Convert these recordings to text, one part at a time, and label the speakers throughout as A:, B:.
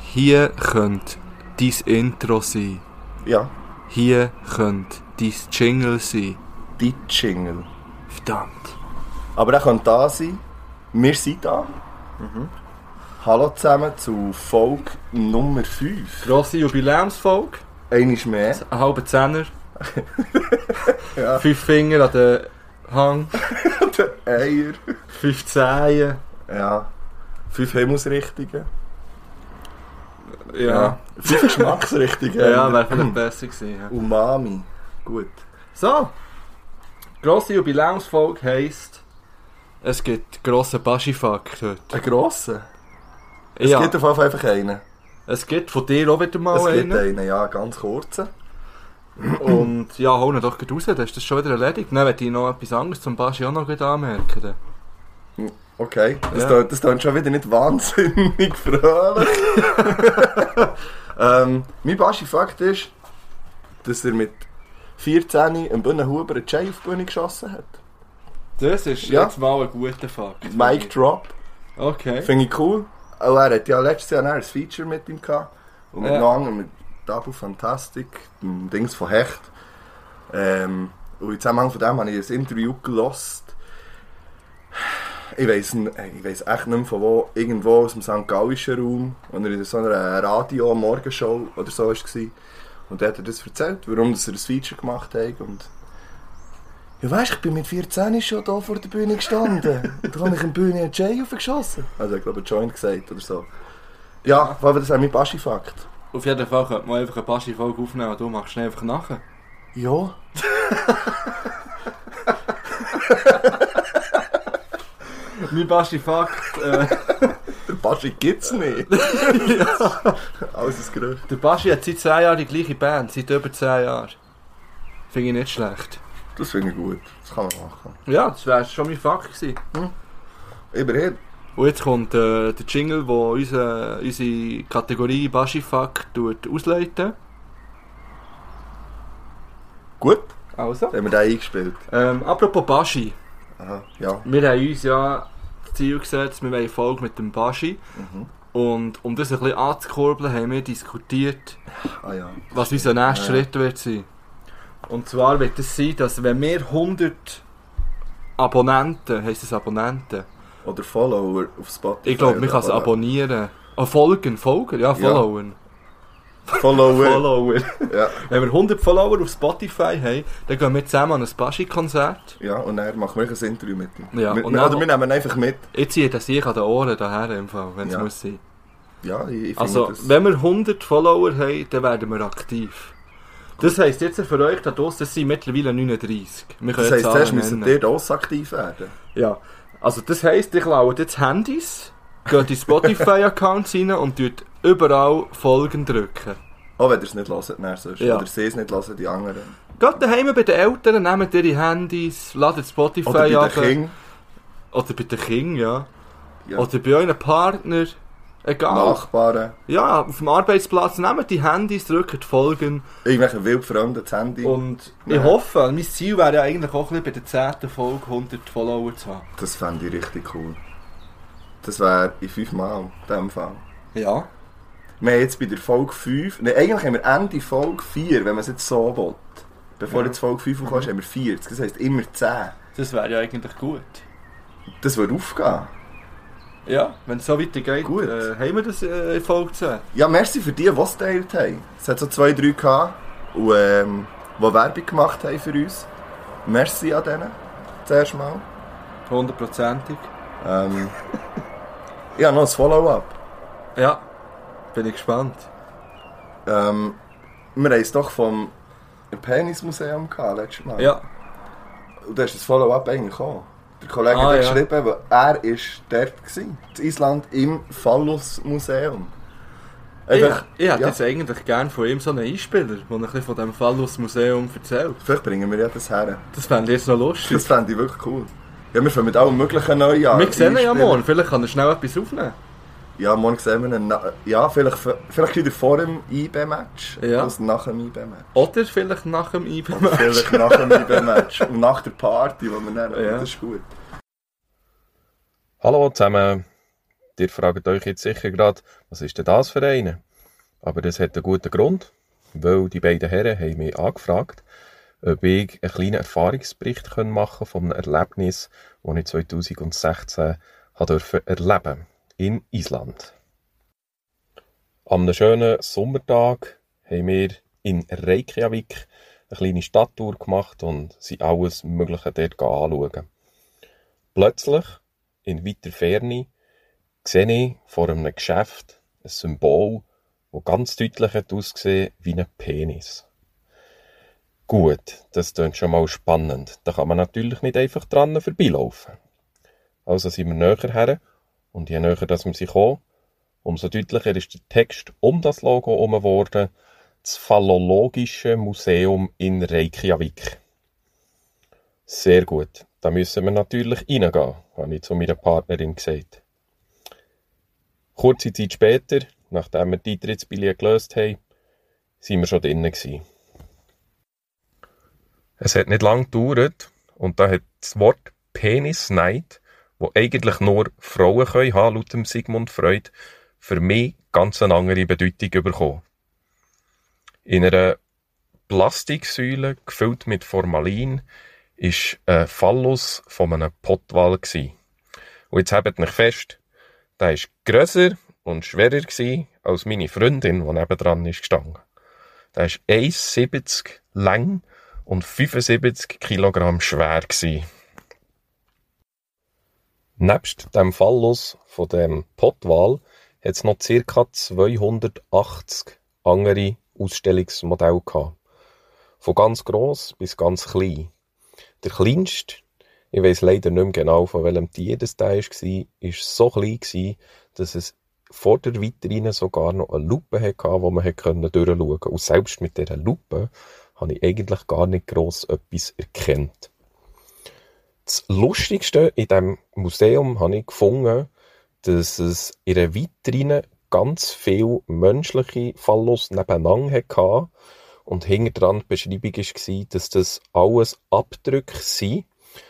A: Hier könnte dein Intro sein.
B: Ja,
A: Hier könnte dein Jingle sein.
B: die Jingle.
A: Verdammt.
B: Aber er könnte da sein. Wir sind da.
A: Mhm.
B: Hallo zusammen zu Folge Nummer 5.
A: Grosse Jubiläumsfolge.
B: Eines mehr.
A: Ein halber Zehner.
B: Ja.
A: Fünf Finger an den Hang.
B: Eier.
A: Fünf Zehen.
B: Ja. Fünf Himmelsrichtungen.
A: Ja.
B: Fünf Geschmacksrichtungen. Hm.
A: Ja, ja wäre vielleicht besser gewesen. Ja.
B: Umami. Gut.
A: So. Grosse Jubiläumsfolge heisst... Es gibt grossen Baschifuck heute.
B: Ein grosser. Es
A: ja.
B: gibt auf jeden Fall einfach einen.
A: es gibt von dir auch wieder mal
B: es
A: einen.
B: gibt einen, ja, ganz kurzen.
A: Und ja, hol ihn doch gleich raus, dann ist das schon wieder erledigt. Dann möchte ich noch etwas anderes zum Baschi auch noch gleich anmerken. dann.
B: Okay, das,
A: Ja.
B: tönt, das tönt schon wieder nicht wahnsinnig fröhlich. ähm, mein baschi Fakt ist, dass er mit 14 im Bühnenhuber einen Jay auf die Bühne geschossen hat.
A: Das ist
B: Ja.
A: jetzt mal ein guter Fakt.
B: Mic Drop,
A: Okay.
B: finde ich cool. Auch er hat ja letztes Jahr noch ein Feature mit ihm gehabt. Und mit
A: Ja.
B: ja. anderen, mit Double Fantastic, dem Dings von Hecht. Ähm, und im Zusammenhang von dem habe ich ein Interview gelost. Ich weiß ich weiss echt nicht mehr von wo, irgendwo aus dem St. Gallischen Raum, wo er in so einer Radio-Morgenshow oder so war. Und da hat er das erzählt, warum dass er das Feature gemacht hat. Und ja weisst, ich bin mit 14 schon da vor der Bühne gestanden. und da habe ich in die Bühne einen Jay aufgeschossen. Also ich glaube, Joint gesagt oder so. Ja, weil das ist auch mein Baschi-Fakt.
A: Auf jeden Fall könnte man einfach eine Baschi-Folge aufnehmen und du machst schnell einfach nachher.
B: Ja.
A: Mein Baschi-Fakt, äh,
B: Der Baschi gibt's nicht. Alles ein Gerücht.
A: der Baschi hat seit 10 Jahren die gleiche Band, seit über 10 Jahren. Finde ich nicht schlecht.
B: Das finde ich gut. Das kann man machen.
A: Ja, das wäre schon mein Fakt gewesen.
B: Immerhin.
A: Und jetzt kommt äh, der Jingle, der unsere, unsere Kategorie Baschi-Fakt tut ausleiten.
B: Gut,
A: Also?
B: dann haben wir den eingespielt.
A: Ähm, apropos Baschi.
B: Aha, ja.
A: Wir haben uns ja das Ziel gesetzt, wir wollen eine Folge mit dem Baschi.
B: Mhm.
A: Und um das ein bisschen anzukurbeln, haben wir diskutiert,
B: Ah ja.
A: was unser nächster
B: Ja.
A: Schritt wird sein. Und zwar wird es sein, dass wenn wir 100 Abonnenten, heisst es Abonnenten?
B: Oder Follower auf Spotify.
A: Ich glaube,
B: oder
A: man kann es
B: Follower.
A: abonnieren. Ah, folgen, folgen, ja, followen.
B: Follower.
A: Follower.
B: Ja.
A: Wenn wir 100 Follower auf Spotify haben, dann gehen wir zusammen an ein Baschi-Konzert.
B: ja, und dann machen wir ein Interview mit ihm.
A: Ja,
B: wir,
A: und
B: wir,
A: dann-
B: oder wir nehmen einfach mit.
A: Ich ziehe das ich an den Ohren daher, im Fall, wenn es
B: Ja.
A: muss sein.
B: Ja, ich, ich finde
A: Also,
B: das...
A: wenn wir 100 Follower haben, dann werden wir aktiv. Das heisst jetzt für euch da draussen, das sind mittlerweile 39. Wir können
B: Das
A: jetzt
B: heisst,
A: alle
B: zuerst müssen
A: nennen.
B: ihr dort aktiv werden.
A: Ja. Also, das heisst, ihr klaut jetzt Handys, geht in Spotify-Accounts rein und drückt überall Folgen drücken.
B: Auch wenn ihr es nicht hört, dann sonst.
A: Ja.
B: Oder sie es nicht hören, die anderen.
A: Geht daheim bei den Eltern, nehmt ihre Handys, ladet Spotify
B: Oder bei
A: ab.
B: den Kindern.
A: Oder bei den Kindern, ja.
B: Ja.
A: Oder bei euren Partner. Egal.
B: Nachbarn.
A: Ja, auf dem Arbeitsplatz nehmt die Handys, drückt Folgen.
B: Irgendwelche wildfremden das Handy.
A: Und ich
B: Ja.
A: hoffe, also mein Ziel wäre ja eigentlich auch ein bisschen bei der 10. Folge 100 Follower zu haben.
B: Das fände ich richtig cool. Das wäre in fünf Mal, in dem Fall.
A: Ja.
B: Wir haben jetzt bei der Folge 5, nein, eigentlich haben wir Ende Folge 4, wenn man es jetzt so will. Bevor
A: Ja.
B: jetzt Folge 5 kommt, haben wir 40, das heisst immer 10.
A: Das wäre ja eigentlich gut.
B: Das würde aufgehen.
A: Ja, wenn es so weitergeht,
B: Gut.
A: Äh, haben wir das äh, in Folge 10.
B: Ja, merci für die, die es geteilt haben. Es hat so zwei, drei gehabt, und, ähm, die Werbung gemacht haben für uns. Merci an denen, zuerst mal.
A: Hundertprozentig.
B: Ähm, ja, noch ein Follow-up.
A: Ja. Bin ich gespannt.
B: Ähm, wir haben es doch vom Penis-Museum gehabt, letztes Mal.
A: Ja.
B: Und da ist das Follow-up eigentlich auch. Der Kollege
A: Ah,
B: hat
A: ja.
B: geschrieben, weil er ist dort gewesen. In Island im Phallus-Museum.
A: Ich,
B: Einfach,
A: ich hätte
B: ja.
A: jetzt eigentlich gerne von ihm so einen Einspieler, der ein bisschen von dem Fallus-Museum erzählt.
B: vielleicht bringen wir ja das her.
A: Das fände ich jetzt noch lustig.
B: Das fände ich wirklich cool. Ja, wir fangen mit allem möglichen neuen an.
A: wir sehen ihn ja
B: Einspielen.
A: morgen, vielleicht kann er schnell etwas aufnehmen.
B: Ja, morgen sehen wir ihn. na- Ja, vielleicht, vielleicht wieder vor dem IB-Match.
A: Ja.
B: Als nach dem IB-Match.
A: Oder vielleicht nach dem IBM.
B: Vielleicht nach dem IB-Match. Und nach der Party, die wir dann
A: Ja.
B: Das ist gut.
C: Hallo zusammen, Ihr fragt euch jetzt sicher gerade, was ist denn das für einen? Aber das hat einen guten Grund, weil die beiden Herren haben mich angefragt, ob ich einen kleinen Erfahrungsbericht können machen von einem Erlebnis, das ich 2016 habe dürfen erleben in Island. Am schönen Sommertag haben wir in Reykjavik eine kleine Stadttour gemacht und sind alles Mögliche dort anschauen. Plötzlich, in weiter Ferne, sehe ich vor einem Geschäft ein Symbol, wo ganz deutlich hat ausgesehen wie ein Penis. Gut, das klingt schon mal spannend. Da kann man natürlich nicht einfach dran vorbeilaufen. Also sind wir näher her und je näher dass wir sie kommen, umso deutlicher ist der Text um das Logo herum geworden, das Phallologische Museum in Reykjavik. Sehr gut, da müssen wir natürlich reingehen, habe ich zu meiner Partnerin gesagt. Kurze Zeit später, nachdem wir die Eintrittsbillett gelöst haben, sind wir schon drinnen gewesen. Es hat nicht lange gedauert und da hat das Wort Penisneid, wo eigentlich nur Frauen können haben, laut dem Sigmund Freud, für mich ganz eine andere Bedeutung bekommen. In einer Plastiksäule, gefüllt mit Formalin, ist ein Phallus von einem Pottwal gsi. Und jetzt habt mich fest, der ist grösser und schwerer gsi als meine Freundin, die nebendran ist gestanden. Der ist 1,70 lang und 75 Kilogramm schwer gsi. Nebst dem Phallus von dem Pottwal hat es noch ca. 280 andere Ausstellungsmodelle gehabt. Von ganz gross bis ganz klein. Der kleinste, ich weiß leider nicht mehr genau, von welchem Tier das da war, war so klein, gewesen, dass es vor der Vitrine sogar noch eine Lupe hatte, wo man hat können durchschauen konnte. Und selbst mit dieser Lupe habe ich eigentlich gar nicht gross etwas erkannt. Das Lustigste in diesem Museum habe ich gefunden, dass es in der Vitrine ganz viele menschliche Fallos nebeneinander hatte und hinter dran die Beschreibung war, dass das alles Abdrücke sind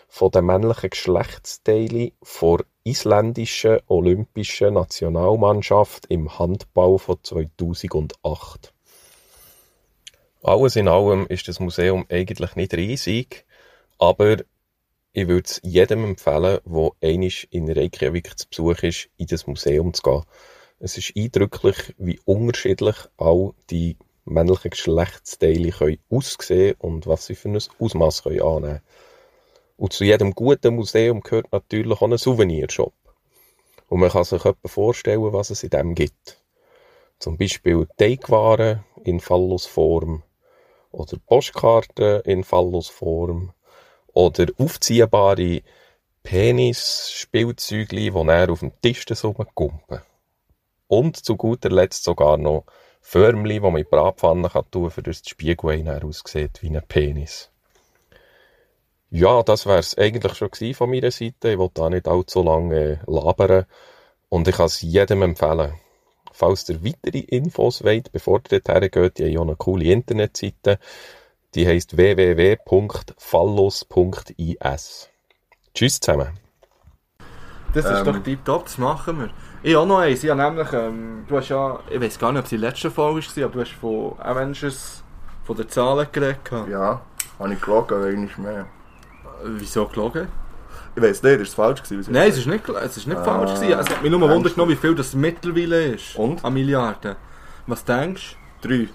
C: von den männlichen Geschlechtsteilen der isländischen olympischen Nationalmannschaft im Handball von 2008. Alles in allem ist das Museum eigentlich nicht riesig, aber ich würde es jedem empfehlen, der einisch in Reykjavik zu Besuch ist, in das Museum zu gehen. Es ist eindrücklich, wie unterschiedlich all die männlichen Geschlechtsteile können aussehen und was sie für ein Ausmaß können annehmen Und zu jedem guten Museum gehört natürlich auch ein Souvenirshop. Und man kann sich etwa vorstellen, was es in dem gibt. Zum Beispiel Teigwaren in Phallusform oder Postkarten in Phallusform oder aufziehbare Penis-Spielzeuge, die näher auf dem Tisch rumkumpen. Und zu guter Letzt sogar noch Förmchen, die man in Bratpfannen kann tun kann, für das Spiegel aussieht wie ein Penis. Ja, das wäre es eigentlich schon von meiner Seite. Ich will da nicht allzu lange äh, labern. Und ich kann es jedem empfehlen. Falls ihr weitere Infos wollt, bevor ihr dorthin geht, die haben auch eine coole Internetseite. Die heisst www.fallos.is. Tschüss zusammen.
A: Das ist
B: Ähm.
A: doch tiptop, das machen wir. Ich auch noch eins. Ich habe nämlich, ähm, du hast ja, ich weiß gar nicht, ob es die letzte Folge war, aber du hast von Avengers, von den Zahlen geredet. gehabt.
B: Ja, habe ich gelogen, aber eigentlich mehr.
A: Wieso gelogen?
B: Ich weiß nicht, ist es falsch gewesen? was ich
A: Nein, es ist
B: gesagt
A: nicht, gel- es ist nicht
B: Ah,
A: falsch gewesen. Es hat mich nur gewundert,
B: denkst du?
A: genommen, wie viel das mittlerweile ist.
B: Und?
A: An Milliarden. Was denkst
B: habe. Drei. Ich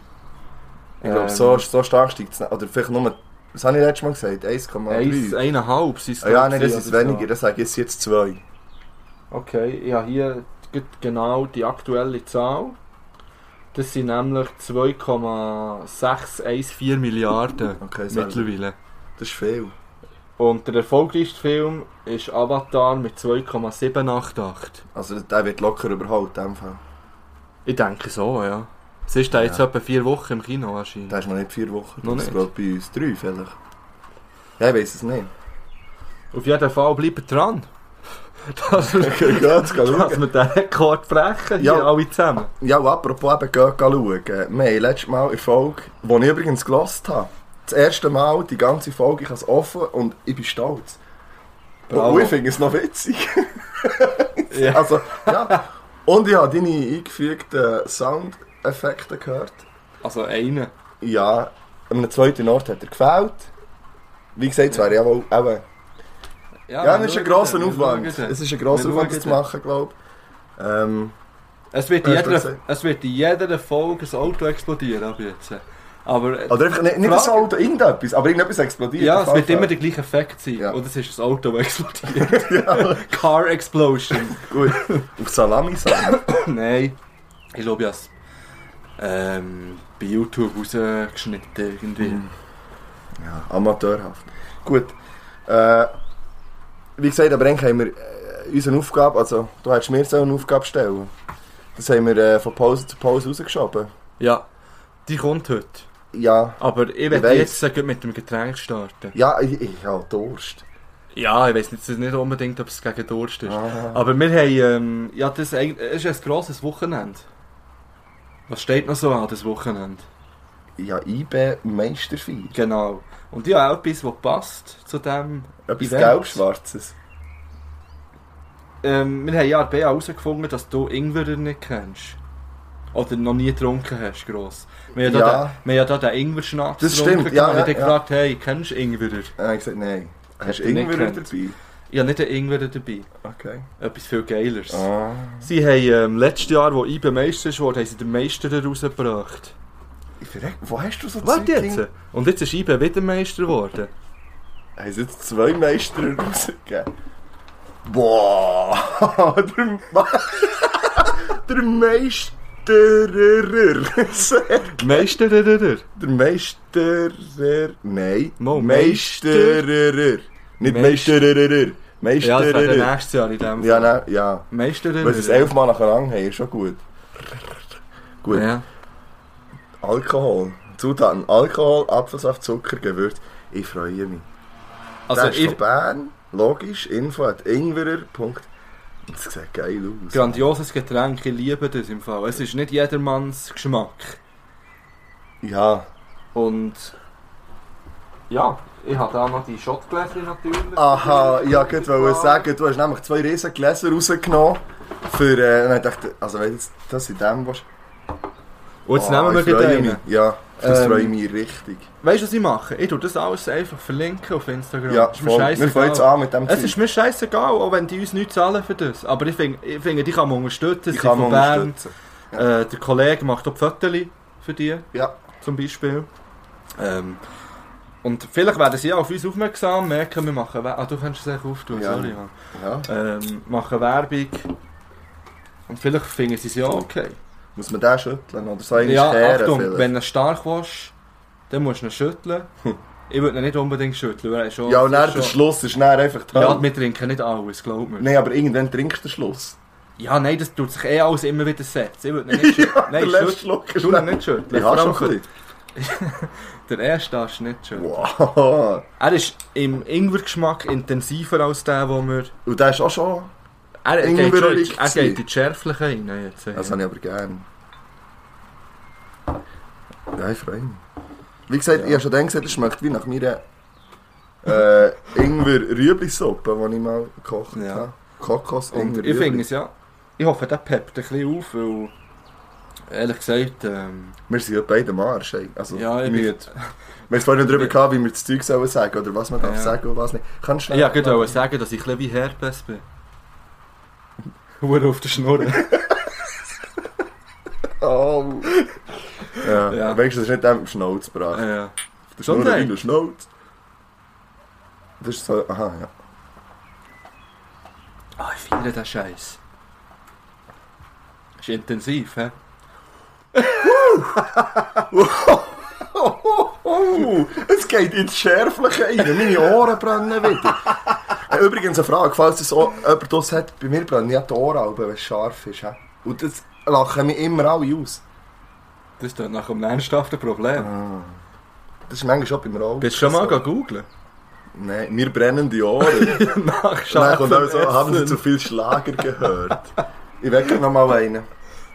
A: Ähm.
B: glaube, so, so stark steigt es nicht. Oder vielleicht nur, was habe ich letztes Mal gesagt?
A: du? Eins,
B: 1,3.
A: eineinhalb sind es
B: Ah, ja,
A: glaub
B: nein,
A: ich,
B: das ist
A: oder so.
B: weniger. Das sage ich jetzt, jetzt zwei.
A: Okay, ich habe hier gut genau die aktuelle Zahl. Das sind nämlich 2,614 Milliarden
B: Okay, so.
A: mittlerweile.
B: Das ist viel.
A: Und der erfolgreichste Film ist Avatar mit 2,788.
B: Also der wird locker überholt, in dem Fall.
A: Ich denke so, ja. Es ist da jetzt
B: Ja.
A: etwa vier Wochen im Kino anscheinend.
B: Der ist noch nicht vier Wochen.
A: Noch
B: das
A: nicht.
B: ist glaube bei uns drei vielleicht. Ja, ich weiß es nicht.
A: Auf jeden Fall bleibt dran. dass wir,
B: Geht's, geh schauen.
A: dass wir den Rekord brechen, hier
B: Ja.
A: alle zusammen.
B: Ja, und apropos eben, geh schauen. Wir haben letztes Mal eine Folge, die ich übrigens gelost habe. Das erste Mal, die ganze Folge, ich habe es offen und ich bin stolz.
A: Bravo.
B: Und ich finde es noch witzig.
A: Ja.
B: Also, ja. Und ich habe deine eingefügten Soundeffekte gehört.
A: Also einen.
B: Ja, an einem zweiten Ort hat er gefällt. Wie gesagt, es wäre ja wohl auch... Ja,
A: wir
B: es ist ein
A: schauen
B: grosser
A: dann, wir
B: Aufwand.
A: schauen dann.
B: Es ist ein grosser
A: Wir
B: Aufwand,
A: schauen
B: das zu
A: dann.
B: machen, glaube ich. Ähm,
A: Es wird, in
B: Ja, ich würd
A: jeder,
B: sagen.
A: es wird in jeder Folge ein Auto explodieren ab jetzt. Aber,
B: oder einfach nicht, nicht ein
A: Frage-
B: Auto, irgendetwas, aber irgendetwas explodiert.
A: Ja,
B: auf
A: es wird
B: jeden
A: immer
B: Fall.
A: der gleiche Effekt sein.
B: Ja.
A: Oder es ist ein Auto, das explodiert. Car Explosion.
B: Gut, auf Salami sagen.
A: Nein. Ich glaube, ich habe es ähm, bei YouTube rausgeschnitten irgendwie.
B: Mhm. Ja, amateurhaft. Gut. Äh, wie gesagt, aber eigentlich haben wir äh, unsere Aufgabe, also du hättest mir so eine Aufgabe stellen. Das haben wir äh, von Pause zu Pause rausgeschoben.
A: Ja, die kommt heute.
B: Ja,
A: Aber ich werde
B: weiss.
A: jetzt äh, gleich mit dem Getränk starten.
B: ja, ich, ich habe Durst.
A: Ja, ich weiß nicht, es ist nicht unbedingt, ob es gegen Durst ist.
B: Ah.
A: Aber wir haben, ähm, ja, das eig- es ist ein grosses Wochenende. Was steht noch so an, das Wochenende?
B: Ja, IB Meisterfeier.
A: Genau. Und ich habe auch etwas, was passt zu dem
B: Etwas
A: Event.
B: gelb-schwarzes.
A: Ähm, wir haben ja bei herausgefunden, dass du Ingwer nicht kennst. Oder noch nie getrunken hast, gross. Wir haben
B: Ja.
A: ja den- wir haben ja da den Ingwer-Schnaps
B: Das stimmt,
A: Ja,
B: ja,
A: ich habe
B: ja,
A: dich
B: ja.
A: gefragt, hey, kennst du Ingwer?
B: Dann habe ich gesagt, nein. Hast du
A: ich nicht
B: irgendwer
A: gekannt.
B: dabei?
A: Ich habe nicht den Ingwer dabei.
B: Okay.
A: Etwas viel Geileres.
B: Ah.
A: Sie haben ähm, letztes Jahr, als IBE Meister wurde, haben sie den Meister rausgebracht.
B: Ich verreck, wo hast du so
A: Warte
B: Zeug
A: jetzt!
B: hin-
A: Und jetzt ist IBE wieder Meister geworden.
B: Haben sie jetzt zwei Meister rausgegeben? Boah! der, Ma- der Meisterer!
A: Meister!
B: der Meisterer! Nein!
A: Mo,
B: Meisterer! Nicht
A: Meister-
B: Meisterer!
A: Ja, das wäre dann
B: Meisterer!
A: nächstes Jahr in dem
B: Ja, nein, ja.
A: Meister!
B: Wenn sie es elfmal nacheinander haben, ist schon gut. Gut.
A: Ja.
B: Alkohol. Zutaten: Alkohol, Apfelsaft, Zucker, Gewürz. Ich freue mich.
A: Also,
B: der ist
A: ich,
B: von Bern, logisch, info at ingwerer. Punkt. Das sieht geil aus.
A: grandioses Getränk, ich liebe das im Fall. Es ist nicht jedermanns Geschmack.
B: Ja.
A: Und ja, ich habe da noch die Schottgläschen natürlich.
B: Aha, ja, gut, wollte ich sagen, du hast nämlich zwei riesen Gläser rausgenommen. Für, äh, und ich dachte, also wenn jetzt das in dem was.
A: Und jetzt
B: Ah,
A: nehmen wir
B: ich freue
A: gleich
B: mich.
A: einen.
B: Ja, das
A: Ähm,
B: freue ich mich richtig.
A: Weißt du, was ich mache? Ich tue das alles einfach verlinken auf Instagram.
B: Ja,
A: ist mir
B: voll. Wir fangen jetzt
A: scheißegal.
B: an mit dem
A: Es
B: Zeug.
A: ist mir scheißegal, auch wenn die uns nichts zahlen für das. Aber ich finde, ich finde die kann man unterstützen. Sie
B: ich kann
A: von
B: man
A: Bern.
B: unterstützen.
A: Äh, der Kollege macht auch Fotos für die,
B: Ja,
A: zum Beispiel. Ähm, und vielleicht werden sie auch auf uns aufmerksam, merken, wir machen Werbung. Ah, du kannst es eigentlich auftun,
B: Ja.
A: sorry. Mann.
B: ja.
A: Ähm, machen Werbung. Und vielleicht finden sie es ja okay.
B: Muss man den schütteln oder so einen
A: ja,
B: kehren
A: Achtung,
B: vielleicht? Hm.
A: wenn du ihn stark willst, dann musst du ihn schütteln. Ich würde ihn nicht unbedingt schütteln, weil er ist schon...
B: Ja, und dann der
A: schon-
B: Schluss ist dann einfach die
A: Ja,
B: Hölle.
A: wir trinken nicht alles, glaub mir.
B: Nein, aber irgendwann trinkst du den Schluss.
A: Ja, nein, das tut sich eh alles immer wieder setzen. Ich würde ihn nicht schütteln.
B: Der
A: nein,
B: letzte
A: schütteln.
B: Schluck ist
A: Du ihn
B: dann-
A: nicht schütteln.
B: Ich
A: Vor
B: habe
A: allem
B: schon ein bisschen.
A: Der erste hast du nicht schütteln.
B: Wow.
A: Er ist im Ingwer-Geschmack intensiver als der, den wir...
B: Und der ist auch schon.
A: Er, er, geht, schon,
B: Ingwer-Licht
A: in- er geht in die Schärfliche rein jetzt. äh.
B: Das habe ich aber gern. Ja, ich freue mich. Wie gesagt,
A: Ja.
B: ich habe schon dann gesagt, es schmeckt wie nach meiner äh, Ingwer-Rüebli-Suppe, die ich mal gekocht
A: Ja.
B: habe. Kokos,
A: Und
B: Ingwer,
A: ich finde
B: Rüebli.
A: es ja. Ich hoffe, der peppt ein bisschen auf, weil. Ehrlich gesagt, ähm,
B: Wir sind ja beide am Arsch. ey. Also,
A: ja, ich
B: müde.
A: bin,
B: Wir haben vorhin darüber
A: Ich-
B: gehabt, wie wir das Zeug sollen sagen oder was man darf
A: Ja.
B: sagen und was nicht. Kannst du
A: ich wollte gerade sagen, dass ich ein bisschen wie Herpes bin. Hure auf der Schnur.
B: Oh. ja,
A: Ja.
B: wenigstens ist nicht dem Schnauz gebracht.
A: ja.
B: Das ist
A: Schon
B: nur
A: denk.
B: ein Schnauz. Das ist so, eh, aha, ja.
A: Ah, ich feiere den Scheiß. Ist intensiv, hä?
B: Oh, es geht ins Schärfliche rein. Meine Ohren brennen wieder. Äh, Übrigens eine Frage, falls das o- jemand das hat, bei mir brennen ja die Ohren ab, wenn es scharf ist. hä? Und das lachen mich immer alle aus.
A: Das ist doch nach einem ernsthaften Problem. Also-
B: Das ist manchmal schon beim Rauchen.
A: Bist du schon mal
B: so.
A: so. googeln?
B: Nein, mir brennen die Ohren.
A: Nach
B: Nein,
A: scharfem
B: und auch so, haben sie
A: Essen.
B: zu viel Schlager gehört. Ich wecke noch mal einen.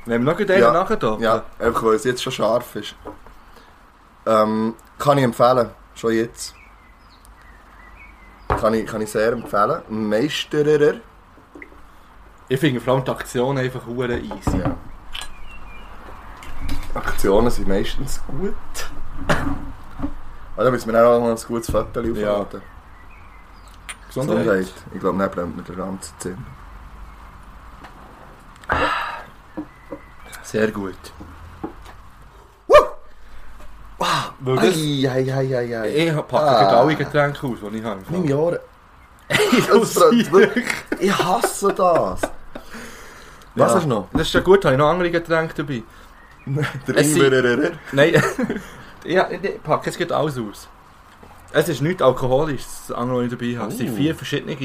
A: Nehmen wir noch einen
B: Ja.
A: nachher da?
B: Ja, einfach weil es jetzt schon scharf ist. Ähm, kann ich empfehlen, schon jetzt. Kann ich, kann ich sehr empfehlen. Meisterer.
A: Ich finde vor allem die Aktion einfach hure easy.
B: Ja. Aktionen sind meistens gut. Ah, da müssen wir dann auch noch ein gutes Foto aufladen.
A: Ja.
B: Gesundheit. Ich glaube, dann brennt mir der ganze Zimmer.
A: Sehr gut. Weil das,
B: Eieieiei.
A: ich packe
B: Ah.
A: gerade alle Getränke aus, die ich habe.
B: Nimm Jahre.
A: ich
B: Das brennt wirklich. Ich hasse das. Was hast du noch?
A: Das ist ja gut, habe ich noch andere Getränke dabei.
B: Der
A: Es sind-
B: Ingwerer.
A: Nein, ja, ich packe jetzt gerade alles aus. Es ist nichts Alkoholisches, das andere, was ich dabei habe. Es sind
B: Uh.
A: vier verschiedene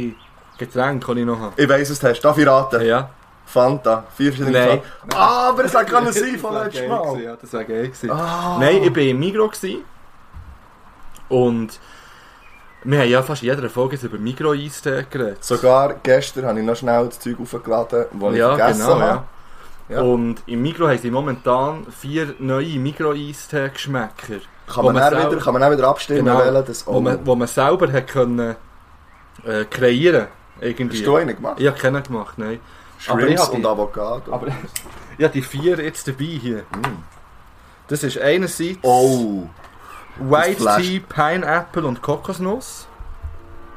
A: Getränke, die ich noch habe.
B: Ich weiss, was du hast. Darf ich raten?
A: Ja.
B: Fanta. Vier verschiedene
A: Nein.
B: Fanta. Ah, aber es hat kann es sein von
A: Das wär geil
B: letztem Mal.
A: gewesen, Ja, das wäre geil gewesen.
B: Ah.
A: Nein, ich war im Migros. gewesen. Und wir haben ja fast in jeder Folge jetzt über Migros-Eistee geredet.
B: Sogar gestern habe ich noch schnell das Zeug aufgeladen, das
A: ja,
B: ich vergessen
A: genau,
B: habe.
A: ja.
B: Ja.
A: Und im Migros haben sie momentan vier neue Migros-Eistee-Geschmäcker. Wo
B: Kann, man dann
A: sel-
B: wieder, kann man dann wieder abstimmen,
A: Genau.
B: wählen, das
A: wo,
B: auch.
A: man, wo man selber hat können, äh, kreieren
B: Hast
A: irgendwie.
B: du einen gemacht?
A: Ich habe keinen gemacht, nein. Aber ich
B: Shrimps
A: habe
B: und
A: die-
B: Avocado.
A: Aber ja, die vier jetzt dabei hier.
B: Mm.
A: Das ist einerseits
B: Oh,
A: White
B: das
A: Tea, Pineapple und Kokosnuss.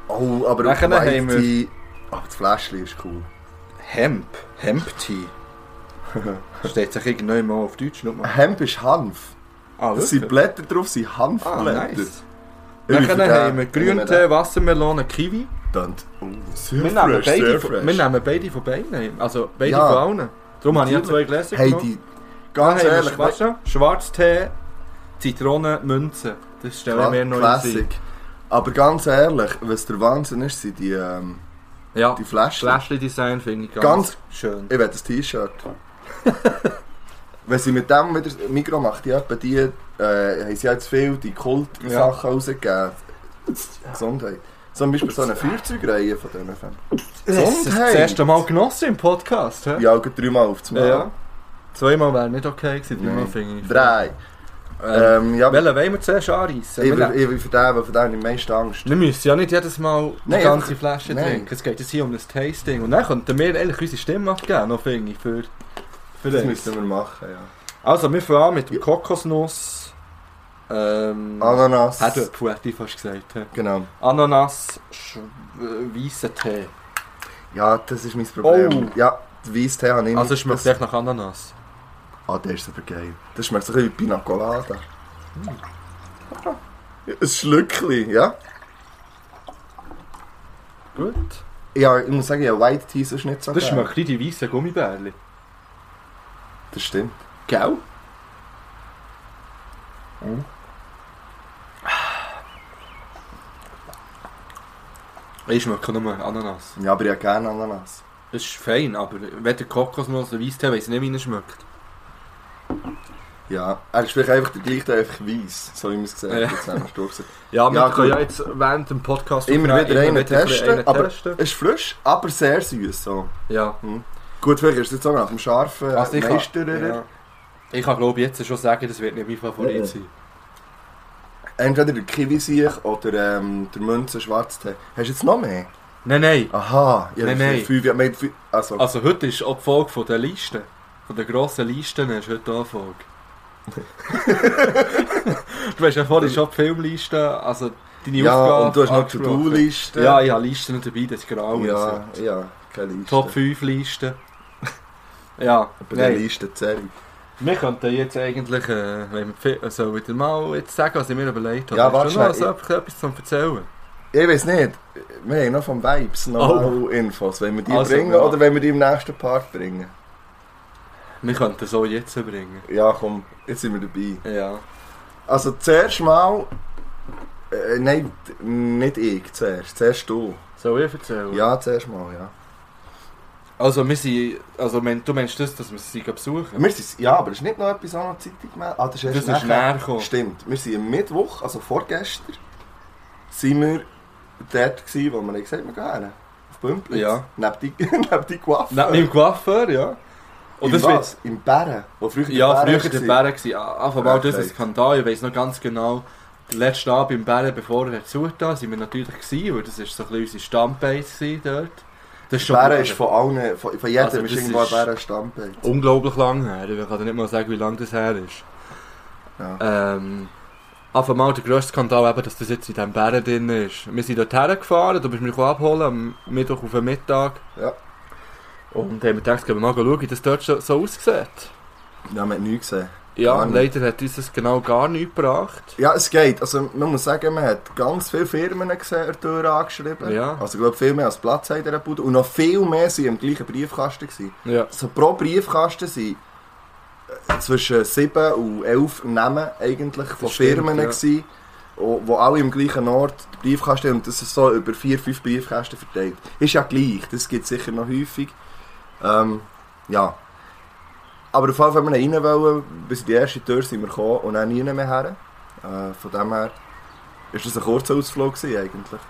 B: oh, aber auf
A: Nachher haben wir-
B: Weite... Aber das Fläschchen ist cool.
A: Hemp. Hemp Tea. Steht sich irgendwie mal auf Deutsch nochmal.
B: Hemp ist Hanf.
A: Ah,
B: Es sind
A: wirklich?
B: Blätter drauf, sind
A: Ah,
B: Hanfblätter.
A: nice.
B: Ich bin für den-
A: Nachher haben wir
B: ich nehme den.
A: Grüntee, Wassermelone, Kiwi.
B: Dann- Oh, sehr
A: Wir nehmen,
B: fresh,
A: beide,
B: sehr
A: von-
B: fresh.
A: wir nehmen beide von beiden. Also beide
B: Ja.
A: von allen. Darum habe ich ja zwei Gläser
B: Hey,
A: genommen.
B: die... Ganz
A: Dann haben wir
B: ehrlich,
A: Schwarz, Schwarztee, Zitrone, Münze. Das stellen wir noch
B: Classic. Aber ganz ehrlich, was der Wahnsinn ist, sind die, ähm,
A: Ja,
B: die Flaschen.
A: Fläschchen-Design finde ich ganz,
B: Ganz-
A: schön.
B: Ich will das T-Shirt. Wenn sie mit dem wieder Mikro macht, ja, bei die äh, haben sie jetzt viel die Kult-Sachen
A: Ja.
B: rausgegeben. Gesundheit. Zum Beispiel so eine Feuerzeugreihe von denen.
A: Das ist das
B: Gesundheit.
A: erste Mal genossen im Podcast. hä?
B: Ja, auch dreimal auf das Mal.
A: Ja. Zweimal wäre nicht okay gewesen, dreimal
B: Nein.
A: finde ich.
B: Drei.
A: Ähm,
B: Ähm, ja,
A: Welchen wollen wir zuerst anreissen?
B: ich,
A: Wir,
B: will-
A: nehmen-
B: ich will für den, weil für den habe ich am meisten Angst.
A: wir müssen ja nicht jedes Mal die
B: Nein,
A: ganze
B: einfach-
A: Flasche
B: nein.
A: trinken. Es geht jetzt hier um das Tasting. Und dann könnten wir eigentlich unsere Stimme abgeben, noch finde ich, für, für
B: Das
A: uns.
B: müssen wir machen, ja.
A: Also, wir fangen an mit dem Kokosnuss. Ähm,
B: Ananas.
A: Herdöpfel, fast gesagt. hä?
B: Genau.
A: Ananas, Sch- äh, weissen Tee.
B: Ja, das ist mein Problem. Ja, die Weisstee habe ich
A: Oh. Also, es
B: nicht.
A: schmeckt echt nach Ananas.
B: Ah, der ist aber geil. Das schmeckt so ein bisschen wie Pina Colada.
A: Hm.
B: Ein Schlückchen, ja?
A: Gut.
B: Ja, ich muss sagen, ja, White Tea ist nicht so
A: Das
B: gern.
A: schmeckt wie die weißen Gummibärli.
B: Das stimmt.
A: Gell? Hm. Ich schmecke nur Ananas.
B: Ja, aber ich habe gerne Ananas.
A: Das ist fein, aber weder Kokosnuss noch Weisstee weiss ich nicht, wie er schmeckt.
B: Ja, er ist vielleicht einfach der gleiche, der einfach weiss. So wie wir es gesehen haben.
A: Ja.
B: Jetzt haben wir es durchgesetzt.
A: Ja, wir
B: Ja,
A: können
B: gut.
A: ja jetzt während dem Podcast
B: Immer
A: aufnehmen,
B: wieder einen
A: ein
B: testen,
A: bisschen einen
B: aber-
A: testen.
B: Es ist frisch, aber sehr süß. So.
A: Ja.
B: Gut, vielleicht ist es jetzt auch nach dem scharfen
A: Also ich kann-
B: Meisterer.
A: Ja. Ich kann glaube ich, jetzt schon sagen, das wird nicht mein Favorit
B: Mhm.
A: sein.
B: Entweder der Kiwi-Sieg oder ähm, der Münzen-Schwarztee. Hast du jetzt noch mehr?
A: Nein, nein.
B: Aha, ich
A: Nein,
B: habe
A: nein.
B: fünf, fünf, ich habe fünf, also,
A: Also heute ist auch die Folge von der Liste. Von der grossen Liste ist heute auch die Folge. du hast ja vorhin schon die Filmliste, also deine
B: ja,
A: Aufgabe
B: und du hast noch die
A: angesprochen.
B: To-Do-Liste.
A: Ja, ich habe Listen dabei, das ist grau. Also,
B: Ja, ja, keine Liste.
A: Top 5 Liste. ja,
B: Aber eine
A: nein.
B: Liste zählt.
A: Wir könnten jetzt eigentlich, äh, wenn wir viel- also wieder mal jetzt sagen, was ich mir überlegt habe.
B: Ja,
A: Hast du
B: warte
A: noch
B: schnell,
A: so etwas zum Erzählen?
B: Ich weiß nicht, wir haben noch vom Vibes noch
A: Oh.
B: mal Infos. Wenn wir die
A: Also,
B: bringen
A: ja.
B: oder wenn wir die im nächsten Part bringen.
A: Wir könnten so jetzt bringen.
B: Ja, komm, jetzt sind wir dabei.
A: Ja.
B: Also zuerst mal. Äh, nein, d- nicht ich zuerst. Zuerst du.
A: Soll ich erzählen?
B: Ja, zuerst mal, ja.
A: Also, wir sind, also mein- du meinst das, dass wir sie besuchen?
B: Wir sind, ja, aber es ist nicht noch etwas an der Zeitung gemeldet. Ah, das ist
A: Das
B: erst
A: ist
B: nachher.
A: näher gekommen.
B: Stimmt, wir sind am Mittwoch, also vorgestern, sind wir dort gewesen, wo wir gesagt haben, wir gehen hin. Auf Bümplitz.
A: Ja.
B: Neben die, neben die Coiffeur.
A: Nein, mit dem Coiffeur, ja. Und das wird,
B: was? Im Bären? Wo früher
A: ja, früher der
B: war.
A: Bären gewesen. Anfang mal, das
B: Perfekt.
A: ist ein Skandal, ich weiss noch ganz genau. letzten Abend im Bären, bevor er zugetan sind wir natürlich gewesen, weil das war so ein bisschen unsere Stammbase gewesen dort. Das ist schon
B: Bären
A: gut.
B: ist von allen, von, von jedem
A: Also,
B: ist
A: das
B: irgendwo ein
A: ist-
B: Bärenstammbein.
A: unglaublich lang her. Ich kann dir nicht mal sagen, wie lange das her ist. Ähm, auf einmal der grösste Skandal eben, dass das jetzt in diesem Bären drin ist. Wir sind dort hergefahren, du bist mich abholen am Mittwoch auf den Mittag.
B: Ja.
A: Und haben wir gedacht, gehen wir mal schauen, wie das dort so, so aussieht.
B: Ja, man hat nichts gesehen.
A: Ja,
B: Gar nicht.
A: leider hat uns das genau gar nichts gebracht.
B: Ja, es geht. Also, man muss sagen, man hat ganz viele Firmen gesehen, der Tür angeschrieben.
A: Ja.
B: Also, ich glaube, viel mehr als Platz haben in dieser Bude. Und noch viel mehr waren im gleichen Briefkasten. Gewesen.
A: Ja.
B: Also, pro Briefkasten sind äh, zwischen 7 und 11 Namen eigentlich von
A: stimmt,
B: Firmen,
A: ja.
B: gewesen, o- wo alle im gleichen Ort den Briefkasten haben. Und das ist so über 4, 5 Briefkästen verteilt. Ist ja gleich. Das gibt es sicher noch häufig. Ähm, ja. Aber auf jeden Fall, wenn wir rein wollen, bis in die erste Tür sind wir gekommen und dann nie mehr her. Äh, von dem her ist das ein kurzer Ausflug gewesen, eigentlich.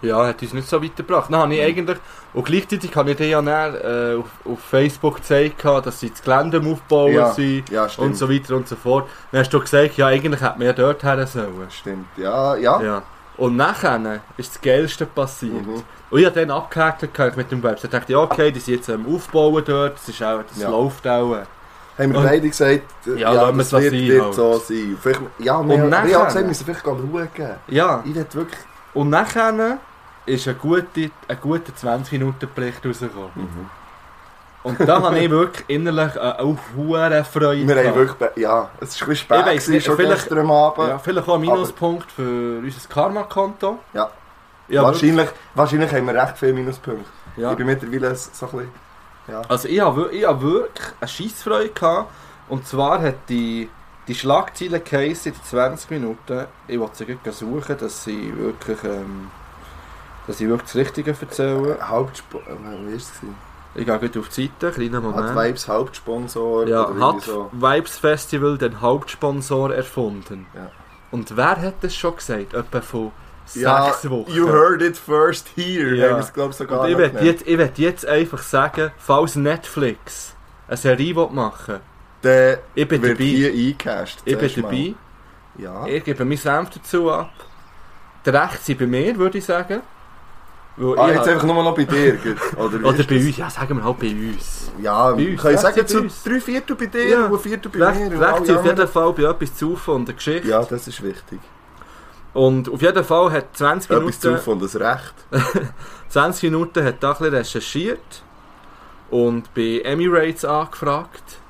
A: Ja, hat uns nicht so weitergebracht. Dann habe
B: Mhm.
A: ich eigentlich, und gleichzeitig habe ich dir ja dann, äh, auf, auf Facebook gezeigt, gehabt, dass sie das Gelände am Aufbauen sind
B: ja,
A: und so weiter und so fort. Dann hast du gesagt, ja, eigentlich hätte man ja dort her sollen.
B: Stimmt, ja, ja.
A: Ja. Und nachher ist das Geilste passiert.
B: Mhm.
A: Und ich habe dann abgehakt gehabt mit dem Website. Da dachte ich, okay, die sind jetzt am Aufbauen dort, das, ist auch, das
B: Ja.
A: läuft auch.
B: Haben wir
A: Und-
B: beide gesagt, äh,
A: Ja, lassen wir es
B: das
A: so
B: wird,
A: sein
B: wird
A: halt.
B: so sein. Vielleicht, ja, wir,
A: Und
B: wir haben
A: nachher-
B: gesagt, wir müssen vielleicht schauen gehen.
A: Ja.
B: Ich hätte wirklich...
A: Und nachher ist ein guter, ein guter 20-Minuten-Bericht rausgekommen.
B: Mhm.
A: Und da habe ich wirklich innerlich eine hohe Freude.
B: Wir haben
A: gehabt.
B: wirklich... be- Ja, es ist ein bisschen spät
A: Ich weiss
B: gewesen,
A: nicht,
B: schon
A: vielleicht-
B: gestern am Abend.
A: ja, vielleicht auch ein Minuspunkt für unser Karma-Konto.
B: Ja.
A: ja wirklich.
B: wahrscheinlich, wahrscheinlich haben wir recht viele Minuspunkte.
A: Ja.
B: Ich bin mittlerweile so ein bisschen... Ja.
A: Also ich habe, wir- ich habe wirklich eine Scheissfreude gehabt. Und zwar hat die, die Schlagzeile geheißen in 20 Minuten. Ich wollte sie gleich suchen, dass sie wirklich, ähm, dass ich wirklich das Richtige erzähle.
B: Hauptsponsor... Wie war es? gewesen?
A: Ich gehe gleich auf die Seite, kleiner
B: Hat
A: Moment.
B: Vibes Hauptsponsor
A: Ja,
B: oder
A: hat
B: irgendwie so.
A: Vibes Festival den Hauptsponsor erfunden.
B: Ja.
A: Und wer hat das schon gesagt? Etwa von
B: Ja,
A: sechs Wochen.
B: You heard it first here,
A: Ja.
B: haben wir es glaube ich sogar
A: Und ich
B: noch
A: will,
B: genannt.
A: jetzt, ich will jetzt einfach sagen, falls Netflix eine Serie will machen
B: Dann
A: will, ich bin
B: wird
A: dabei.
B: hier eingecasht.
A: Ich bin
B: zuerst
A: dabei.
B: mal. Ja.
A: Ich gebe meinen Senf dazu ab. Die Rechte sind bei mir, würde ich sagen. Weil ich
B: Ah, jetzt
A: habe-
B: einfach nur noch bei dir. gut. Oder, wie
A: Oder
B: ist
A: bei
B: das?
A: uns, ja, sagen wir halt bei uns.
B: Ja,
A: Bei
B: wir
A: uns,
B: können
A: rechts
B: sagen,
A: sind bei
B: zu
A: uns.
B: drei Viertel bei dir
A: Ja.
B: und ein Viertel bei
A: Recht,
B: mir. und alle
A: recht sind auf
B: anderen.
A: jeden Fall bei etwas zu von und der Geschichte.
B: Ja, äh, das ist wichtig.
A: Und auf jeden Fall hat 20
B: Etwas zu
A: Minuten,
B: von das Recht.
A: 20 Minuten hat da ein bisschen recherchiert und bei Emirates angefragt,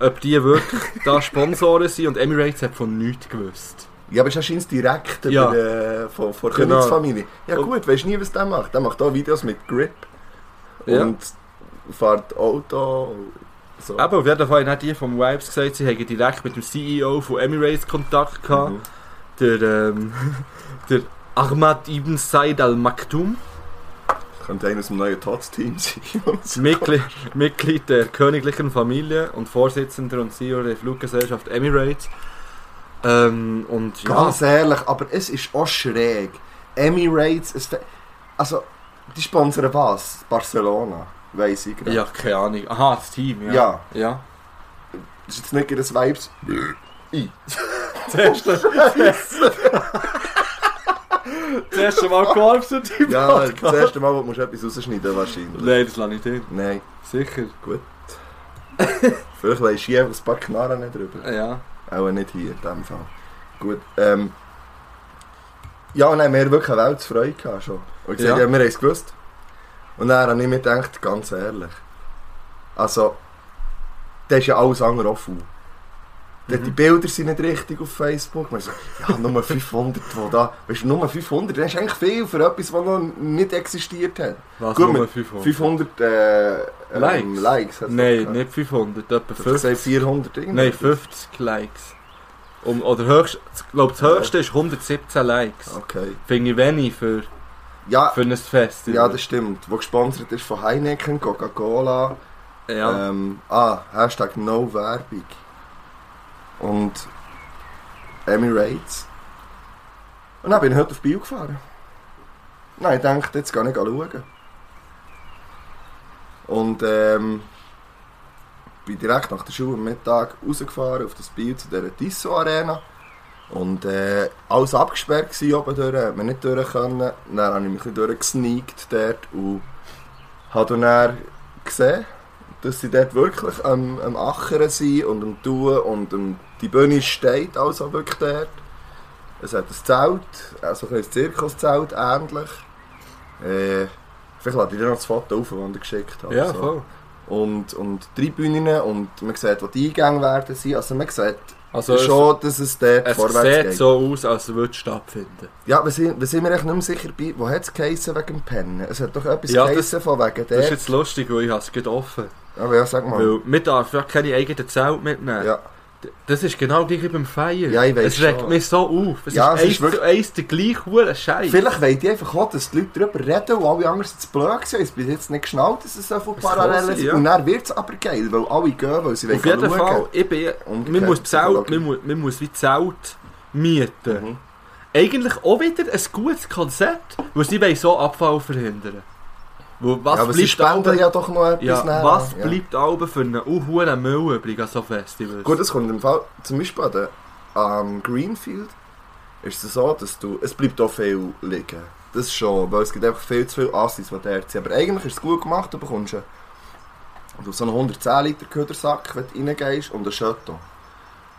A: ob die wirklich da Sponsoren sind und Emirates hat von nichts gewusst.
B: Ja, aber es ist anscheinend direkt
A: Ja.
B: über, äh, von, von der
A: Genau.
B: Königsfamilie. Ja
A: Und-
B: gut, weisst nie, was der macht. Der macht auch Videos mit Grip.
A: Ja.
B: Und fährt Auto. und So.
A: Aber auf jeden Fall haben die vom Vibes gesagt, sie hätten direkt mit dem CEO von Emirates Kontakt gehabt.
B: Mhm.
A: Der, ähm, der Ahmad Ibn Said Al Maktoum,
B: Könnte einer aus dem neuen Tots-Team sein.
A: Mitglied, Mitglied der königlichen Familie und Vorsitzender und CEO der Fluggesellschaft Emirates. Ähm, und ja,
B: Ganz ehrlich, aber es ist auch schräg. Emirates, es fe- also, die sponsern was? Barcelona, weiss ich gerade.
A: ja, keine Ahnung. Aha, das Team, ja.
B: Ja.
A: ja.
B: Das ist jetzt nicht ihres Vibes.
A: Zuerst, zuerst mal geholfen.
B: Ja, das erste Mal, wo du musst etwas rausschneiden wahrscheinlich.
A: Nein, das lasse ich drin.
B: Nein,
A: Sicher.
B: gut. Vielleicht leist du hier einfach ein paar Knarren nicht drüber.
A: Ja.
B: Auch nicht hier, in dem Fall. Gut, ähm... Ja, nein, wir haben wirklich eine Weltfreude gehabt schon. Und gesagt, ja.
A: Ja.
B: wir haben es gewusst. Und dann habe ich mir gedacht, ganz ehrlich... Also... Das ist ja alles andere auch faul. Mhm. Die Bilder sind nicht richtig auf Facebook. Man sagt, ja, nur 500, wo da... Weißt du, nur 500, das ist eigentlich viel für etwas, was noch nicht existiert hat.
A: Was,
B: Gut,
A: Nummer
B: mit
A: 500?
B: 500 äh, ähm,
A: Likes?
B: Likes hat's
A: Nein,
B: doch
A: nicht 500, etwa
B: gehabt. Ich
A: 50.
B: sag 400 irgendwie.
A: Nein, 50 Likes. Um, oder höchst, ich glaube, das höchste ist 117 Likes.
B: Okay.
A: Finde ich wenig für,
B: Ja,
A: für ein Fest.
B: ja, das stimmt. Wo gesponsert ist von Heineken, Coca-Cola.
A: ja.
B: Ähm, ah, Hashtag No Werbung. Und Emirates. Und dann bin ich heute auf Bio gefahren. Nein, ich dachte, jetzt gehe ich schauen. Und ähm, bin direkt nach der Schule am Mittag rausgefahren auf das Biel zu dieser Tissot Arena. Und äh, alles abgesperrt gsi oben durch, hat man nicht durch können. Dann habe ich mich ein bisschen durchgesneakt dort und habe dann, dann gesehen, dass sie dort wirklich am, am Achern sind und am Tun und am, die Bühne steht also wirklich dort. Es hat ein Zelt, also ein kleines Zirkuszelt ähnlich. Äh, vielleicht lade ich dir noch das Foto auf, das ich geschickt habe.
A: Ja,
B: So.
A: voll.
B: Und, und drei Bühnen und man sieht, wo die Eingänge werden sein. Also man sieht
A: Also es,
B: schon, dass es dort
A: es
B: vorwärts
A: sieht
B: geht.
A: so aus, als würde es stattfinden.
B: Ja, wir sind, wir sind mir echt nicht mehr sicher, bei, wo hat es geheissen wegen dem Pennen? Es hat doch etwas
A: Ja,
B: ja,
A: das-
B: geheissen von wegen
A: Das ist
B: der.
A: jetzt lustig, weil ich habe es gerade offen.
B: Aber Ah, ja, sag mal.
A: Weil wir dürfen ja keine eigenen Zelt mitnehmen.
B: Ja.
A: D- Das ist genau gleich wie beim Feiern.
B: Ja, ich weiss
A: Es regt
B: schon.
A: mich so auf. Es
B: Ja,
A: ist
B: es
A: eins
B: ist wirklich-
A: zu eins der gleiche hohle Scheiß.
B: Vielleicht wollen die einfach auch, dass die Leute darüber reden und alle anderen sind zu blöd gewesen. Ich bin jetzt nicht geschnallt, dass es so viele
A: Es kann
B: Parallelen
A: sein,
B: sind.
A: ja.
B: Und dann wird es aber geil, weil alle gehen, weil sie
A: Auf jeden
B: schauen
A: Fall, ich bin,
B: Und
A: man, muss
B: kennt
A: Zelt,
B: Psychologie.
A: man, muss, man muss wie Zelt mieten.
B: Mhm.
A: Eigentlich auch wieder ein gutes Konzept, weil sie wollen so Abfall verhindern Weil was
B: ja, aber sie
A: bleibt
B: spenden
A: allen-
B: ja doch noch etwas
A: ja,
B: nachher.
A: was
B: Ja.
A: bleibt allen für einen unhuren Müll übrig an so Festivals?
B: Gut, es kommt im Fall, zum Beispiel an der- am Greenfield ist es so, dass du, es bleibt auch viel liegen. Das schon, weil es gibt einfach viel zu viele Assis, die dort sind. Aber eigentlich ist es gut gemacht, du bekommst einen, du so einen 110 Liter Ködersack, wenn du reingehst, und einen Chateau.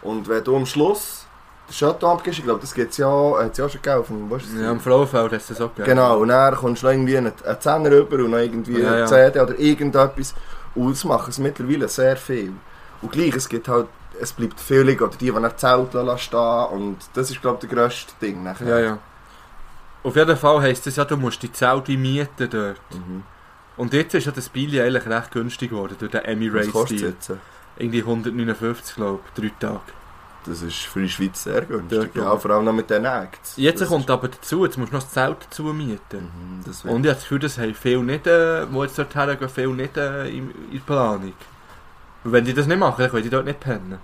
B: Und wenn du am Schluss den Chateau abgibst, ich glaube, das gibt es ja, hat's ja auch schon gegeben, auf dem- wo ist es?
A: ja, im Frauenfeld hast du das auch gegeben.
B: Genau, und dann kommst du noch irgendwie einen einen Zehner rüber und noch irgendwie
A: Ja, ja.
B: eine CD oder irgendetwas. Und das machen es mittlerweile sehr viel. Und gleich, es gibt halt, es bleibt viel liegen. Oder die, die nach Zelt lassen stehen. Und das ist, glaube ich, das grösste Ding. Nachher.
A: Ja, ja. Auf jeden Fall heisst es ja, du musst die Zelt wie mieten dort.
B: Mhm.
A: Und jetzt ist ja das Billy eigentlich recht günstig geworden durch den
B: Was kostet es
A: Emirates-Deal.
B: jetzt?
A: Irgendwie 159, glaube ich, drei Tage.
B: Das ist für die Schweiz sehr günstig.
A: Dort,
B: Ja,
A: ja.
B: vor allem noch mit den Acts.
A: Jetzt
B: das
A: kommt aber dazu, jetzt musst du noch das Zelt dazu mieten.
B: Mhm, das wird-
A: Und ich habe das Gefühl, das haben viele nicht, äh, die jetzt dort hergehen, viele nicht äh, in, in der Planung. Und wenn die das nicht machen, dann können die dort nicht pennen.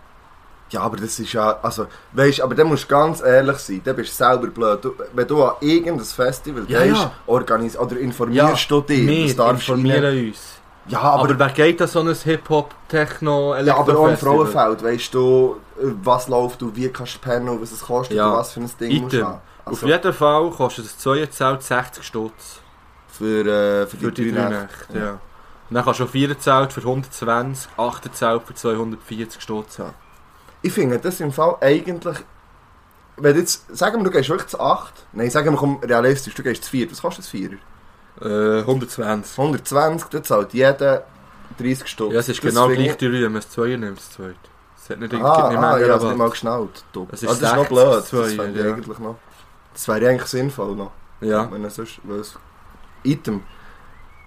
B: Ja, aber das ist ja, also, weißt, aber dann musst du ganz ehrlich sein, dann bist du selber blöd. Du, wenn du an irgendein Festival
A: Ja,
B: gehst,
A: ja.
B: organis oder informierst du dich,
A: Wir
B: das darfst du nicht.
A: informieren uns.
B: Ja,
A: Aber,
B: aber
A: wer geht an so ein Hip-Hop, Techno,
B: Ja,
A: elektro
B: aber auch im Frauenfeld weißt du, was läuft und wie kannst du pennen und was es kostet
A: Ja.
B: und was für ein Ding musst du
A: Item.
B: haben.
A: Auf
B: Also,
A: jeden Fall kostet das Zweierzelt 60 Stutz.
B: für, äh, für,
A: Für die drei Nächte, ja.
B: ja.
A: Und dann kannst du auch Viererzelt für 120, Achterzelt für 240 Stutz haben.
B: Ich finde das im Fall eigentlich... Wenn du jetzt, sagen wir, du gehst wirklich zu 8. Nein, sagen wir, komm, realistisch, du gehst zu 4. Was kostet das 4?
A: Äh, 120.
B: 120, dann zahlt jeder 30 Stutz.
A: Ja, es ist
B: Das
A: genau
B: finde
A: gleich
B: ich-
A: teuer, wenn man das Zweier nimmt, das Zweite. Es hat nicht, es gibt
B: Ah,
A: nicht
B: ah
A: mehr
B: ja, das nicht mal
A: Rabatt.
B: geschnallt. Top.
A: Es ist
B: Das ist, ah, das ist noch
A: 60,
B: blöd.
A: das
B: Das,
A: zwei,
B: fände ich
A: ja.
B: eigentlich noch. Das wäre eigentlich sinnvoll noch.
A: Ja.
B: Wenn er sonst, weil es Item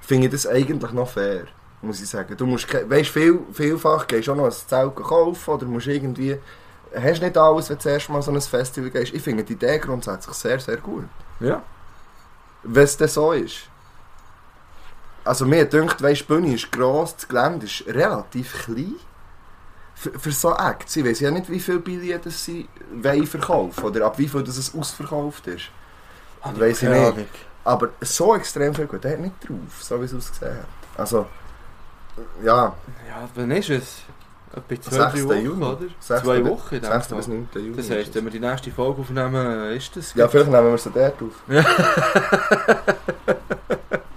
B: finde ich das eigentlich noch fair, muss ich sagen. Du musst, ke- weisst, viel, vielfach gehst du auch noch ein Zelt kaufen oder musst irgendwie, hast nicht alles, wenn du zuerst mal so ein Festival gehst. Ich finde die Idee grundsätzlich sehr, sehr gut.
A: ja.
B: Wenn es denn so ist. Also mir dünkt, weisst, die Bühne ist gross, das Gelände ist relativ klein. Für, für so Acts. Ich weiss ja nicht, wie viele Billionen sie wollen verkaufen oder ab wie viel dass es ausverkauft ist. Das weiss ich
A: Keine
B: nicht.
A: Ahnung.
B: Aber so extrem viel gut, der hat nicht drauf, so wie es ausgesehen hat. Also, ja,
A: Ja, wann ist es? Etwa zwei, drei
B: 6.
A: Wochen,
B: Juni.
A: oder?
B: 6.
A: Zwei
B: bis-
A: Wochen, in dem
B: 6.
A: Fall.
B: bis 9. Juni.
A: Das heisst, ähm,
B: ist
A: wenn
B: es.
A: wir die nächste Folge aufnehmen, ist das...
B: Ja, vielleicht nehmen wir es dort auf.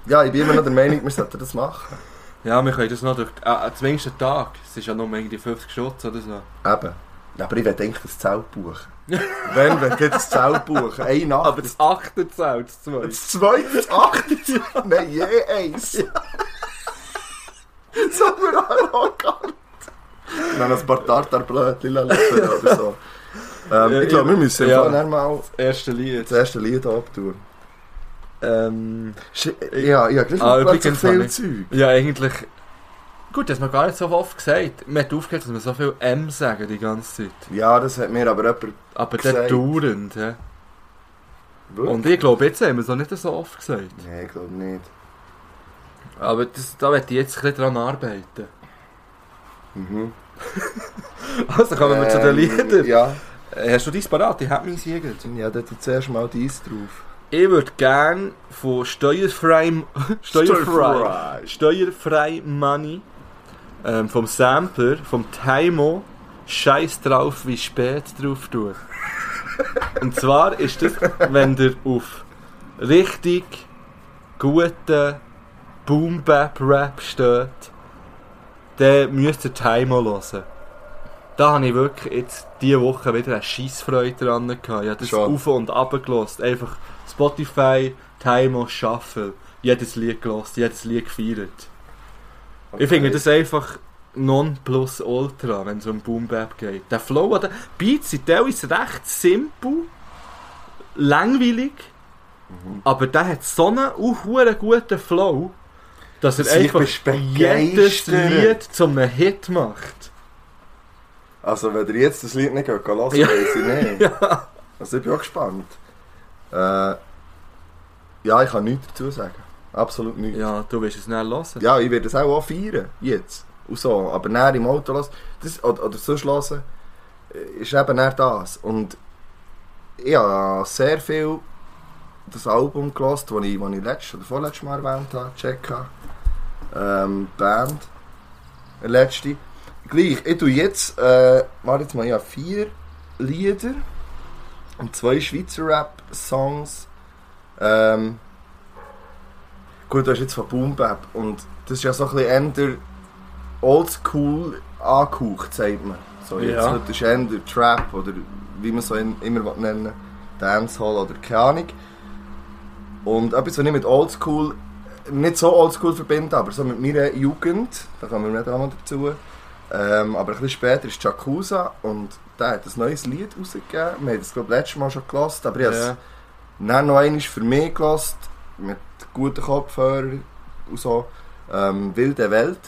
B: ja, ich bin immer noch der Meinung, wir sollten das machen.
A: ja, wir können das noch durch... Äh, äh, zumindest einen Tag. Es ist ja nur irgendwie 50 Schutz oder so.
B: Eben. Aber ich denke, das Zelt buchen. wenn, wenn geht das Zelt buchen? Eine Nacht.
A: Aber das Achterzelt, das Zweite.
B: das zweite, das achte Zelt. Nein, je eins. so wir arrogant. Und dann ein paar Tartarbrötchen lassen oder so. Ähm,
A: Ja,
B: ich glaube, wir müssen
A: ja.
B: ja. mal
A: Das erste Lied.
B: das erste Lied abtun.
A: Ähm...
B: Ja, ja, gleich
A: Ah,
B: noch plötzlich
A: übrigens habe
B: viel
A: ich-
B: Zeug.
A: Ja, eigentlich... Gut, das hat man gar nicht so oft gesagt. Mir hat aufgehört, dass wir so viel M sagen die ganze Zeit.
B: Ja, das hat mir aber jemand...
A: Aber der
B: Gesagt.
A: dauernd, hä? Und ich glaube, jetzt haben wir es noch nicht so oft gesagt.
B: Nein, ich glaube nicht.
A: Aber das, da werde ich jetzt ein bisschen dran arbeiten.
B: Mhm.
A: Also kommen wir zu den
B: Ähm,
A: Liedern.
B: Ja,
A: Äh, Hast du dein parat? Ich hab mein Siegel.
B: ja da tut zuerst mal dies drauf.
A: Ich würde gerne von Steuerfrei... Steuerfrei... Steuerfrei Money ähm, vom Sampler, vom Taimo «Scheiß drauf, wie spät» drauf tun. Und zwar ist das, wenn ihr auf richtig guten Boom Bap Rap steht, dann müsst ihr Time auch hören. Da habe ich wirklich jetzt diese Woche wieder eine Scheissfreude dran gehabt. Ich habe das
B: Schon.
A: auf und ab gelost. Einfach Spotify, Time Shuffle. Jedes Lied gelost, jedes Lied gefeiert. Ich finde das einfach non plus ultra, wenn es um Boom Bap geht. Der Flow an den Beats sind teilweise recht simpel, langweilig, aber der hat so einen auch verdammt guten Flow, dass er
B: Dass ich
A: einfach
B: bin
A: jedes
B: begeistert.
A: Lied zum einem Hit macht.
B: Also, wenn ihr jetzt das Lied nicht hören könnt, hören,
A: Ja.
B: weiss ich nicht. Also, ich bin auch gespannt. Äh, ja, ich kann nichts dazu sagen. Absolut nichts. Ja,
A: Ja, du willst es nicht hören.
B: ich werde es auch, auch feiern. Jetzt. Und so. Aber näher im Auto lassen. Das, oder, oder sonst hören. äh, Ist eben näher das. Und ich habe sehr viel das Album gehört, das ich, das ich letztes oder vorletztes Mal erwähnt habe. Checka. Ähm, Band. Letzte. Gleich, ich tue jetzt, äh, warte jetzt mal, ja, vier Lieder und zwei Schweizer Rap-Songs. Ähm, gut, du hast jetzt von Boom Bap und das ist ja so ein bisschen eher oldschool angehaucht, sagt man. So, jetzt
A: Ja.
B: das ist eher Trap oder wie man es so in, immer will nennen Dancehall oder keine Ahnung. Und etwas, was ich mit oldschool, nicht so oldschool verbinde, aber so mit meiner Jugend, da kommen wir nicht auch noch dazu, ähm, aber ein bisschen später ist Jacuza und der hat ein neues Lied rausgegeben. Wir haben es, glaube ich, letztes Mal schon gehört, aber ich habe es
A: Ja.
B: dann noch einmal für mich gehört, mit guten Kopfhörern und so. Ähm, Wilde Welt.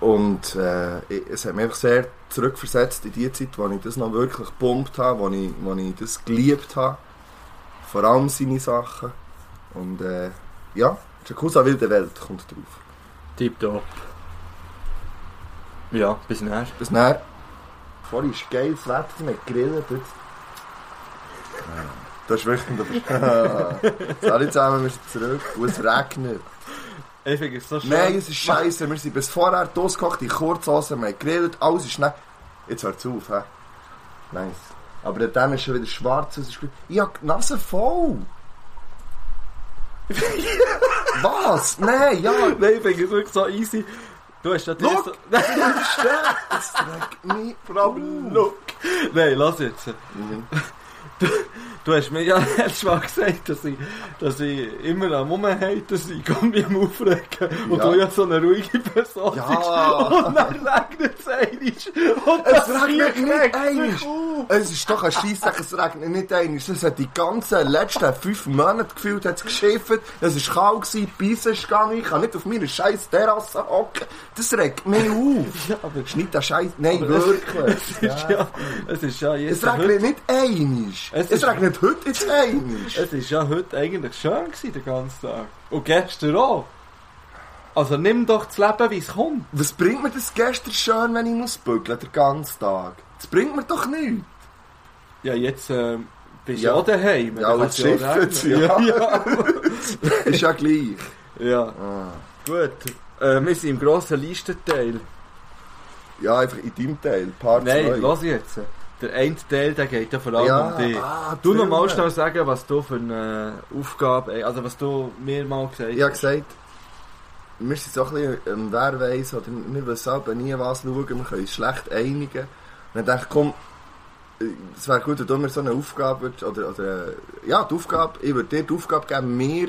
B: Und äh, ich- es hat mich einfach sehr zurückversetzt in die Zeit, wo ich das noch wirklich gepumpt habe, wo ich, wo ich das geliebt habe. Vor allem seine Sachen. Und äh, ja, Jacuza Wilde Welt kommt drauf.
A: Tipptopp. Ja, bis näher.
B: Bis näher. Vorhin ist geiles Wetter, wir haben gegrillt. Jetzt. Das ist wirklich ein Sorry zusammen, wir sind zurück. Und es regnet.
A: Ich finde es so schön.
B: Nein, es ist scheiße. Wir sind bis vorher ausgekocht, in Kurzhose, wir haben gegrillt, alles ist nicht. Jetzt hört es auf, hä? Nice. Aber dann ist schon wieder schwarz, es ist gut. Ich hab die Nase voll! Was? Nein, ja!
A: Nein, ich finde es wirklich so easy. Du hast ja
B: Look!
A: so-
B: Das regt mich. Oh.
A: Problem, look. Nein, lass jetzt.
B: Mhm.
A: Du, du hast mir ja letztes Mal gesagt, dass ich, dass ich immer am Rumhaten sein kann beim Aufregen. Und
B: Ja.
A: du ja so eine ruhige Person
B: Ja.
A: bist. Und dann regnet es einmal. Und
B: Es
A: das
B: regnet
A: Viech
B: nicht
A: regt sich
B: einmal.
A: auf.
B: Es ist doch ein Scheissdreck, es regnet nicht einmal. Das hat die ganzen letzten fünf Monate gefühlt, hat es geschifft, es war kalt, gewesen, die Beise ist gegangen, ich kann nicht auf meiner scheiß Terrasse hocken. Das regt mich auf.
A: Ja, aber
B: Schneid den Scheiß. Nein,
A: es-
B: wirklich.
A: es ist ja, es ist ja jetzt
B: Es regnet nicht einmal.
A: Es
B: Es,
A: ist-
B: regnet heute jetzt einmal.
A: Es ist ja heute eigentlich schön gewesen, den ganzen Tag. Und gestern auch. Also nimm doch das Leben, wie es kommt.
B: Was bringt mir das gestern schön, wenn ich muss bügeln, den ganzen Tag? Das bringt mir doch nichts.
A: Ja, jetzt ähm, bist du
B: Ja.
A: ja auch daheim.
B: Ja,
A: Dann kannst du
B: und schiffen
A: auch
B: sie,
A: regnen. ja.
B: Ist ja gleich.
A: Ja.
B: Ah.
A: Gut. Äh, wir sind im grossen Listenteil.
B: Ja, einfach in deinem Teil. Part
A: Nein,
B: zwei.
A: lass jetzt. Der eine Teil der geht ja vor allem
B: Ja,
A: um dich.
B: ah,
A: du noch
B: Filme.
A: mal schnell sagen, was du für eine Aufgabe, also was du mir mal gesagt
B: Ich habe gesagt, wir sind so ein bisschen, ähm, wer weiss, oder wir wissen aber nie was schauen, wir können uns schlecht einigen. Und ich dachte, komm, äh, es wäre gut, wenn du mir so eine Aufgabe würdest, oder, oder, äh, ja, die Aufgabe, ich würde dir die Aufgabe geben, mir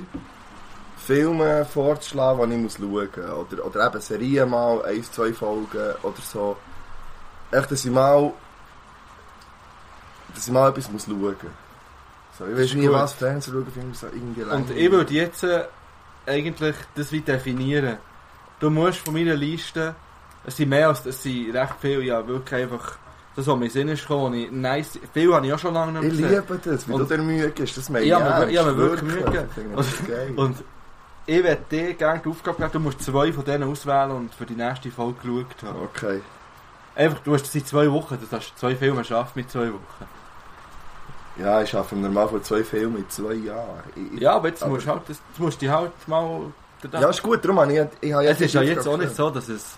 B: Filme vorzuschlagen, die ich muss schauen muss. Oder, oder eben Serien mal, ein, zwei Folgen oder so. Echt, dass ich mal, dass ich mal etwas muss schauen muss. So, ich
A: Das
B: weiß
A: ist
B: nie,
A: gut.
B: was Fernsehen schauen, finde ich so irgendwie
A: Und
B: langweilig.
A: ich würde jetzt äh, eigentlich das wie definieren. Du musst von meiner Liste, es sind mehr als, es sind recht viele, ja wirklich einfach, das was mir in den Sinn ist gekommen, ich- nice, viel habe ich auch schon lange nicht mehr
B: Ich
A: gesehen.
B: liebe das, wie
A: Und-
B: du dir Mühe gibst, das meine
A: Ich habe mir-
B: ernst,
A: ich habe mir wirklich Mühe
B: Ich finde das geil.
A: Und ich werde dir gerne die Aufgabe geben, du musst zwei von denen auswählen und für die nächste Folge geschaut haben.
B: okay.
A: Einfach, du hast seit zwei Wochen, das hast du zwei Filme geschafft mit zwei Wochen.
B: Ja, ich schaffe normal von zwei Filmen in zwei Jahren. Ich, ich-
A: Ja, aber jetzt
B: Aber-
A: musst du halt, das, jetzt musst du dich halt mal...
B: ja, ist gut, darum habe ich, ich habe
A: es ist ja
B: die
A: jetzt auch
B: Aufgabe
A: nicht so, dass es...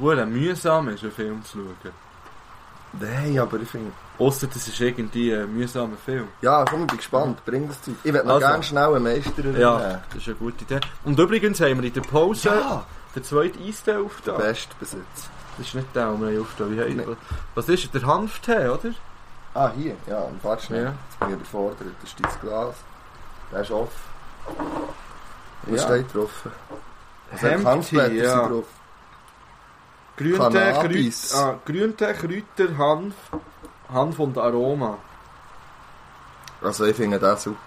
A: ...hure mühsam ist, einen Film zu schauen.
B: Nein, aber ich finde...
A: Ausser, das ist irgendwie ein mühsamer Film.
B: Ja, komm, ich bin gespannt. Bring das Zeug. Ich will noch
A: Also.
B: gerne schnell einen Meister erinnern.
A: Ja, das ist eine gute Idee. Und übrigens haben wir in der Pause
B: Ja.
A: den zweiten Eistee aufgetan.
B: Bestbesitz.
A: Das ist nicht der, den wir aufgetan haben.
B: Nee.
A: Was ist er? Der Hanftee, oder?
B: Ah, hier. Ja, und warte schnell.
A: Ja.
B: Jetzt bin ich überfordert. Das ist dein Glas. Der ist offen. Was
A: Ja.
B: steht drauf? Was hat
A: Hemd
B: Hanfblätter
A: hier, ja.
B: sind drauf?
A: Grüntee,
B: Cannabis.
A: Kräuter, ah, Grüntee, Kräuter, Hanf, Hanf und Aroma.
B: Also ich finde das super.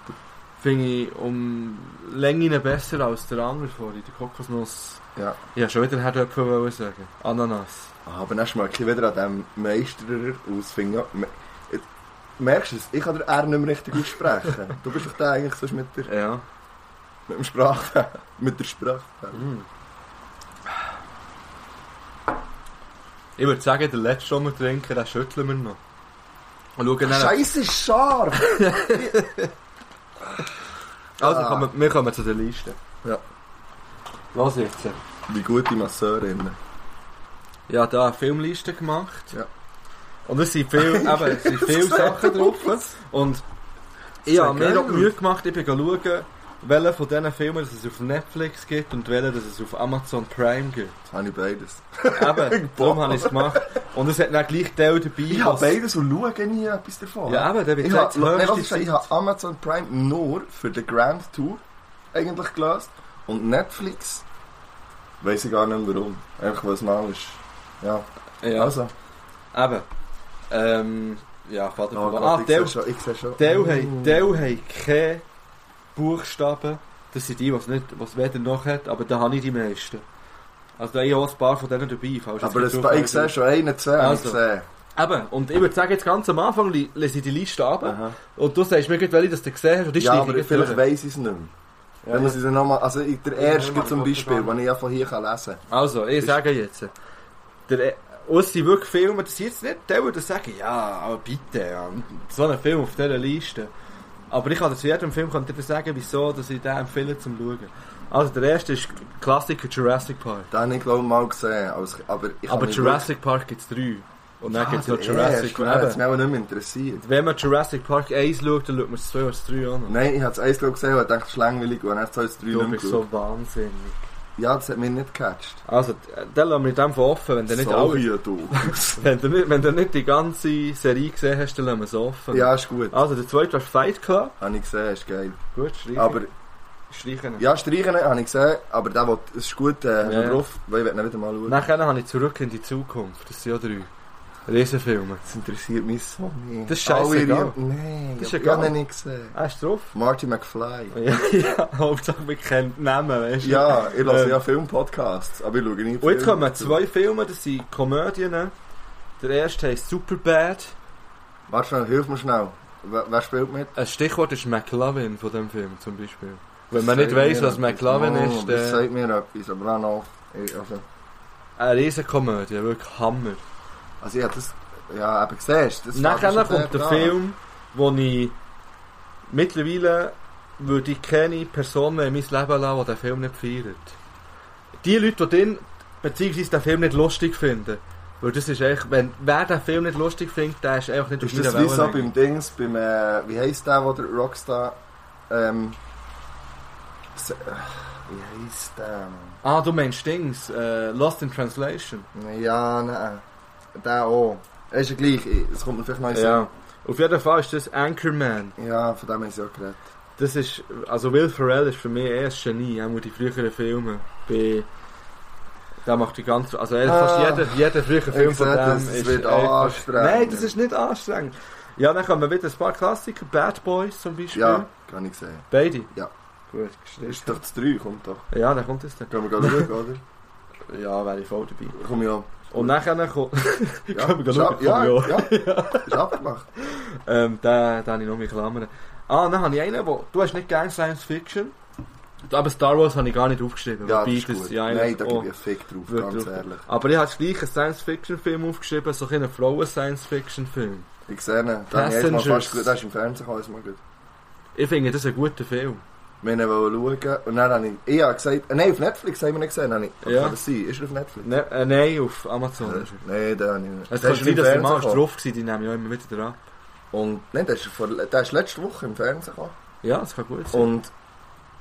A: Finde ich um Längen besser als der andere vorhin, der Kokosnuss.
B: Ja.
A: Ich wollte schon wieder Herdöpfel wollen sagen. Ananas.
B: Ah, Aber dann schmecke ich wieder an dem Meisterer aus. Finde ich- Me- Äh, Merkst du es? Ich kann den R nicht mehr richtig aussprechen. du bist doch der eigentlich sonst mit, der,
A: Ja.
B: mit dem Sprach... mit der Sprache.
A: Mm. Ich würde sagen, den letzten, den wir trinken, den schütteln wir noch. Und schauen dann...
B: Scheiße, ist scharf!
A: Also,
B: Ah.
A: kommen, wir kommen zu der Liste.
B: Ja.
A: Los jetzt.
B: Wie gute Masseurinnen.
A: Ja, da eine Filmliste gemacht.
B: Ja.
A: Und es sind viel, eben, es sind viele Sachen drauf. Und ich
B: Sehr
A: habe mir auch
B: geil.
A: Mühe gemacht, ich bin schauen, welchen von diesen Filmen dass es auf Netflix gibt und welchen dass es auf Amazon Prime gibt.
B: Habe ich beides.
A: Eben, darum habe ich es gemacht. Und es hat dann gleich Teil dabei,
B: Ich habe beides und schaue nie etwas davon.
A: Ja, eben, dann wird
B: ich
A: gesagt,
B: habe,
A: das
B: nein,
A: höchste
B: lass mich sagen, ich
A: Zeit.
B: habe Amazon Prime nur für den Grand Tour eigentlich gelöst. Und Netflix weiß ich gar nicht mehr warum. Einfach weil es mal ist. Ja,
A: Ja,
B: also.
A: eben. Ähm, ja, Vater von
B: Oh Gott,
A: Ah,
B: ich
A: Teil,
B: sehe schon. Ich sehe schon.
A: Teil,
B: Mm.
A: haben, Teil haben keine Buchstaben. Das sind die, was nicht, was weder noch hat, aber da habe ich die meisten. Also da habe ich auch ein paar von denen dabei. falls
B: Aber
A: jetzt
B: das,
A: nicht zufällig
B: ich sehe schon einen, zwei
A: Also.
B: also. gesehen.
A: Eben, und ich würde sagen, jetzt ganz am Anfang li- lese ich die Liste ab und du sagst mir gerade, welche das du gesehen hast und die
B: Ja,
A: schneide ich
B: aber
A: jetzt
B: vielleicht
A: durch.
B: weiss ich es nicht mehr.
A: Ja,
B: Wenn
A: ja.
B: man sie dann nochmal... Also ich- der erste
D: mal
B: zum
D: kurz
B: Beispiel,
D: dran.
B: den ich ja von hier kann lesen
A: Also, ich
B: Ist-
A: sage jetzt, der, und es sind wirklich Filme, das sind jetzt nicht die, die sagen, ja, aber bitte, ja, so ein Film auf dieser Liste. Aber ich kann zu jedem Film könnt ihr dir sagen, wieso dass ich den empfehle zum Schauen. Also, der erste ist Klassiker Jurassic Park.
B: Den habe ich glaube ich mal gesehen. als- Aber, ich
A: aber
B: kann nicht
A: Ah, Jurassic Park gibt es drei. Und dann
B: Ah,
A: gibt es noch
B: der
A: Jurassic
B: erste, Das hat
A: Park.
B: mich auch nicht mehr interessiert.
A: Wenn man Jurassic Park 1 schaut, dann schaut man es 2 oder 3 an.
B: Nein, ich habe es eins glaub ich, gesehen und dachte, es ist langweilig und dann hat es drei
A: Du
B: nicht
A: bist
B: so.
A: so wahnsinnig.
B: Ja, das hat mich nicht gecatcht.
A: Also, den lassen wir in dem Fall offen, wenn du nicht,
B: so
A: alle,
B: wie du.
A: wenn du nicht, wenn du nicht die ganze Serie gesehen hast, dann lassen wir es offen.
B: ja, Ah, ist gut.
A: Also, der zweite war Fight Club.
B: Habe ich gesehen, ist geil.
A: Gut, streichen.
B: Aber,
A: streichen.
B: ja, Ah, streichen habe ich gesehen, aber der, will- es ist gut,
A: Ja.
B: äh, ja. drauf, weil ich will ihn wieder mal schauen.
A: Nachher habe ich zurück in die Zukunft. Das sind ja drei. Riesenfilme.
B: Das interessiert mich so nicht.
A: Das ist scheißegal.
B: Alle ihre- Nein,
A: Das ist
B: ich
A: egal.
B: habe ihn nicht gesehen.
A: Ah, ist drauf?
B: äh. Marty McFly.
A: Ja, ja. Hauptsache, wir kennen die Namen, weißt du?
B: Ja, ich lasse
A: Ähm.
B: ja Filmpodcasts, aber ich schaue nicht
A: Und jetzt
B: Filme.
A: kommen zwei Filme, das sind Komödien. Der erste heisst Superbad.
B: Warte schnell, hilf mir schnell. Wer, wer spielt mit?
A: Ein Stichwort ist McLovin von dem Film zum Beispiel. Wenn
B: Das
A: man nicht
B: sagt
A: weiss,
B: mir
A: was
B: etwas.
A: McLovin
B: Oh,
A: ist, äh-
B: Das
A: dann
B: sagt mir etwas, aber dann auch. Ich, also,
A: eine Riesenkomödie, wirklich Hammer.
B: also ja, das... Ja, eben, siehst du, das...
A: Nachher
B: fällt mir
A: kommt der
B: dran.
A: Film, wo ich mittlerweile würde ich keine Person mehr in mein Leben lassen, die den Film nicht feiert. Die Leute, die den, beziehungsweise den Film nicht lustig finden, weil das ist echt, wenn, wer den Film nicht lustig findet, der ist einfach nicht
B: Ist
A: auf
B: das
A: meiner
B: wie so
A: Wellenlänge.
B: beim Dings, beim... Äh, wie heisst der, wo der Rockstar... Ähm... se- ach, Wie heisst der, Mann?
A: Ah, du meinst Dings, äh, Lost in Translation.
B: Ja, oh. nein. Der auch. Ist ja gleich, ich- es kommt mir vielleicht noch in den
A: Auf jeden Fall ist das Anchorman.
B: Sinn. Ja, von dem habe ich auch geredet.
A: Das ist, also Will Ferrell ist für mich eher ein Genie, auch die früheren Filme. Bei, der macht die ganze, also er, fast
B: Ah.
A: jeder, jeder frühere Film
B: Ich
A: von
B: sehe
A: dem
B: das, es
A: ist
B: wird
A: einfach-
B: anstrengend.
A: Nein, das ist nicht anstrengend. Ja, dann kommen wieder ein paar Klassiker, Bad Boys zum Beispiel.
B: Ja, kann ich sehen.
A: Beide?
B: Ja.
A: Gut,
B: Ist
A: gestrichen.
B: doch das 3, kommt doch.
A: Ja, dann kommt es dann.
B: Können wir gleich schauen, oder?
A: Ja, wäre ich voll dabei.
B: Komm ja.
A: Und nachher kommt,
B: Ja,
A: Können wir
B: ist
A: schauen,
B: ab- ja,
A: komm,
B: ja. Ist abgemacht.
A: ähm, da, da habe ich noch mehr Klammern. Ah, dann habe ich einen, wo, du hast nicht gerne Science Fiction, aber Star Wars habe ich gar nicht aufgeschrieben.
B: Ja, Oh. das
A: wobei
B: ist gut.
A: eigentlich
B: Nein, da
A: auch-
B: gebe ich einen Fick drauf,
A: Wird
B: ganz
A: drauf.
B: ehrlich.
A: Aber ich habe gleich einen Science-Fiction-Film aufgeschrieben, so ein bisschen einen Frauen-Science-Fiction-Film.
B: Ich sehe ihn. Den habe ich erst mal
A: Passengers.
B: fast gut. Das ist im Fernsehen alles mal gut.
A: Ich finde das ein guter Film.
B: Wir wollten schauen. Und dann habe ich, ich habe gesagt, äh, nein, auf Netflix haben wir nicht gesehen. Habe ich,
A: Ja.
B: Kann das sein? Ist er auf Netflix?
A: Ne, äh, nein, auf Amazon.
B: Nein, den habe ich nicht.
A: Es
B: Der
A: kann
B: ist
A: sein, dass der
B: im Fernsehen
A: Mann ist
B: gekommen.
A: drauf war, die nehmen ja immer wieder dran.
B: Und nein, der ist, vor, der ist letzte Woche im Fernsehen gekommen.
A: Ja, das kann gut sein.
B: Und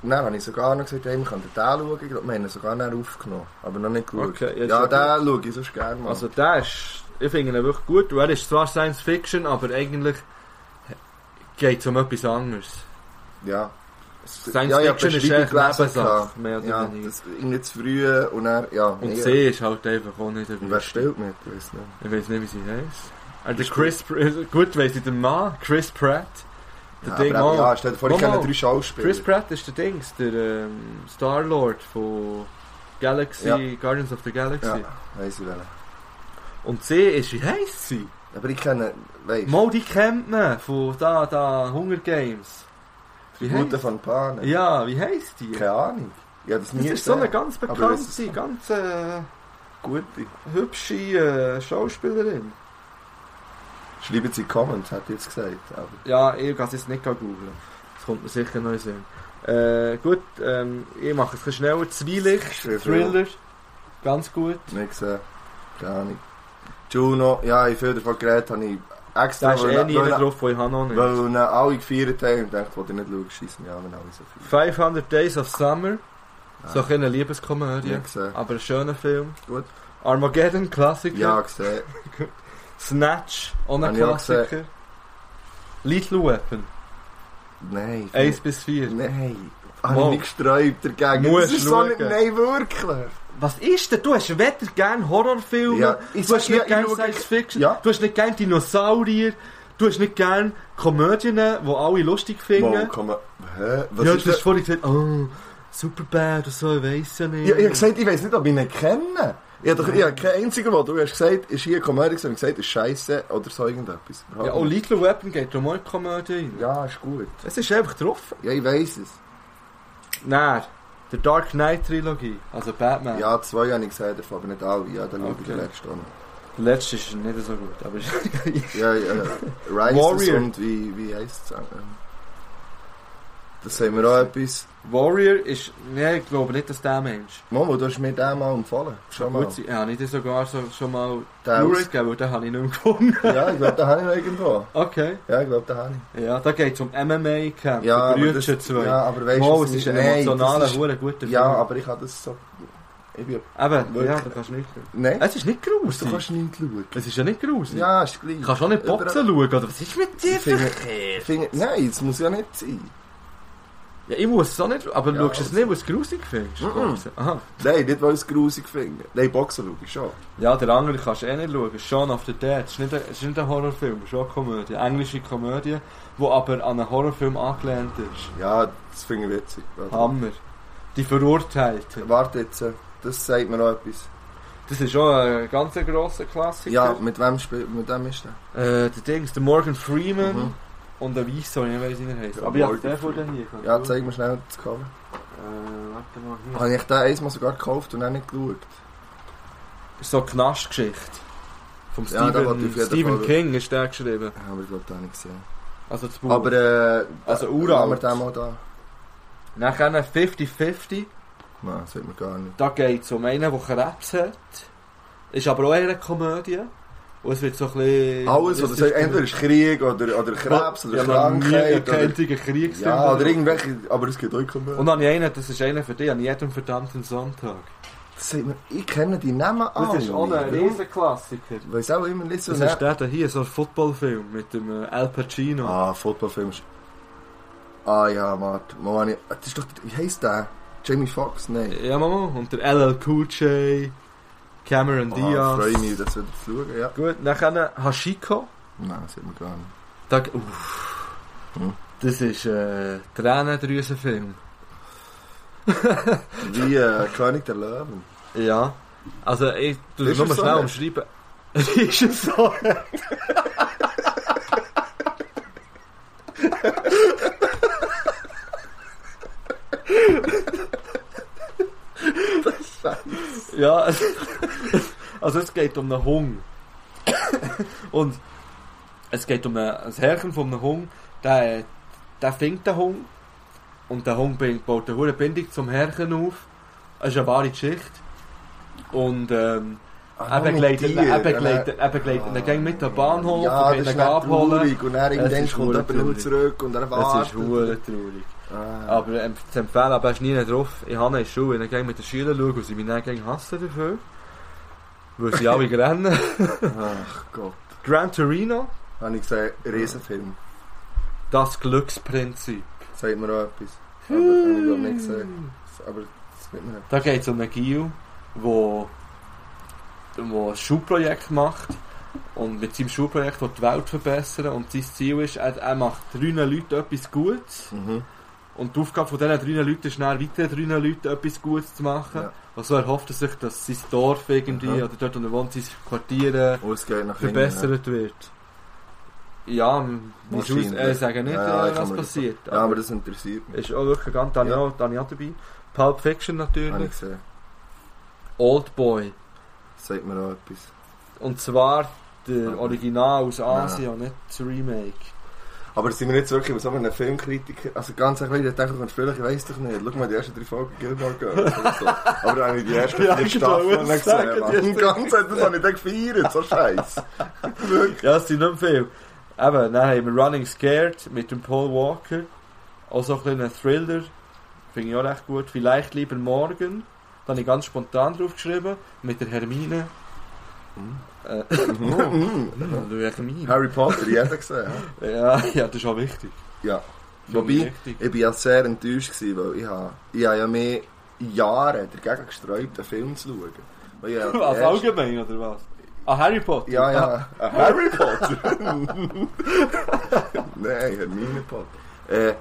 B: dann habe ich sogar noch gesagt, hey, wir könnten den schauen. Ich glaube, wir haben ihn sogar nicht aufgenommen. Aber noch nicht geschaut.
A: Okay, ja,
B: Oh, ja,
A: ist ja
B: den schaue ich sonst gerne mal.
A: Also der ist, ich finde ihn wirklich gut. Und er ist zwar Science Fiction, aber eigentlich geht es um etwas anderes.
B: ja.
A: Science
B: ja, ich habe
A: Fiction ist echt
B: Beschreibung gelesen,
A: Lebenssache, mehr
B: ja,
A: oder
B: ja
A: weniger.
B: das, irgendwie zu früh. Und dann, ja.
A: also Und
B: nee.
A: sie ist halt einfach auch nicht
B: Und wer spielt mit? Ich weiß nicht.
A: Ich weiß nicht, wie sie heißt. Ah, der Chris Pratt, gut weiss ich den Mann, Chris Pratt. Der
B: Ja,
A: Ding
B: aber, eben,
A: auch.
B: ja, stell dir vor, ich
A: Mal,
B: kenne
A: mal.
B: drei Schauspieler.
A: Chris Pratt ist der Dings, der ähm, Star-Lord von Galaxy,
B: Ja.
A: Guardians of the Galaxy.
B: Ja, weiss ich welchen.
A: Und sie ist, wie heisst sie?
B: Aber ich kenne, weißt du,
A: Modi kennt man von da, da, Hunger Games. Wie
B: die Mutter
A: heisst
B: von Panem.
A: Ja, wie heisst die?
B: Keine Ahnung. Ja, das
A: Das
B: nie
A: ist so eine
B: gesehen.
A: ganz
B: Aber das
A: bekannte,
B: ist-
A: ganz äh,
B: gute.
A: hübsche äh, Schauspielerin.
B: Schreiben Sie Comments, hat jetzt gesagt. Aber
A: Ja, ich kann es jetzt nicht googeln. Das kommt mir sicher noch in den Sinn. Äh, gut, ähm, ich mache es ein bisschen schneller. Zwielicht,
B: Schön viel.
A: Thriller, ganz gut.
B: nicht gesehen. Keine Ahnung. Juno, ja, ich viel davon geredet, habe ich
A: Da
B: extra
A: ist eh niemand drauf, wo ich habe noch nicht.
B: weil ihn alle gefeiert haben und dachte, wo ich nicht schaue, schießen ja, wenn alle so viel.
A: 500 Days of Summer, so eine Liebeskomödie,
B: Nicht gesehen.
A: aber ein schöner Film.
B: Ah. Gut.
A: Armageddon, Klassiker.
B: Ja, gesehen.
A: Snatch, auch ein
B: Habe ich auch
A: Klassiker. Little Weapon,
B: Nein.
A: 1 bis 4.
B: Nein. Habe ich
A: Mal.
B: nicht gesträubt dagegen.
A: Musst
B: Das ist so
A: schauen.
B: nicht, nein, wirklich.
A: Was ist denn? Du hast weder gern Horrorfilme,
B: Ja, ich
A: du hast
B: sag ja,
A: nicht gern
B: ich schaue-
A: Science Fiction,
B: Ja.
A: du hast nicht gern Dinosaurier, du hast nicht gern Komödien, eh, die alle lustig finden.
B: Mal, komm, hä? Was
A: ja,
B: ist
A: du hast
B: das?
A: vorhin gesagt, oh, Superbad oder so, ich weiss ja nicht.
B: Ja, ich habe gesagt, ich weiß nicht, ob ich ihn kenne. Ich habe doch ich habe keinen einzigen, wo du hast gesagt, ist hier Komödie, und gesagt, ist scheiße oder so irgendetwas. Überhaupt
A: ja, auch
B: nicht.
A: Little Weapon geht um eine Komödie rein.
B: ja, ist gut.
A: Es ist einfach drauf.
B: Ja, ich weiß es.
A: Nein, der Dark Knight Trilogie, also Batman.
B: Ja, zwei habe ich gesehen davon, aber nicht alle. Ja, dann schaue ich den
A: Okay.
B: letzten auch noch.
A: Der letzte ist nicht so gut, aber ist
B: Ja, ja. Rises
A: Warrior.
B: und wie, wie heisst es? Ähm, Das haben wir auch etwas.
A: Warrior ist, nein, ich glaube nicht, dass der Mensch.
B: Momo, du hast mir den mal empfohlen. Schau mal.
A: Gut, sein. ja, nicht sogar so, schon mal
B: Den
A: Blu-ray
B: aus-
A: gegeben, weil den habe ich nicht mehr gefunden.
B: Ja, ich glaube, den habe ich noch irgendwo.
A: Okay.
B: Ja, ich glaube, den habe ich.
A: Ja, da geht es um MMA-Kämpfe.
B: Ja, aber
A: Brüder
B: das-
A: zwei.
B: Ja, aber weißt
A: Mal,
B: du,
A: es
B: das
A: ist
B: ist-
A: ein
B: nein,
A: emotionaler,
B: das ist-
A: hure guter Film.
B: Ja, aber ich habe das so. Ich bin.
A: Eben, ja,
B: Wirklich.
A: da kannst du nicht.
B: Nein,
A: Es ist nicht
B: du
A: gruselig.
B: kannst nicht schauen.
A: Es ist ja nicht gruselig.
B: Ja, ist gleich.
A: Äh, Du kannst auch nicht Boxen
B: Überall-
A: schauen, oder was ist mit dir
B: Ich finde-
A: verkehrt?
B: Finger, nein, das muss ja nicht sein.
A: Ja, ich muss es auch nicht, aber
B: Ja,
A: du schaust es
B: also-
A: nicht, weil du es gruselig findest.
B: Mhm.
A: Boxen. Aha.
B: Nein, nicht weil ich es grusig finde. Nein, Boxen schaue ich schon.
A: Ja, der andere kannst du eh nicht schauen. Shaun of the Dead. Es ist nicht ein, es ist nicht ein Horrorfilm, es ist auch eine Komödie. Eine englische Komödie, die aber an einen Horrorfilm angelehnt ist.
B: Ja, das finde ich witzig. Warte.
A: Hammer. Die Verurteilten.
B: Warte jetzt, äh, das sagt mir noch etwas.
A: Das ist auch ein ganz grosser Klassiker.
B: Ja, mit wem spielt mit dem ist der?
A: Äh, der Dings, der Morgan Freeman
B: Mhm.
A: und der Weisse, ich weiß nicht, wie er heißt.
B: Ja,
A: Aber ich habe
B: Morgan
A: den vor den hier.
B: Ja, zeig mir schnell das Cover.
A: Äh, warte mal hier.
B: Habe ich den einmal sogar gekauft und auch nicht geschaut.
A: Ist so eine Knastgeschichte. Vom
B: Ja, den wollte
A: Stephen,
B: ich auf jeden
A: Stephen
B: Fall-
A: King ist der geschrieben.
B: Ja, Aber ich glaube, den habe ich gesehen.
A: Also das Buch.
B: Aber äh,
A: Also,
B: da-
A: uralt.
B: haben wir den mal da?
A: Nachher 50-50.
B: Nein, das sagt mir gar nicht.
A: Da geht es um einen, der Krebs hat. Ist aber auch eher eine Komödie. Und es wird so ein bisschen...
B: Alles, oder sagt, entweder ist Krieg oder, oder Krebs oder
A: ja,
B: Krankheit
A: Krankheit.
B: oder,
A: Krieg
B: ja, oder
A: gesehen.
B: irgendwelche, aber es gibt auch Komödien.
A: Und dann habe ich einen, das ist einer für dich, an jedem verdammten Sonntag.
B: Das sagt mir, ich kenne die Namen
A: Das
B: alle.
A: ist auch ein Riesenklassiker.
B: Weiß auch immer nicht so
A: Das ist der da hier, so ein Footballfilm mit dem äh, Al Pacino.
B: Ah, Footballfilm ist... Ah ja, warte. Mann, ich- das ist doch... Wie heisst der? Jamie Foxx? Nein.
A: Ja, Mama. Und der LL Cool J, Cameron
B: Ah,
A: Diaz.
B: freue mich, das wieder zu schauen, ja.
A: Gut, nachher Hashiko.
B: Nein, das sieht man gar nicht.
A: Da, uff.
B: Hm.
A: Das ist äh, Tränendrüsenfilm.
B: Wie äh, König der Löwen.
A: Ja. Also, ich tu das
B: Ist
A: nur
B: es so
A: schnell
B: nicht?
A: umschreiben. ist es so? Ja, es- also es geht um einen Hung. Und es geht um ein, ein Herrchen von einem Hung, der, der fängt den Hung Und der Hund bringt- baut eine hohe Bindung zum Herrchen auf. Das ist eine wahre Geschichte. Und ähm,
B: Ah,
A: er begleitet ihn, er begleitet er begleitet ihn gern mit am Bahnhof und
B: Ja,
A: will
B: das
A: ihn
B: ist dann
A: abholen.
B: traurig. Und dann irgendwann
A: ist
B: kommt jemand
A: traurig.
B: nur zurück und er
A: Es ist
B: wartet.
A: hure traurig.
B: Ah.
A: Aber ähm, zu empfehlen, aber er ist nie drauf. Ich habe ihn in der Schule, wenn ich gehe mit den Schülern schaue und sie mich dann gegen hassen dafür. Weil sie alle rennen.
B: Ach Gott.
A: Gran Torino,
B: Habe ich gesehen, Riesenfilm.
A: das Glücksprinzip.
B: Sagt mir auch etwas. Aber habe ich glaube nicht gesehen. Aber das wird mir nicht.
A: Da geht es um einen Gil, wo, wo ein Schulprojekt macht und mit seinem Schulprojekt will die Welt verbessern und sein Ziel ist, er, er macht drei Leuten etwas Gutes
B: Mhm.
A: und die Aufgabe von diesen drei Leuten ist dann weiteren drei Leuten etwas Gutes zu machen.
B: Ja.
A: Und so erhofft er sich, dass sein Dorf irgendwie
B: Aha.
A: oder dort, wo er wohnt, sein Quartier äh,
B: Und Oh, es geht nach hinten.
A: verbessert wird. Ja, wie
B: Wahrscheinlich.
A: aus, äh, sagen nicht,
B: Ja,
A: äh,
B: ich kann
A: was
B: mir das-
A: passiert.
B: Ja, aber das interessiert mich.
A: ist auch wirklich ganz, da habe ich auch- da habe ich auch dabei. Pulp Fiction
B: Habe ich
A: natürlich.
B: gesehen.
A: Oldboy.
B: äh, Sagt mir auch etwas.
A: Und zwar der
B: Mhm.
A: Original aus Asien, nicht das Remake.
B: Aber sind wir jetzt wirklich bei so einem Filmkritiker? Also ganz ehrlich, ich dachte, du kannst vielleicht, ich weiss doch nicht. Schau mal, die ersten drei Folgen Gilmore Girls. oder so. Aber dann habe ich die ersten
A: Ja,
B: vier
A: ich
B: Staffeln
A: wollte
B: nicht
A: sagen,
B: gesehen.
A: die
B: Mann.
A: ersten-
B: Und ganz hat das habe ich dann gefeiert. So scheiße.
A: Ja, es sind nicht viel. Eben, dann haben wir Running Scared mit dem Paul Walker. Auch so ein kleiner Thriller. Finde ich auch recht gut. Vielleicht lieber morgen. Da habe ich ganz spontan draufgeschrieben. Mit der Hermine. Äh, der Hermine.
B: Mhm. Harry Potter, jeder gesehen. hä?
A: Ja, ja, das ist auch wichtig.
B: Ja.
A: Finde
B: Wobei-
A: ich wichtig.
B: Ich bin ja sehr enttäuscht, gewesen, weil ich, habe, ich habe ja mehr Jahre dagegen gesträubt, einen Film zu schauen. Weil ich ja die
A: Als
B: erste-
A: allgemein, oder was? Ah, Harry Potter?
B: Ja, ja. Ein Ah, Harry Potter? Nein, Hermine Potter. Äh,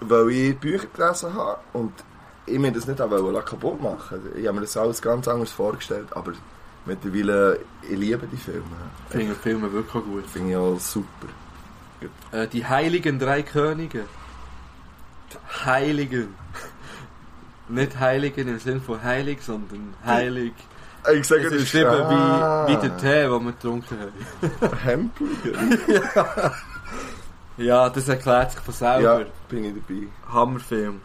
B: weil ich Bücher gelesen habe und ich mir das nicht auch wollte kaputt machen Ich habe mir das dus alles ganz anders vorgestellt, aber mittlerweile, ich liebe die Filme.
A: Ah, Finde ich Filme wirklich auch gut.
B: Finde ich auch super.
A: Äh, die heiligen drei Könige. Die Heiligen. Nicht Heiligen im Sinn von heilig, sondern heilig.
B: Ich sage,
A: Es ist geschrieben
B: Ah.
A: wie, wie der Tee, den wir getrunken haben.
B: Hempel.
A: Ja, das erklärt sich von
B: Ja,
A: selber.
B: bin ich dabei.
A: Hammerfilm.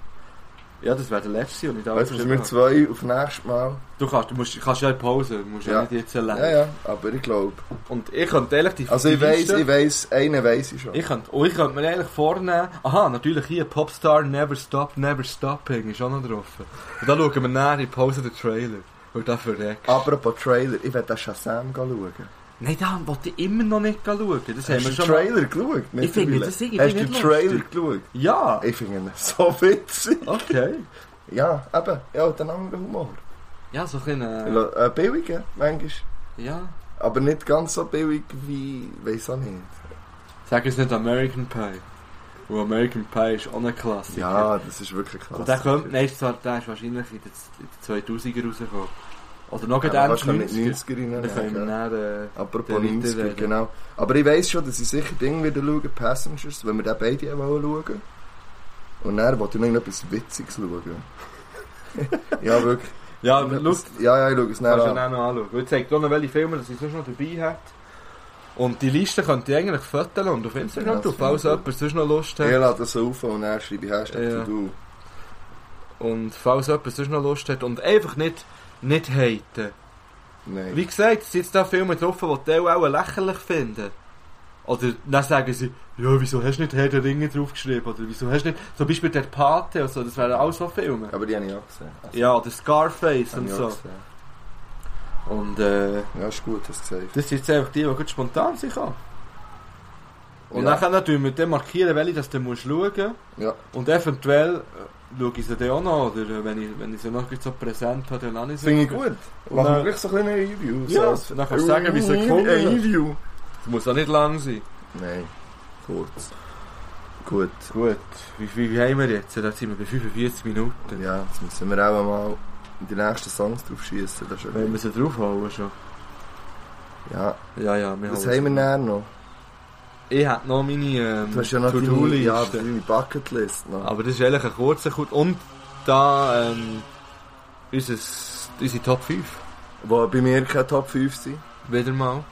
A: Ja, das wäre der letzte, den ich da
B: Weißt du,
A: aufgeschrieben
B: wir zwei auf nächstes Mal.
A: habe. Du kannst, du musst, kannst ja in Pause, du musst ja,
B: Ja.
A: nicht jetzt allein.
B: Ja, ja, Ah, aber ich glaube.
A: Und ich könnte ehrlich die
B: Also ich
A: die
B: weiß,
A: Liste-
B: ich weiß, einen weiß ich schon.
A: Ich könnte, oh, ich könnte mir eigentlich vornehmen. eh, Aha, natürlich hier Popstar Never Stop, Never Stopping ist auch noch drauf. Und da schauen wir näher in Pause den Trailer. Und da verreckt.
B: Apropos Trailer, ich werde den Shazam schauen.
A: Nein, da wollte ich immer noch nicht schauen. Das haben wir
B: Hast du den
A: schon. Mal.
B: Trailer geschaut?
A: Ich finde das irgendwie
B: Hast du
A: nicht
B: den Trailer
A: lustig.
B: geschaut?
A: Ja,
B: Ich finde ihn so witzig.
A: okay.
B: Ja, eben. Ja, den anderen Humor.
A: Ja, so ein bisschen. Äh,
B: Ja. Äh, billig, ja, manchmal.
A: ja.
B: Aber nicht ganz so billig wie... Weiß auch nicht.
A: Sag es nicht American Pie. Und American Pie ist auch ein Klassiker.
B: Ja, das ist wirklich krass.
A: Und der kommt, nein, ist zwar- der ist wahrscheinlich in den in den 2000er rausgekommen. Oder noch
B: ja,
A: gerade
B: aber
A: Ende
B: kannst
A: 90er.
B: du nicht
A: Dann
B: 90er
A: können wir
B: reinnehmen.
A: näher. Äh,
B: Apropos nou.
A: Den Leuten
B: 90er,
A: reden.
B: genau. Aber ich weiss schon, dass ich sicher Dinge wieder schauen, Passengers, wenn wir den beide auch wollen schauen Und dann wollte ich noch irgendetwas Witziges schauen. ja, wirklich.
A: ja, aber schau,
B: Irgendetwas- Ja, ja, ich schaue es
A: Kannst du
B: nachher an.
A: dann auch noch anschauen. Weil zeigt auch noch, welche Filme das ich sonst noch dabei hat. Und die Liste könnt ihr eigentlich fotografieren und auf
B: Ja,
A: Instagram
B: das
A: drauf,
B: finde
A: falls
B: ich
A: jemand sonst noch Lust
B: Ich
A: hat.
B: lade das auf und dann schreibe ich Hashtag
A: Ja.
B: to do.
A: Und falls jemand sonst noch Lust hat. Und einfach nicht, nicht haten.
B: Nein.
A: Wie gesagt, es sind jetzt da Filme drauf, die die auch lächerlich finden. Oder dann sagen sie, ja, wieso hast du nicht Herr der Ringe draufgeschrieben? Oder wieso hast du nicht, zum Beispiel der Pate oder so, das wären auch so Filme.
B: Aber die habe ich auch gesehen. Also,
A: Ja, oder Scarface
B: habe
A: und
B: ich auch
A: so.
B: gesehen.
A: Und äh,
B: Ja, ist gut, hast du gesagt.
A: das sind jetzt einfach die, die gut spontan sind. kann. Und
B: ja.
A: dann natürlich mit dem markieren, welche das du musst schauen
B: Ja.
A: Und eventuell äh, schaue ich sie dann auch noch, oder äh, wenn ich, wenn ich sie noch gerade so präsent habe, dann lasse ich sie.
B: Finde ich gut.
A: Und
B: Machen wir
A: dann-
B: gleich so Also, ein kleines Review.
A: Ja,
B: so
A: dann kannst du sagen, wie es gefunden
B: Ein
A: hat.
B: Review.
A: Das muss auch nicht lang sein.
B: Nein. Kurz. Gut.
A: Gut, wie viel haben wir jetzt? Da sind wir bei 45 Minuten.
B: Ja, jetzt müssen wir auch mal die nächsten Songs drauf schießen. Das ist
A: Wenn wir sie draufhauen schon.
B: ja,
A: Ja, ja, wir
B: was
A: hauen
B: haben
A: sie
B: wir näher noch?
A: drauf. Ich hätte noch meine ähm,
B: Du hast ja noch deine,
A: To-Do-Liste.
B: ja, deine Bucketlist noch.
A: Aber das ist eigentlich ein kurzer Kurs. Und da ähm, unser, unsere Top 5.
B: Wo bei mir keine Top 5 sind.
A: Wieder mal.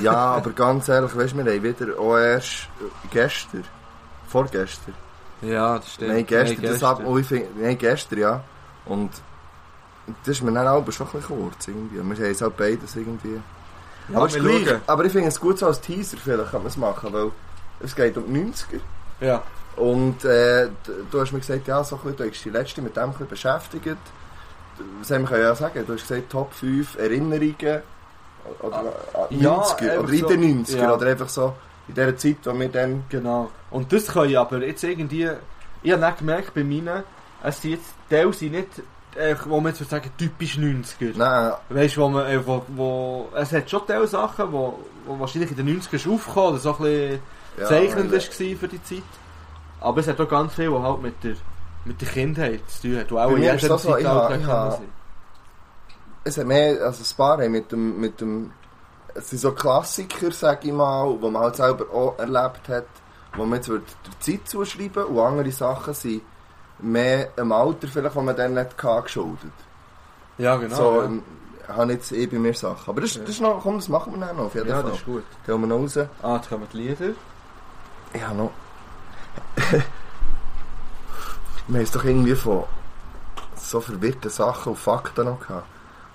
B: Ja, aber ganz ehrlich, weißt du, wir haben wieder auch erst gestern, äh, vorgestern,
A: Ja, das stimmt.
B: Nein, gestern, das ab, oh, ich find, nein, gestern, ja. Und das ist mir dann auch schon ein bisschen kurz irgendwie. Wir haben es auch beides irgendwie.
A: Ja,
B: aber, es ist
A: wir
B: gleich,
A: schauen.
B: aber ich finde es gut so als Teaser, vielleicht kann man es machen, weil es geht um die 90er.
A: Ja.
B: Und äh, du- du hast mir gesagt, ja, so ein bisschen, du hast dich letzte mit dem ein bisschen beschäftigt. Das haben wir können ja sagen, du hast gesagt, Top 5 Erinnerungen oder ah,
A: ja,
B: 90er
A: einfach
B: oder in den
A: so,
B: 90er
A: ja.
B: oder einfach so in der Zeit, wo wir dann...
A: Genau. Und das kann ich aber jetzt irgendwie. Ich habe dann gemerkt bei meinen, es sind jetzt Teile sind nicht, äh, wo man jetzt würde sagen, typisch 90er.
B: Nein,
A: Weißt du, wo man, äh, wo, wo, es hat schon Teil Sachen, wo, wo wahrscheinlich in den 90ern ist aufgekommen oder so ein bisschen
B: ja,
A: zeichnend war für die Zeit. Aber es hat auch ganz viel, was halt mit der, mit der Kindheit zu tun hat, wo auch
B: Bei
A: in
B: mir ist
A: jeder
B: das so, ich habe-
A: Zeitalter
B: ich
A: kann
B: habe-
A: sein.
B: es hat mehr, also das Paar haben mit dem, mit dem, es sind so Klassiker, sage ich mal, die man halt selber auch erlebt hat, wo man jetzt würde der Zeit zuschreiben und andere Sachen sind mehr im Alter vielleicht, wo man dann nicht hatte, geschuldet.
A: Ja, genau.
B: so,
A: ja.
B: ähm, habe jetzt eh bei mir Sachen. Aber das, ist- das ist noch, komm, das machen wir dann noch, auf jeden
A: ja,
B: Fall.
A: das ist gut.
B: Gehen wir noch raus.
A: Ah, jetzt kommen die Lieder.
B: Ich habe noch... wir haben doch irgendwie von so verwirrten Sachen und Fakten noch gehabt.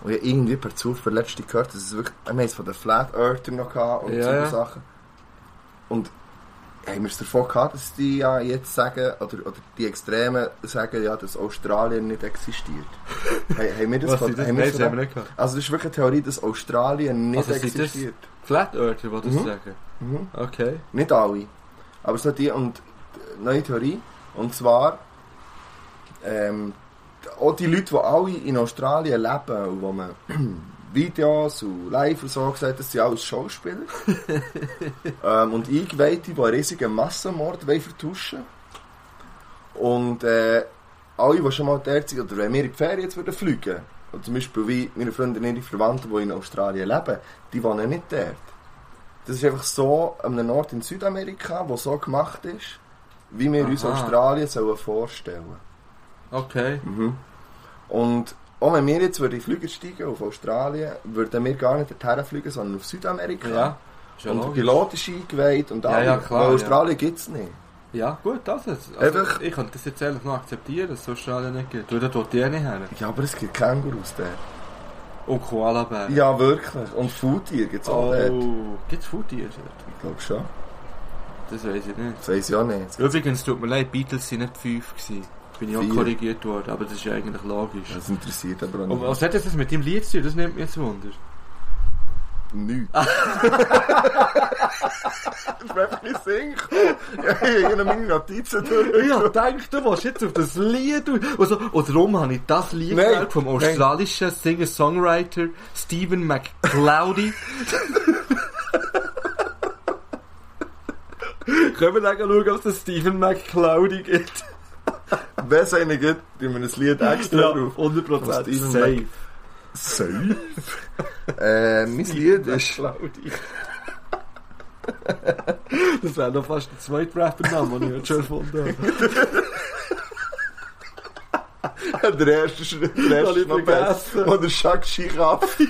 B: Und ich habe irgendwie per Zufall letztens gehört, dass es wirklich... Wir haben es von den Flat Earthern noch gehabt und
A: Ja,
B: so
A: ja.
B: Sachen. Und haben wir es davon gehabt, dass die ja jetzt sagen, oder, oder die Extremen sagen ja, dass Australien nicht existiert. hey, haben wir das
A: Was
B: von-
A: sind das?
B: haben
A: Nein,
B: wir das
A: das
B: von-
A: haben wir nicht gehabt.
B: Also das ist wirklich eine Theorie, dass Australien nicht
A: Also sind das-
B: existiert.
A: Flat Earther, was das
B: Mhm.
A: sagen.
B: Mhm.
A: Okay.
B: Nicht alle. Aber so die und die neue Theorie. Und zwar ähm, auch die Leute, die alle in Australien leben und wo man Videos und live und so gesagt, das sind alles Schauspieler. ähm, und Eingeweihte, die einen riesigen Massenmord wollen vertuschen Und äh, alle, die schon mal derzeit, oder wenn wir in die Ferien jetzt würden fliegen, oder zum Beispiel wie meine Freunde und ihre Verwandten, die in Australien leben, die wohnen nicht dort. Das ist einfach so an einem Ort in Südamerika, wo so gemacht ist, wie wir uns
A: Aha.
B: Australien sollen vorstellen
A: Okay.
B: Mhm. Und auch wenn wir jetzt würden in Flüge steigen auf Australien, würden wir gar nicht dorthin fliegen, sondern auf Südamerika.
A: Ja. Ist ja
B: und der
A: logisch.
B: Pilot ist eingeweiht und
A: Ja,
B: alles.
A: ja, klar,
B: Weil
A: ja.
B: Australien gibt's gibt es nicht.
A: Ja, gut, das ist.
B: Einfach-
A: Also, ich könnte das jetzt ehrlich noch akzeptieren, dass es Australien nicht gibt. Weil dort die nicht her.
B: Ja, aber es gibt Kängurus dort.
A: Und Koalabären.
B: Ja, wirklich. Und Faultiere gibt es auch dort.
A: Oh, gibt es Foodier dort?
B: Ich glaube schon.
A: Das weiß ich nicht.
B: Das weiss ich auch nicht.
A: Übrigens, tut mir leid, Beatles waren nicht fünf. Gewesen. Bin ich auch
B: Vier. Also-
A: korrigiert worden, aber das ist ja eigentlich logisch.
B: Das interessiert aber auch
A: Und
B: nicht.
A: was hat das jetzt mit dem Lied zu tun? Das nimmt mir jetzt Wunder.
B: Nichts. Ich bin einfach nicht singen. Ja, ich habe meine Notizen durch.
A: Ich hab gedacht, du willst jetzt auf das Lied und, und, so, und darum habe ich das Lied
B: Nein,
A: gewählt vom
B: nein.
A: australischen Singer-Songwriter Stephen McCloudy. Können wir dann schauen, ob es Stephen McCloudy gibt?
B: Wenn es einen gibt, tun wir ein Lied extra drauf.
A: 100%
B: Von Stephen
A: safe.
B: Safe? äh, mein Lied ist.
A: McCloudy. das wäre noch fast der zweite Rapper-Name, den ich jetzt schon erfunden habe.
B: Der erste Schritt, der
A: Hab
B: erste
A: ich
B: noch besser.
A: vergessen.
B: Und der Schack Giraffe.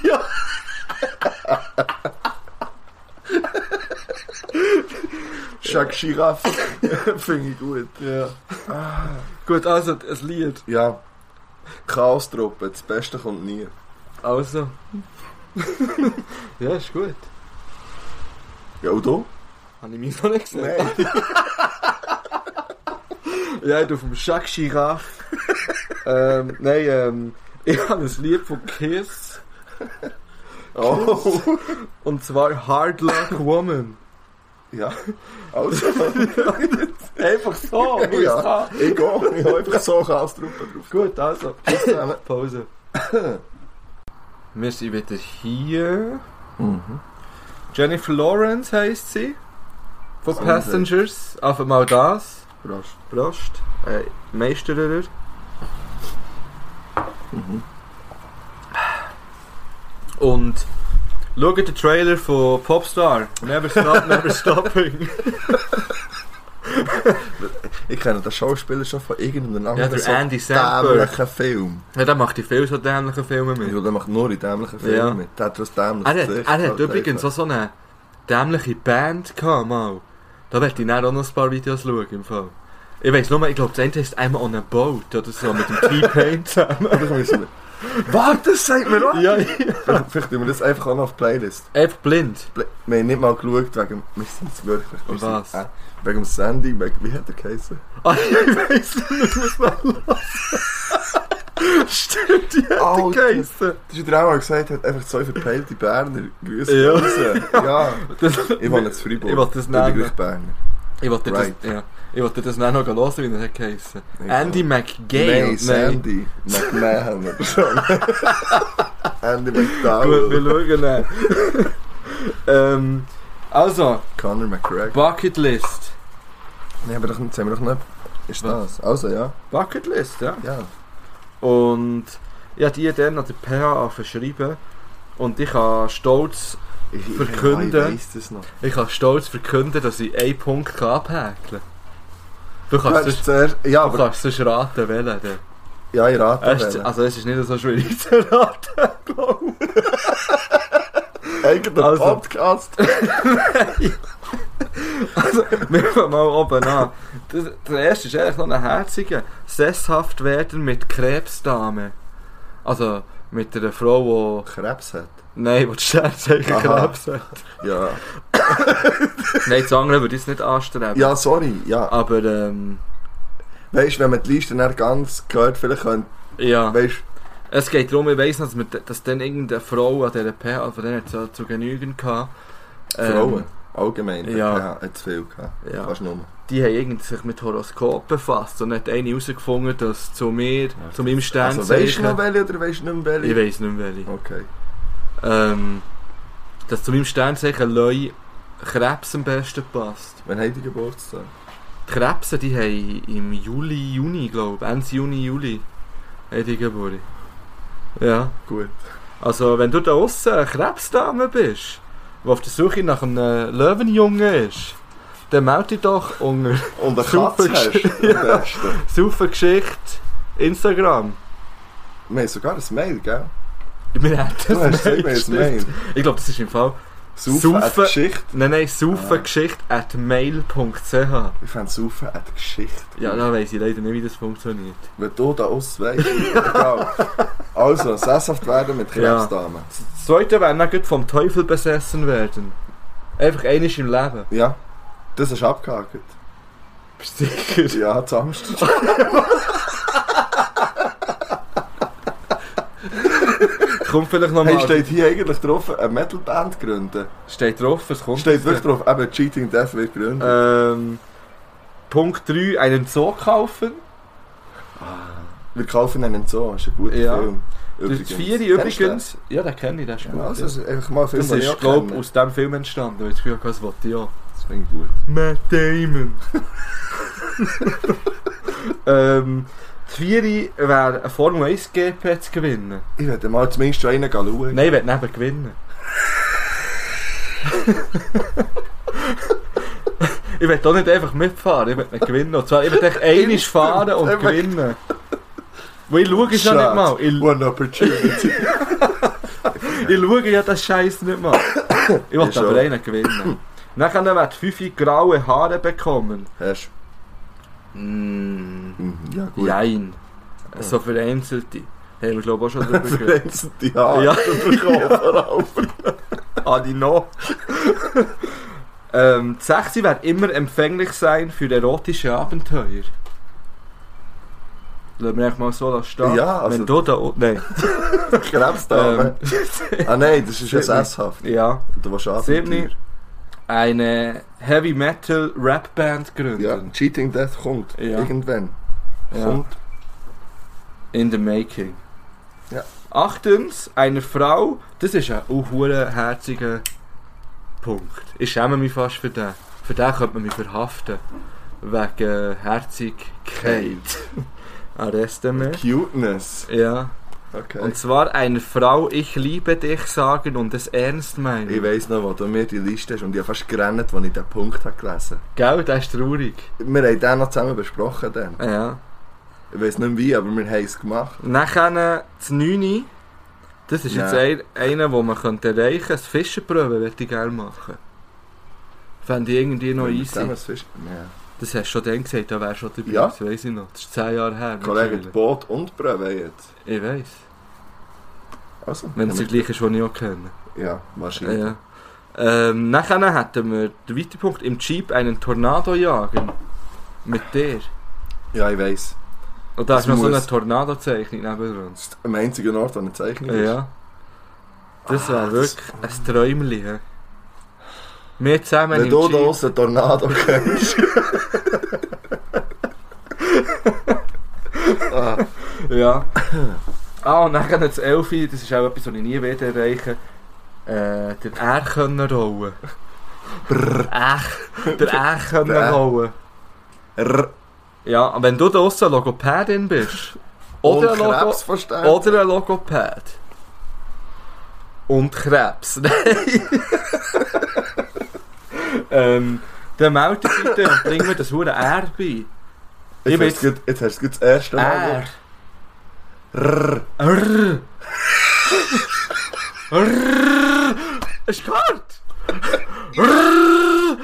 B: Schack Giraffe. Finde ich gut.
A: Ja. Gut, also, ein Lied.
B: Ja. Chaos-Truppe, das Beste kommt nie.
A: Also. ja, ist gut.
B: Ja, und du?
A: Habe ich mich noch nicht gesehen.
B: Nein.
A: Ja, ich bin auf dem Jacques Chirac. ähm, nein, ähm, ich habe ein Lied von Kiss.
B: Oh.
A: Und zwar Hard Luck Woman.
B: Ja. Also,
A: Einfach so, muss
B: Ja.
A: ja.
B: ich gehe. Ich habe einfach so Chaos-Truppe drauf.
A: Gut, also.
B: Tschüss zusammen.
A: Pause. Wir sind wieder hier. Mhm. Jennifer Lawrence heisst sie. Von
B: Gesundheit.
A: Passengers. Auf einmal das.
B: Prost.
A: Prost. Äh, Meisterer. Mhm. Und schaut den Trailer von Popstar. Never Stop, Never Stopping.
B: Ich kenne den Schauspieler schon von irgendeinem anderen
A: der
B: so
A: Andy Samberg.
B: dämlichen Film.
A: ja, der macht die viel so dämliche Filme mit.
B: Ja, der macht nur in dämlichen Filmen
A: Ja.
B: mit. Der hat das dämliches
A: Er hat,
B: Gesicht,
A: er hat
B: halt
A: übrigens auch
B: einfach.
A: so eine dämliche Band gehabt, mal. Da werd ich dann auch noch ein paar Videos schauen, im Fall.
D: Ich weiß nur, ich glaube, das Ende ist einmal on a boat oder so mit dem T-Pain zusammen.
B: Vielleicht müssen wir... Warte, das sagt mir noch!
D: ja,
B: Vielleicht, vielleicht tun wir das einfach auch noch auf die Playlist.
D: einfach blind.
B: Ble- Wir haben nicht mal geschaut wegen... Wir sind es wirklich... wir sind-
D: Was?
B: äh, wegen dem Sandy, wegen... Wie hat er geheißen?
D: Ah, ich weiß nicht, ich muss mal lassen. Stimmt, die hätte
B: Alter.
D: geheissen.
B: Das ist ja der auch, der gesagt hat, einfach zwei verpeilte Berner. Grüße
D: Ja.
B: raus. Ja.
D: Das,
B: Ich wohne jetzt Freiburg.
D: Ich will das
B: Ich bin
D: nehmen.
B: gleich Berner.
D: Ich wollte das,
B: Right.
D: ja. Ich wollte das dann noch hören, wie er hat geheissen.
B: Ja.
D: Andy McGale.
B: Nein, Sandy McMahon oder so. Andy
D: Gut, wir
B: McDowell.
D: schauen dann. ähm, also,
B: Conor McGregor.
D: Bucketlist.
B: Nein, aber doch, jetzt haben wir doch nicht... Ist
D: Was?
B: das? Also, Oh, ja.
A: Bucketlist, ja.
B: Ja.
A: Und ich habe die dann an der PH verschrieben. Und ich habe stolz,
B: Ich, ich,
A: Verkünden.
B: Ich weiss das noch.
D: Ich kann stolz verkünden, dass ich einen Punkt kann abhäkeln kann. Du
B: Du
D: kannst
A: dus-
B: hättest
D: es
B: zuerst... Ja,
D: du
A: Also,
B: aber...
D: kannst sonst raten, wählen. dann.
B: Ja, ich rate.
D: Es ist-
B: wählen.
D: Also es ist nicht so schwierig zu raten, glaube ich.
B: Eigener
D: Also.
B: Podcast.
A: wir fangen mal oben an. Der, der erste ist eigentlich noch ein herziger. Sesshaft werden mit Krebsdame. Also mit einer Frau, die...
B: Krebs hat.
A: Nein, die Sternzeichen
B: Aha.
A: Krebs hat.
B: Ja.
A: Nein, das andere würde ich es nicht anstreben.
B: Ja, sorry. Ja.
A: Aber ähm,
B: Weißt du, wenn man die Liste nicht ganz gehört, vielleicht könnte...
A: ja,
B: Weißt
A: es geht darum, ich weiss noch, dass, wir, dass dann irgendeine Frau an dieser PH, von denen hat es zu genügen gehabt.
B: du, Frauen. Allgemein.
A: Ehm, ja.
B: Ja. Hat es viel gehabt.
A: Ja.
B: Fast nur.
A: die haben irgendwie sich mit Horoskop befasst und hat eine herausgefunden, dass zu mir, zu meinem
B: Also nou weißt du
A: Sternzeichen,
B: noch welche oder weißt du nicht mehr
A: ich
B: welche?
A: weiß nicht mehr welche,
B: Okay.
A: ähm, dass zu meinem Sternzeichen Leu Krebs am besten passt.
B: Wann haben die Geburtstag?
A: Die Krebsen, die haben im Juli, Juni, glaube ich, Ende Juni, Juli, haben die Geburt. Ja,
B: Gut.
A: also wenn du da aussen eine Krebsdame bist, die auf der Suche nach einem Löwenjungen ist, dann melde dich doch unter
B: Und eine
A: Super
B: Katze hast du? am besten.
A: Saufengeschichte, Instagram.
B: Wir haben sogar ein Mail, gell?
A: Wir haben
B: Du hast gesagt, wir
A: das
B: haben ein Mail.
A: Ich glaube, das ist im Fall.
B: Saufen hat
A: Saufen.
B: Geschichte.
A: Nein, nein,
B: Ah.
A: saufengeschichte at mail.ch. Ja,
B: Ich fand Saufen hat Geschichte.
A: da weiss ich leider nicht, wie das funktioniert.
B: Wenn du da aus weißt, egal. Also, sesshaft werden mit
A: Ja.
B: Krebsdamen.
A: Das zweite wäre dann gleich vom Teufel besessen werden. Einfach einisch im Leben.
B: Ja. Das ist abgehakt.
A: Bist du sicher?
B: Ja, zu Amsterdam.
A: Kommt vielleicht nochmal.
B: Hey, steht hier eigentlich drauf, eine Metalband gründen.
A: steht drauf, es kommt.
B: Steht wirklich drauf, eben Cheating Death wird gründen.
A: Ähm, Punkt 3, einen Zoo kaufen.
B: Wir kaufen einen Zoo, ist ein guter
A: Ja.
B: Film.
A: Das ist vier
B: Kennst du den?
A: übrigens. Ja, den kenne ich, der ist gut.
B: Ja, also, einfach mal einen Film,
A: das
B: den ich
A: ist,
B: auch
A: glaube ich,
B: kenne.
A: aus dem Film entstanden, weil ich das Gefühl hatte, das wollte ich auch.
B: Das finde ich gut.
A: Matt Damon. ähm, die Vieri wäre eine Formel 1 GP zu gewinnen.
B: Ich werde mal zumindest schon einen schauen.
A: Nein, ich will neben gewinnen. ich will doch nicht einfach mitfahren, ich will nicht gewinnen. Und zwar, ich will echt einmal fahren und
B: Einfach-
A: gewinnen. Weil ich schaue ja nicht
B: Schade.
A: mal. Ich,
B: One opportunity.
A: ich schaue ja den Scheiß nicht mal. Ich will
B: Ich schon.
A: aber einen gewinnen. Nachher wird 5 graue Haare bekommen.
B: Hast
A: Mm.
B: du? Mhm, Ja, gut.
A: Jein. So vereinzelte. Haben wir glaube ich auch schon drüber gehört.
B: Verbrennst die Haare.
A: Ja.
B: bekommen.
A: Adi no. ähm, die Sechste wird immer empfänglich sein für erotische Abenteuer. Lass mich mal so stehen.
B: Ja, also-
A: Wenn du da... unten- Nein. ähm,
B: Krebsdame. Ah nein, das ist ja sesshaft.
A: Ja.
B: Du warst
A: Siebni.
B: Abenteuer.
A: Eine Heavy Metal Rap Band
B: Ja,
A: gründen.
B: Cheating Death kommt.
A: Ja.
B: Irgendwann.
A: Ja.
B: Kommt.
A: In the making.
B: Ja.
A: Achtens, einer Frau, das ist ein auch hure herziger Punkt. Ich schäme mich fast für den. Für den könnte man mich verhaften. Wegen Herzigkeit. Arreste mich.
B: Cuteness.
A: Ja.
B: Okay.
A: Und zwar einer Frau, ich liebe dich sagen und es ernst
B: Ich
A: meinen.
B: weiss noch, wo du mir die Liste hast und ich habe fast gerannt, als ich diesen Punkt habe gelesen
A: Gell, das ist traurig.
B: habe. Wir haben den noch zusammen besprochen. Dann.
A: Ja.
B: Ich weiss nicht wie, aber wir haben es gemacht.
A: Nachher das 9. Das ist jetzt
B: Nein.
A: ein, einer, den man könnte erreichen könnte. Ein Fischenprobe würde ich gerne machen. Fände ich irgendwie noch
B: Wenn wir
A: easy.
B: zusammen das Fisch- Ja.
A: Das hast du schon dann gesagt, da wärst du schon dabei.
B: Ja.
A: Das weiss ich noch. Das ist 10 Jahre her.
B: Kollege,
A: natürlich.
B: Boot und Bröwe jetzt.
A: Ich weiss.
B: Also,
A: Wenn es der gleiche ist, den ich auch kenne.
B: Ja,
A: Ja.
B: wahrscheinlich.
A: ja. Ähm, nachher hätten wir den weiteren Punkt im Jeep einen Tornado jagen. Mit dir.
B: Ja, ich weiss.
A: Und da
B: Das
A: ist noch so
B: muss-
A: eine Tornado-Zeichnung neben uns.
B: Das ist am einzigen Ort, wo eine Zeichnung ist.
A: Ja. Das wäre wirklich ein Träumchen. Wir zusammen
B: Wenn
A: im
B: du
A: Jeep.
B: da draussen einen Tornado kennst. ah,
A: Ja. Ah, und dann das Elfi, das ist auch etwas, was ich nie werde erreichen äh, den R können rollen. Ech, der R können
B: Der-
A: rollen.
B: R
A: Ja, und wenn du draussen Logopädin bist,
B: und
A: oder ein, Logo
B: Krebs verstehen.
A: oder ein Logopäd, und Krebs, nein, ähm, dann melde dich bitte und bring mir das hure R bei. Ich
B: Jetzt hast du es gut- jetzt hast du es gut das erste Mal.
A: R.
B: R.
A: Rrrr. Rrrr. Ist kalt. Rrrr.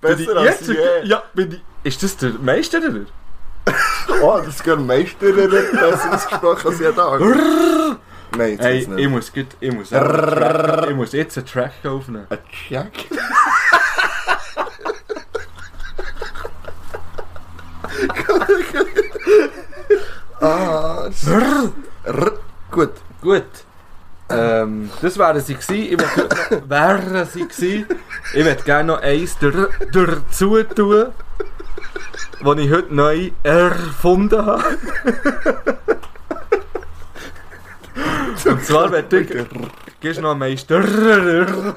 A: Bin ich
B: Besser als
A: jetzt?
B: je.
A: Ja, bin ich. Ist das der Meister oder?
B: Oh, das gehört Meister nicht besser ausgesprochen als jeder andere. Nein, jetzt
A: Hey,
B: hey,
A: ich
B: nicht.
A: muss, gut- ich muss, auch einen Track- ich muss jetzt einen Track aufnehmen.
B: Ein Check. ah, s- R. Gut.
A: Gut. Ähm, das wären sie gewesen. Ich möchte heute noch, wären sie gewesen. Ich möchte gerne noch eins dr- dazu tun, das ich heute neu erfunden habe. Und zwar möchte ich... Gehst noch am meisten...
B: R.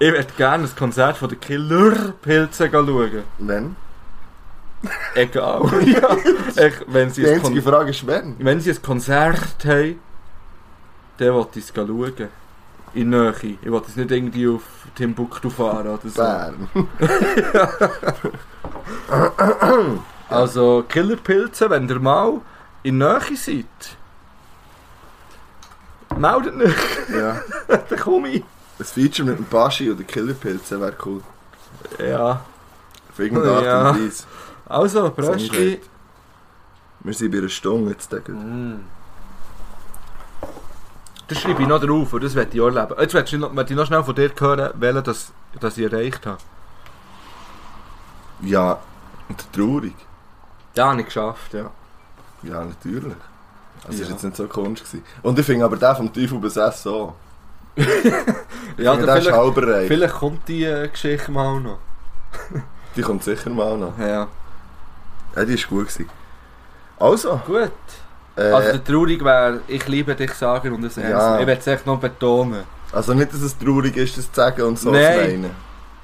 A: Ich möchte gerne ein Konzert von den Killerpilzen schauen.
B: Wenn?
A: Egal. Ja. Ich, wenn sie
B: Die
A: ein
B: einzige
A: Kon
B: Frage ist, wenn?
A: Wenn sie ein Konzert haben, dann will ich es schauen. In Nähe. Ich will es nicht irgendwie auf Timbuktu fahren oder so.
B: Bern.
A: Also Killerpilze, wenn ihr mal in Nähe seid, meldet nicht,
B: Ja.
A: dann komme ich.
B: Ein Feature mit dem Baschi oder Killerpilzen wäre cool.
A: Ja.
B: Auf irgendeine Art
A: Ja.
B: und Weise.
A: Also,
B: Gesundheit.
A: Bröschli.
B: Wir sind bei einer Stunde jetzt. Digga.
A: Mm. Das schreibe ich noch drauf, und das werde ich auch erleben. Jetzt möchte ich noch, möchte ich noch schnell von dir hören, welchen das, das ich erreicht habe.
B: Ja, und traurig.
A: Ja, nicht geschafft, ja.
B: Ja, natürlich. Also, ist
A: Ja.
B: jetzt nicht so Kunst. Gewesen. Und ich finde aber den vom Teufel besessen auch.
A: Ja,
B: der
A: dann
B: ist
A: vielleicht,
B: halber reif.
A: vielleicht kommt die äh, Geschichte mal noch.
B: Die kommt sicher mal noch.
A: Ja.
B: Ja, die ist gut. Gewesen. Also,
A: Gut.
B: äh,
A: Also
B: also,
A: der Traurig wäre, ich liebe dich sagen und das
B: Ja.
A: Ich werde es echt noch betonen.
B: also nicht, dass es traurig ist, das zu sagen und so
A: Nein.
B: zu meinen.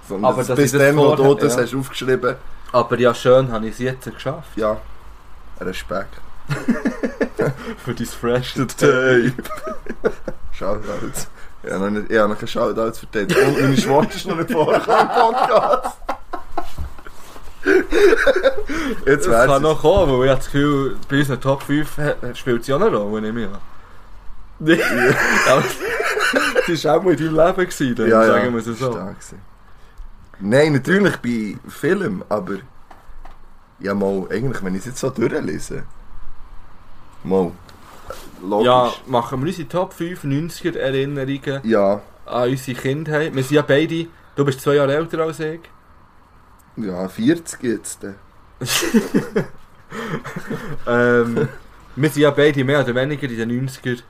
B: Sondern
A: Aber
B: dass
A: dass ich
B: bis
A: das
B: dann, wo du
A: vorher-
B: das
A: ja.
B: hast aufgeschrieben
A: Aber ja, schön habe ich es jetzt geschafft.
B: ja, Respekt.
A: Für dein Fresh.
B: Tape. Shoutouts. Ich habe noch, nicht, ich habe noch keine Shoutouts verteilt. Und meine Schwester ist noch nicht vorgekommen im Podcast. Jetzt
A: Das
B: wär's
A: kann
B: es.
A: noch kommen, weil ich habe das Gefühl, bei unseren Top äh, 5 he- spielt sie auch eine Rolle, nehme ich an. Nee. Aber das war auch mal in deinem Leben, gewesen, dann,
B: Ja, ja,
A: sagen wir es
B: das
A: so.
B: war stark gewesen. Nein, natürlich bei Film, aber... Ja, mal, eigentlich, wenn ich es jetzt so durchlese... Mal. Logisch.
A: Ja, machen wir unsere Top 5 90er Erinnerungen
B: Ja,
A: an unsere Kindheit. Wir sind ja beide, du bist zwei Jahre älter als ich.
B: ja 40 jetzt. äh.
A: Ähm, wir sind ja beide mehr oder weniger in den 90er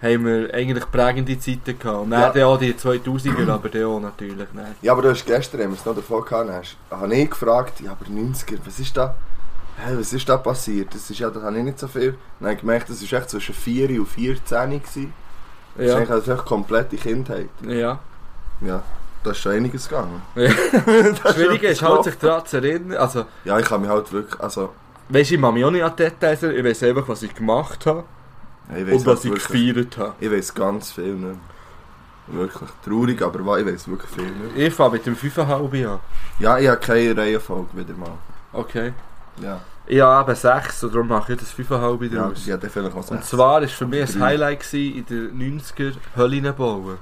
A: haben wir eigentlich prägende Zeiten gehabt. Und
B: Ja.
A: dann ja. auch die 2000er, aber der auch natürlich nicht.
B: Ja, aber du hast gestern, haben wir es noch davon gehabt, hast, habe ich gefragt, ja, aber 90er, was ist da? Hä, was ist da passiert? Das ist ja, da habe ich nicht so viel. Dann habe ich gemerkt, das war echt zwischen 4 und 14 gewesen. Das ist
A: Ja.
B: eigentlich also echt komplette Kindheit.
A: ja.
B: Ja, da ist schon einiges gegangen.
A: Das Schwierige ist halt, sich daran zu erinnern. Also,
B: Ja, ich kann mich halt wirklich, also,
A: weißt du, ich mache mich auch nicht an die Details, erinnern. ich weiß einfach, was ich gemacht habe
B: ja, ich weiss
A: und was
B: halt
A: ich
B: wirklich-
A: gefeiert habe.
B: Ich weiss ganz viel nicht mehr. Wirklich traurig, aber wa- ich weiss wirklich viel nicht mehr.
A: Ich fange mit dem 5,5 an.
B: Ja, ich habe keine Reihenfolge wieder mal.
A: Okay.
B: Ja,
A: Ich habe eben 6 und darum mache ich das 5,5
B: ja,
A: draus.
B: ja dann vielleicht auch
A: Und
B: sechs.
A: zwar war für mich ein
B: Drei.
A: Highlight gewesen in den 90er Höllen bauen.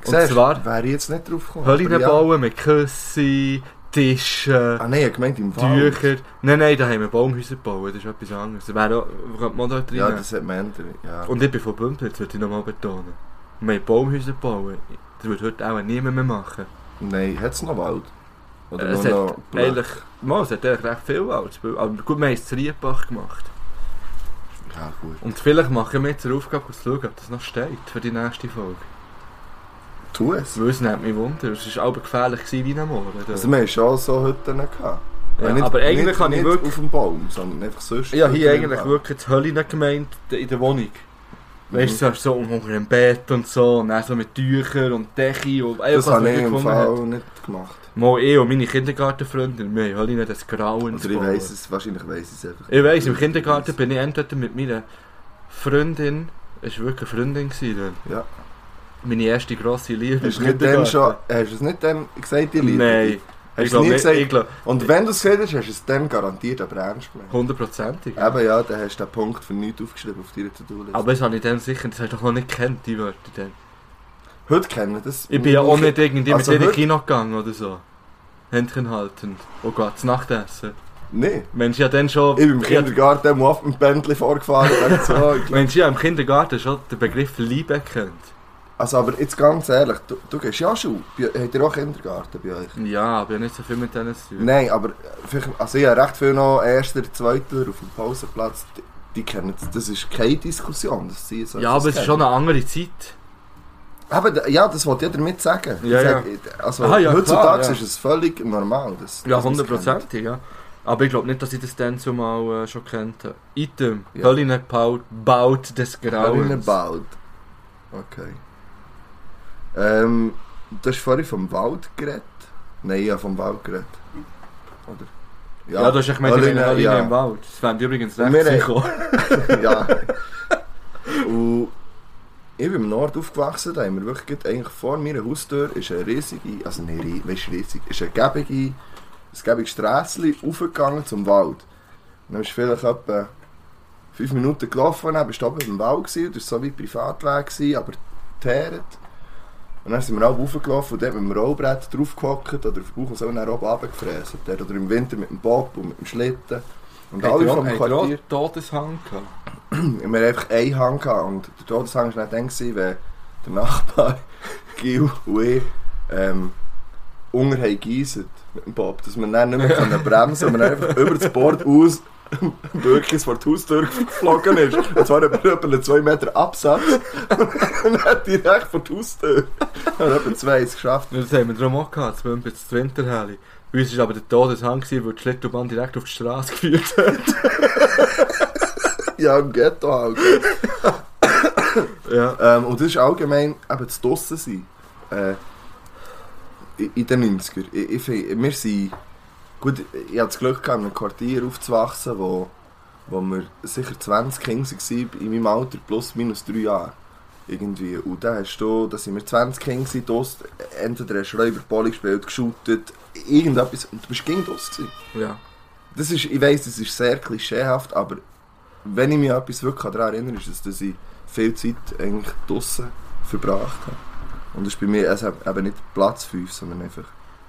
B: Siehst,
A: zwar-
B: Wäre ich jetzt nicht drauf gekommen.
A: Höhlen
B: aber ja.
A: bauen mit Küssen, Tischen,
B: Ah nein, ich meinte im Wald.
A: Tücher. Nein, nein, da haben wir Baumhäuser gebaut, das ist etwas anderes. Da wäre auch, könnte man da drin.
B: Ja, das hat man ändert. Ja.
A: Und ich bin von Bümplitz, würde ich nochmal betonen. Wir haben Baumhäuser gebaut. Das würde heute auch niemand mehr machen.
B: Nein, hat es noch Wald? Oder
A: es
B: nur
A: hat
B: noch Blöcke?
A: eigentlich, mal, es hat eigentlich recht viel als Bild. Aber gut, wir haben es in Riebach gemacht.
B: Ja, gut.
A: Und vielleicht machen wir jetzt eine Aufgabe, zu schauen, ob das noch steht für die nächste Folge.
B: Tu es.
A: Weil es nimmt mich Wunder. Es war aber gefährlich gewesen wie am Morgen. dus- da.
B: Also wir haben schon so Hütten gehabt.
A: Ja, aber eigentlich
B: nicht,
A: kann ich
B: nicht
A: wirklich...
B: auf dem Baum, sondern einfach sonst.
A: Ja, hier
B: Hütten im
A: eigentlich
B: Wald.
A: wirklich die Hölle gemeint, in der Wohnung.
B: Mhm.
A: Weißt du, so unter dem Bett und so, und dann so mit Tüchern und Decke und
B: Das
A: Ah, was
B: habe
A: man
B: ich im
A: gefunden
B: Fall
A: hat.
B: nicht gemacht.
A: Mal ich und meine Kindergartenfreundin, wir haben Hölle das Grauen
B: Oder ich weiss es, wahrscheinlich weiss ich es einfach.
A: Ich weiss, im Eh, Kindergarten bin ich entweder mit meiner Freundin, es war wirklich eine Freundin, gewesen,
B: Ja.
A: dann. meine erste grosse Liebe.
B: Hast du
A: im
B: nicht dem
A: Kindergarten.
B: schon, hast du es nicht dem gesagt, die Liebe?
A: Nein,
B: Hast
A: ich
B: du es
A: glaube,
B: nie gesagt?
A: ich glaube,
B: Und wenn du es gesagt hast, hast du es dem garantiert aber ernst gemeint.
A: hundertprozentig.
B: Eben ja, dann hast du den Punkt für nichts aufgeschrieben auf deiner To-Do-Liste.
A: Aber das habe ich dann sicher, das habe ich doch noch nicht gekannt, die Wörter dann.
B: Heute kennen wir das.
A: Ich bin ja auch nicht irgendwie
B: Also
A: mit dir in
B: heute-
A: Kino gegangen oder so. Händchen haltend. Oh Gott, zu Nacht essen.
B: Nein.
A: Mensch, ja dann schon...
B: Ich bin im
A: ja,
B: Kindergarten im auf dem Pendel vorgefahren und dachte so. ich glaub-
A: Mensch, ja im Kindergarten schon den Begriff Liebe kennt.
B: Also aber jetzt ganz ehrlich, du, du gehst ja schon. Habt ihr auch Kindergarten bei euch?
A: Ja, aber ich habe nicht so viel mit denen zu tun.
B: Nein, aber äh, vielleicht, also ich habe recht viel noch Erster, Zweiter auf dem Pausenplatz. Die, die kennen es. Das ist keine Diskussion. Das sie so
A: ja, aber es ist schon eine andere Zeit.
B: Aber d- ja, das wollte ich damit sagen.
A: Ja,
B: Ich
A: ja.
B: sag- Also,
A: Aha, ja,
B: heutzutage
A: klar, ja.
B: ist es völlig normal. Dass,
A: Ja,
B: dass man's
A: hundertprozentig, ja. Aber ich glaube nicht, dass ich das dann zumal äh, schon kennt habe. Item.
B: Ja.
A: Hölle baut, baut des
B: kennt. Berliner
A: Grauens.
B: Wald. Okay. Ähm, du hast vorhin vom Wald geredet. Nein, ja, vom Wald geredet. Oder?
A: Ja, du hast echt gemeint, ich meine Hölle
B: ja.
A: im Wald. Das fände ich übrigens
B: Und
A: recht
B: wir haben-
A: psycho.
B: ja. Und ich bin im Nord aufgewachsen, da haben wir wirklich gerade eigentlich vor meiner Haustür ist eine riesige, also nicht rie- weisst du, riesig, ist eine gäbige, ein gäbiges Strässchen aufgegangen zum Wald. Und dann bist du vielleicht etwa fünf Minuten gelaufen, dann bist du oben im Wald gewesen, das war so wie Privatweg, gewesen, aber teert. Und dann sind wir auch raufgelaufen und dort mit dem Rollbrett draufgehockt oder auf den Bauch und so und dann oben runtergefräst. Dort. Oder im Winter mit dem Bob und mit dem Schlitten. Und
A: Hat
B: alle
A: er auch-
B: vom
A: hat er auch
B: Quartier.
A: Todeshang gehabt.
B: Wir hatten einfach einen Hang gehabt und der Todeshang war nicht dann, gewesen, wenn der Nachbar, Gil und ich, ähm, unten haben geisset mit dem Bob, dass wir dann nicht mehr können bremsen konnten, wir dann einfach über das Board aus Bürkis vor die Haustür geflogen ist. Und zwar etwa etwa einen 2 Meter Absatz und dann direkt vor die Haustür. Dann haben wir zwei es geschafft.
A: Ja, Das haben wir darum auch gehabt, das Wimpel, das Winterheli. Bei uns war aber der Todeshang, gewesen, weil die Schlittelbahn direkt auf die Straße geführt hat.
B: Ja, im Ghetto halt.
A: Ja.
B: Ähm, und das ist allgemein eben das Dossen sein. Äh, in- in den 90er. Ich, ich, find- wir sind. Gut, ich hatte das Glück gehabt, in einem Quartier aufzuwachsen, wo, wo wir sicher 20 Kinder waren, in meinem Alter plus minus 3 Jahre. Irgendwie. Und da hast du, da sind wir 20 Kinder, gewesen, draussen. entweder hast du Räuberball gespielt, geshootet, irgendetwas. Und du bist gegen das. gewesen.
A: ja.
B: Das ist, ich weiss, das ist sehr klischeehaft, aber wenn ich mich an etwas wirklich daran erinnere, ist es, dass ich viel Zeit eigentlich draussen verbracht habe. Und das ist bei mir also eben nicht Platz 5, sondern einfach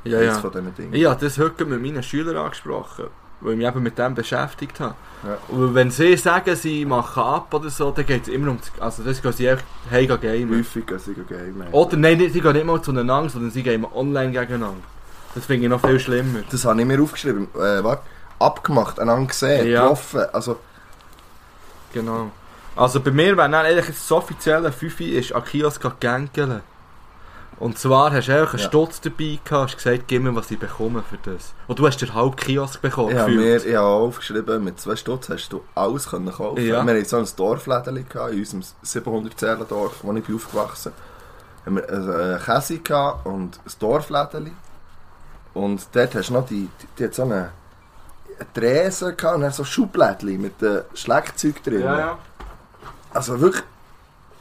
A: Ja,
B: eins
A: ja.
B: von diesen Dingen.
A: Ich habe das heute mit meinen Schülern angesprochen, weil ich mich eben mit dem beschäftigt habe.
B: Ja.
A: Und wenn sie sagen, sie machen ab oder so, dann geht es immer um... das- Also das gehen sie echt hey, gehen gamen.
B: Häufig als ich Game
A: Oder nein, nicht- sie gehen nicht mal zueinander, sondern sie gehen online gegeneinander. Das finde ich noch viel schlimmer.
B: Das habe ich mir aufgeschrieben. Äh, warte. Abgemacht, einander gesehen,
A: Ja.
B: getroffen. Also,
A: Genau. Also bei mir, wenn dann eigentlich das offizielle Fifi ist, an Kiosk gängeln. Und zwar hast du einfach einen
B: Ja.
A: Stutz dabei gehabt, hast gesagt, gib mir, was ich bekomme für das. Und du hast den halben Kiosk bekommen.
B: ich habe mir
A: gefühlt.
B: ich habe auch aufgeschrieben, mit zwei Stutz hast du alles können kaufen.
A: Ja.
B: Wir hatten so ein Dorflädeli gehabt, in unserem 710er Dorf, wo ich bin aufgewachsen bin. Wir hatten einen Käse gehabt und ein Dorflädeli. Und dort hast du noch die, die, die hat so eine eine Tresen gehabt und dann so Schublädchen mit äh, Schleckzeug drin.
A: Ja, ja.
B: Also wirklich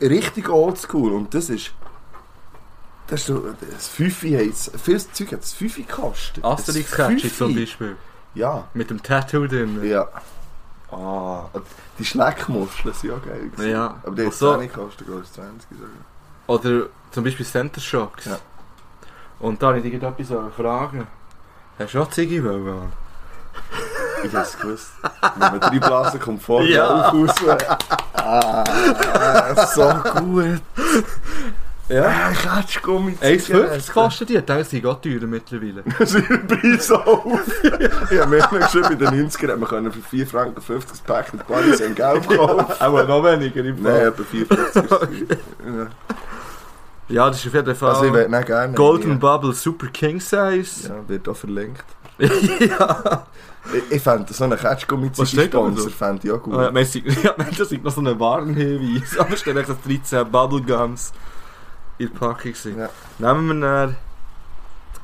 B: richtig oldschool und das ist... Das, ist so, das Fünfi hat es... Vieles Zeug hat es Fünfi gekostet.
A: asterix
B: Ein
A: catchy zum
B: Fünfi.
A: Beispiel.
B: Ja.
A: Mit dem Tattoo drin.
B: Ja. Ah, die Schleckmuscheln sind ja geil. gewesen.
A: Ja.
B: Aber die hat
A: Also-
B: 10 gekostet, glaube ich, 20 sogar.
A: Oder zum Beispiel Center Shocks.
B: Ja.
A: Und da wollte ich dich gerade etwas fragen. Hast du auch Ziggy wollen? Mann?
B: Ich hab's gewusst. Wenn man drei Blasen kommt vor,
A: Ja.
B: ja. raus. Ah, so gut.
A: Ja.
B: Ah, Katschgummi.
A: 1,50 kostet die. Ich denke, sie sind auch teurer mittlerweile.
B: Das ist der Preis auf. Ich habe mir immer geschrieben, in den 90ern hat man können für 4 Franken 50 Pack mit Paris in Gelb kaufen.
A: Aber noch weniger im
B: Nein, etwa 4,50.
A: Ja, das ist auf jeden Fall.
B: Also ich will nicht gerne.
A: Golden Bubble Super King Size.
B: Ja, wird auch verlinkt.
A: Ja.
B: Ich, ich fände so einen
A: Was steht da
B: Katschgummi-Sponsor
A: so?
B: fände ich auch gut.
A: Oh, ja, Messi, ja, das ist noch so ein Warnhinweis. Aber es stehen echt 13 Bubblegums in der Packung. sind.
B: Ja.
A: Nehmen wir dann.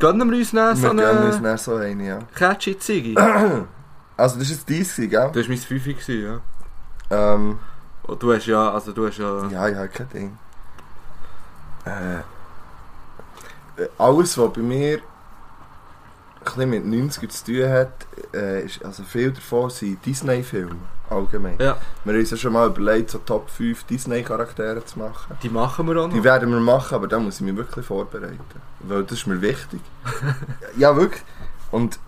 A: Gönnen wir uns dann so
B: Wir gönnen uns
A: eine
B: dann so eine, ja.
A: catchy Ziggy?
B: Also das war jetzt deins, gell?
A: Das war mein Fünfi, gewesen, ja.
B: Ähm,
A: Und du hast ja, also du hast ja...
B: ja, ja, kein Ding. Äh, äh, alles, was bei mir ein bisschen mit 90 zu tun hat, äh, ist, also viel davon sind Disney-Filme, allgemein.
A: Ja.
B: Wir haben uns ja schon mal überlegt, so Top 5 Disney-Charaktere zu machen.
A: Die machen wir auch noch.
B: Die werden wir machen, aber da muss ich mich wirklich vorbereiten. Weil das ist mir wichtig. ja, wirklich. Und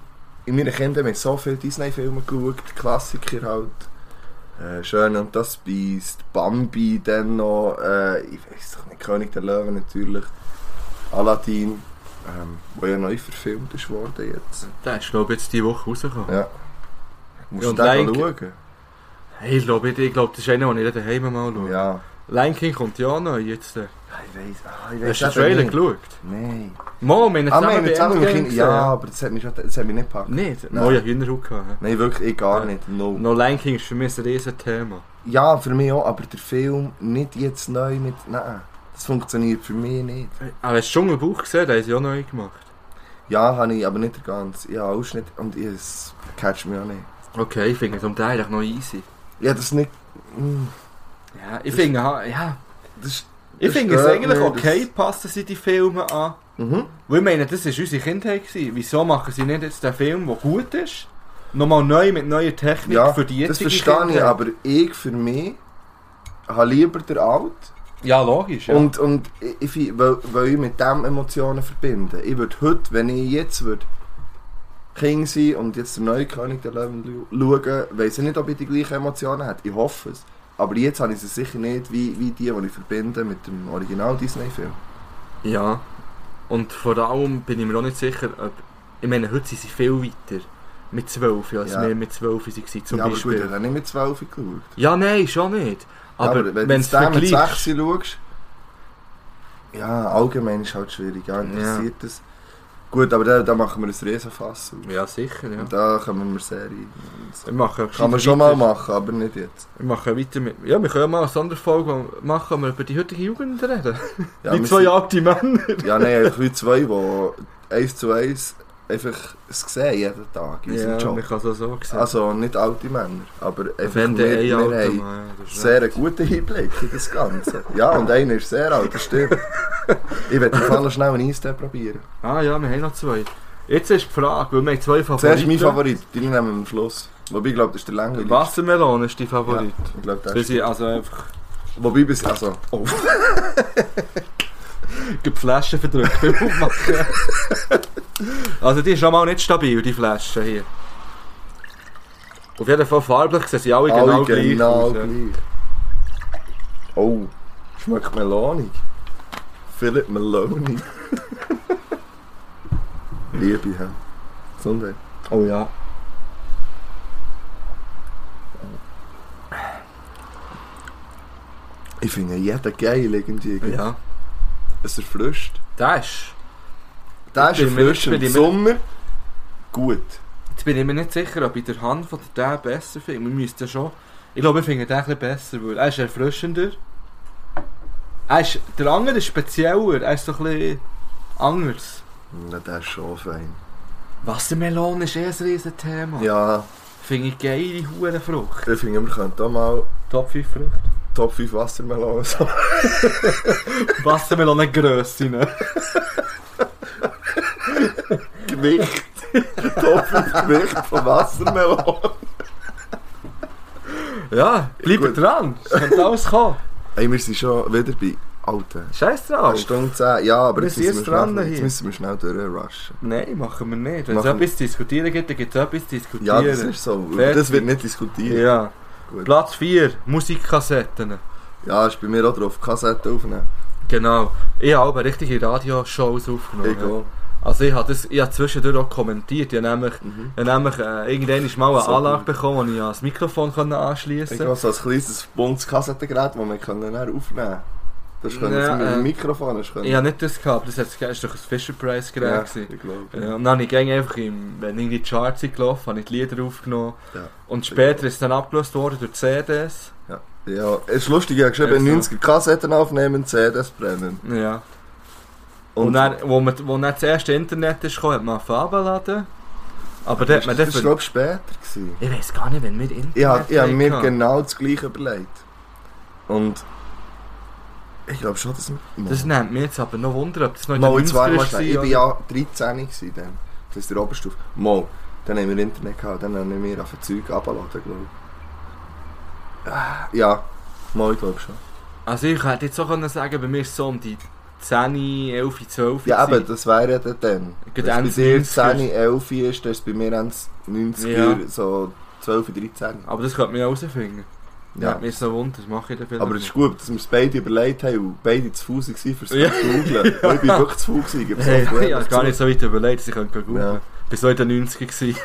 B: in meiner Kindheit haben wir so viele Disney-Filme geschaut, Klassiker halt. Äh, Schön und das Biest, Bambi, dann noch, äh, ich weiß doch nicht, König der Löwen natürlich, Aladdin, ähm, wo ja neu verfilmt ist worden jetzt.
A: Der ist glaube ich jetzt diese Woche rausgekommen.
B: Ja. Musst
A: Ja,
B: du
A: und
B: den
A: Lion
B: schauen?
A: Hey, ich glaube, ich, ich glaube, das ist einer, den ich dann daheim mal schaue.
B: Ja.
A: Lion King kommt ja auch neu jetzt. äh.
B: Ich weiß, ah, ich
A: Hast du den Trailer geschaut?
B: Nein.
A: Mo, wir haben ihn
B: Ah, wir
A: zusammen
B: haben
A: bei
B: jetzt auch noch
A: Endgame
B: Kinder.
A: gesehen.
B: Ja, aber das hat mich, schon, das hat mich nicht gepackt.
A: Nicht?
B: Nein.
A: Mo, ja Hühnerhaut gehabt. hä?
B: Nein, wirklich, ich gar
A: Ja.
B: nicht. No.
A: No, Lion King ist für mich ein riesen Thema.
B: Ja, für mich auch, aber der Film nicht jetzt neu mit. Nein, das funktioniert für mich nicht.
A: Aber hast du Dschungelbuch gesehen? Den haben sie auch neu gemacht.
B: Ja, habe ich, aber nicht der ganze. Ja, Ausschnitt und ich- es catcht mich auch nicht.
A: Okay, ich finde es um den eigentlich noch easy.
B: Ja, das ist nicht. mm,
A: Ja, ich finde, ha- ja.
B: Das ist,
A: Ich
B: Das
A: finde es
B: stört
A: eigentlich
B: mich, das-
A: okay, passen sie die Filme an.
B: mhm.
A: Weil ich meine, das war unsere Kindheit. Gewesen. Wieso machen sie nicht jetzt den Film, der gut ist, nochmal neu mit neuer Technik
B: Ja,
A: für die
B: Das
A: jetzige
B: verstehe ich,
A: Kindheit?
B: aber ich für mich habe lieber der Alt.
A: Ja, logisch. Ja.
B: Und, und ich, ich, find- weil, weil ich mit dem Emotionen verbinde. Ich würde heute, wenn ich jetzt würd King sein und jetzt den neuen König der Löwen schauen, weiss ich nicht, ob ich die gleichen Emotionen hätte. Ich hoffe es. Aber jetzt habe ich sie sicher nicht, wie, wie die, die ich verbinde mit dem Original Disney-Film.
A: ja. Und vor allem bin ich mir auch nicht sicher, ob... Ich meine, heute sind sie viel weiter mit 12, als
B: Ja.
A: wir mit 12 waren, zum
B: Ja, aber gut,
A: Beispiel.
B: ich habe nicht mit 12 geschaut.
A: ja, nein, schon nicht.
B: Ja,
A: Aber,
B: wenn
A: wenn
B: du
A: es
B: jetzt den mit
A: vergleichst...
B: 6 schaust, ja, allgemein ist halt schwierig. Ja, interessiert das. Gut, aber da, da machen wir ein Riesenfass. auf.
A: Ja, sicher, ja.
B: Und da können wir Serie.
A: Wir machen
B: Kann man schon mal machen, aber nicht jetzt.
A: Wir machen weiter mit... Ja, wir können ja mal eine Sonderfolge machen, wo wir über die heutige Jugend reden.
B: Ja,
A: die
B: wir
A: zwei alte Männer.
B: sind- Ja, nein, einfach wie zwei, die eins zu eins einfach es sehen jeden Tag in unserem
A: Ja, man
B: Job.
A: kann es auch so sehen.
B: Also nicht alte Männer, aber einfach
A: Wenn der ein
B: wir
A: alter
B: haben
A: Mann, ja, das ist
B: sehr einen guten Einblick in das Ganze. ja, und einer ist sehr alt, das stimmt. ich werde auf alle schnell einen Eistee probieren.
A: recht. Ah ja, wir haben noch zwei. Jetzt ist die Frage, weil wir haben zwei Favoriten.
B: Zuerst mein Favorit, die nehmen wir am Schluss. Wobei, ich glaube, das ist der langweiligste.
A: Wassermelone ist dein Favorit.
B: Ich glaube, das
A: Wir
B: ist...
A: sind also einfach
B: Wobei, bis... Also... Oh.
A: die Flaschen verdrückt beim Aufmachen. also die ist schon mal nicht stabil, die Flasche hier. Auf jeden Fall farblich sehen sie alle genau
B: Alle
A: gleich
B: genau
A: aus. ja.
B: gleich. nou Oh, schmeckt melonig. Philip Meloni. Liebe, hä? Gesundheit.
A: Oh ja.
B: Ich finde jeden geil irgendwie.
A: Ja.
B: Es erfrischt.
A: Das ist...
B: Der ist
A: bin mir-
B: erfrischt
A: bin
B: im
A: ich mir-
B: Sommer. Gut.
A: Jetzt bin ich mir nicht sicher, ob ich der Hand von der den besser finde. Wir müssten schon... Ich glaube, wir finden den ein bisschen besser, weil er ist erfrischender. Er ist... Der andere ist spezieller, er ist so ein bisschen anders.
B: Na, der ist schon fein.
A: Wassermelone ist eh ein riesen Thema.
B: Ja,
A: Finde ich geile Hurenfrucht.
B: ich finde, wir könnten auch mal
A: Top 5 Früchte.
B: Top 5 Wassermelonen sagen.
A: Wassermelonengrösse, ne?
B: Gewicht. Top 5 Gewicht von Wassermelonen.
A: Ja, bleib
B: Gut.
A: dran. Es könnte alles kommen.
B: Ey, wir sind schon wieder bei Alter.
A: Scheiß
B: Eine
A: drauf.
B: Stunde 10. Ja, aber
A: Wir
B: jetzt
A: sind
B: müssen wir,
A: jetzt dran
B: schnell, jetzt
A: hier.
B: müssen wir schnell durchrushen.
A: Nein, machen wir nicht. Wenn es
B: Machen-
A: etwas zu diskutieren gibt, dann gibt es etwas zu diskutieren.
B: Ja, das ist so. Über das
A: Fertig.
B: wird nicht diskutiert.
A: Ja.
B: Gut.
A: Platz 4, Musikkassetten.
B: Ja, ist bei mir auch drauf. Kassette aufnehmen.
A: Genau. Ich habe aber richtige Radioshows aufgenommen.
B: Ich auch.
A: Also ich habe, das, ich habe zwischendurch auch kommentiert. Ich habe nämlich,
B: Mhm.
A: ich habe nämlich äh, irgendwann mal eine
B: So
A: Anlage
B: gut.
A: bekommen, wo ich ans Mikrofon konnte anschliessen
B: Ich habe so ein kleines buntes Kassettengerät, das wir können dann aufnehmen können.
A: Ja,
B: Das mit
A: äh,
B: dem Mikrofon. Das können.
A: Ich habe nicht das gehabt, das hat's- das war doch ein Fisher-Price-Gerät.
B: ja,
A: gewesen.
B: ich glaube.
A: Ja, und dann habe ich gegen einfach, im, wenn irgendwie die Charts sind gelaufen, habe ich die Lieder aufgenommen.
B: Ja.
A: Und später ist es dann abgelöst worden durch die CDs.
B: Ja, es ist lustig, ich habe geschrieben,
A: Ja, so.
B: 90er Kassetten aufnehmen, CDs brennen.
A: Ja. Und, dann, wo, man, wo dann das erste Internet ist gekommen, hat man angefangen abzuladen. Aber dort hat man
B: das war,
A: dafür...
B: glaube ich, später. Gewesen.
A: Ich weiß gar nicht, wenn wir Internet
B: Ich habe ich hab mir
A: hatten.
B: genau das gleiche überlegt. Und ich glaube schon, dass
A: Das nimmt mich jetzt aber noch Wunder, ob das noch in den
B: Mal, jetzt war
A: 90ern
B: ich
A: war.
B: schnell. Ich war
A: oder?
B: ja 13 gewesen dann. Das ist der Oberstufe. Mal, dann haben wir Internet gehabt, dann haben wir auf ein Zeug abgeladen, glaube ich. Ah, Ja, mal, ich glaube schon.
A: Also ich hätte jetzt auch können sagen, bei mir ist es so um die 10, 11, 12
B: Ja, aber
A: gewesen.
B: das wäre ja dann. dann.
A: Geht
B: Wenn
A: Ende
B: es bei dir
A: 90er.
B: 10, 11 ist, dann ist es bei mir ans 90er, so 12, 13.
A: aber das könnte man ja herausfinden. Ja.
B: Ja.
A: Hat mich jetzt noch Wunder, das mache ich dann vielleicht.
B: Aber es ist gut, dass wir es beide überlegt haben und beide zu faul waren, für
A: Ja.
B: zu googeln. Weil Ich bin wirklich zu faul gewesen. gebe ich
A: Hey,
B: so gut
A: ich habe gar nicht so weit überlegt, dass ich könnte googeln.
B: Ja.
A: Bis so in den 90ern gewesen.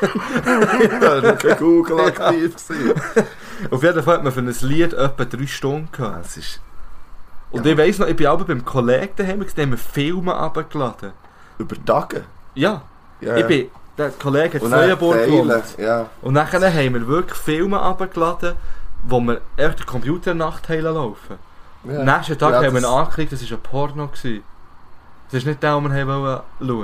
B: Da war kein Google aktiv. gewesen.
A: Auf jeden Fall hat man für ein Lied etwa 3 Stunden gehabt.
B: Es ist
A: Und
B: Ja.
A: ich weiss noch, ich bin aber beim Kollegen daheim, gewesen, der hat mir Filme abgeladen.
B: über Tage.
A: Ja,
B: Ja.
A: ich bin... Der Kollege hat in
B: Und dann
A: Neuenburg
B: teilen,
A: gewohnt.
B: Ja.
A: Und dann haben wir wirklich Filme abgeladen, wo wir echt den Computer Nacht haben laufen.
B: ja.
A: Am nächsten Tag
B: Ja,
A: haben wir ihn
B: das-
A: angeklickt, das war ein Porno. Gewesen. Das ist nicht der, den wir haben wollen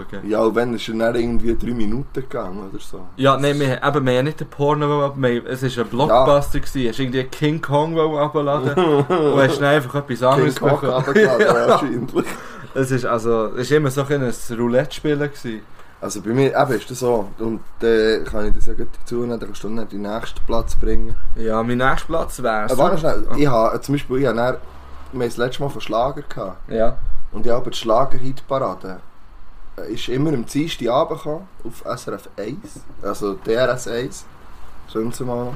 A: schauen
B: Ja, und wenn es dann irgendwie drei Minuten gegangen oder so.
A: Ja, nein, wir, haben- eben, wir haben nicht den Porno, wollen, wir haben- es war ein Blockbuster. gewesen. Hast irgendwie King Kong wollen abladen und hast dann einfach etwas
B: King
A: anderes
B: Kong
A: bekommen.
B: runtergeladen, wahrscheinlich.
A: Es war also, es ist immer so ein bisschen ein Roulette-Spielen. gewesen.
B: Also bei mir eben ist das so. Und dann kann ich das ja gut dazu nehmen, dann kannst du dann den nächsten Platz bringen.
A: Ja, mein nächster Platz wäre
B: Aber warte schnell, ich habe äh, zum Beispiel, ich habe dann, wir haben das letzte Mal von Schlager gehabt.
A: Ja,
B: Und ich habe die Schlager-Hitparade. äh, Ist immer am Dienstag Abend gekommen, auf SRF 1, also DRS 1. Schön zu mal.